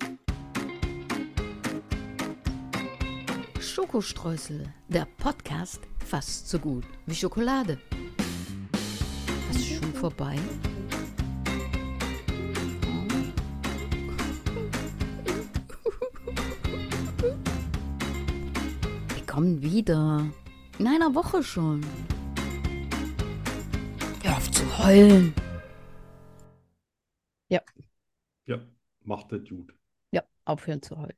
Speaker 3: Schokostreusel, der Podcast fast so gut wie Schokolade. Was ist schon vorbei? Wir kommen wieder. In einer Woche schon. Hör auf zu heulen.
Speaker 2: Ja, macht das gut.
Speaker 1: Ja, aufhören zu heulen.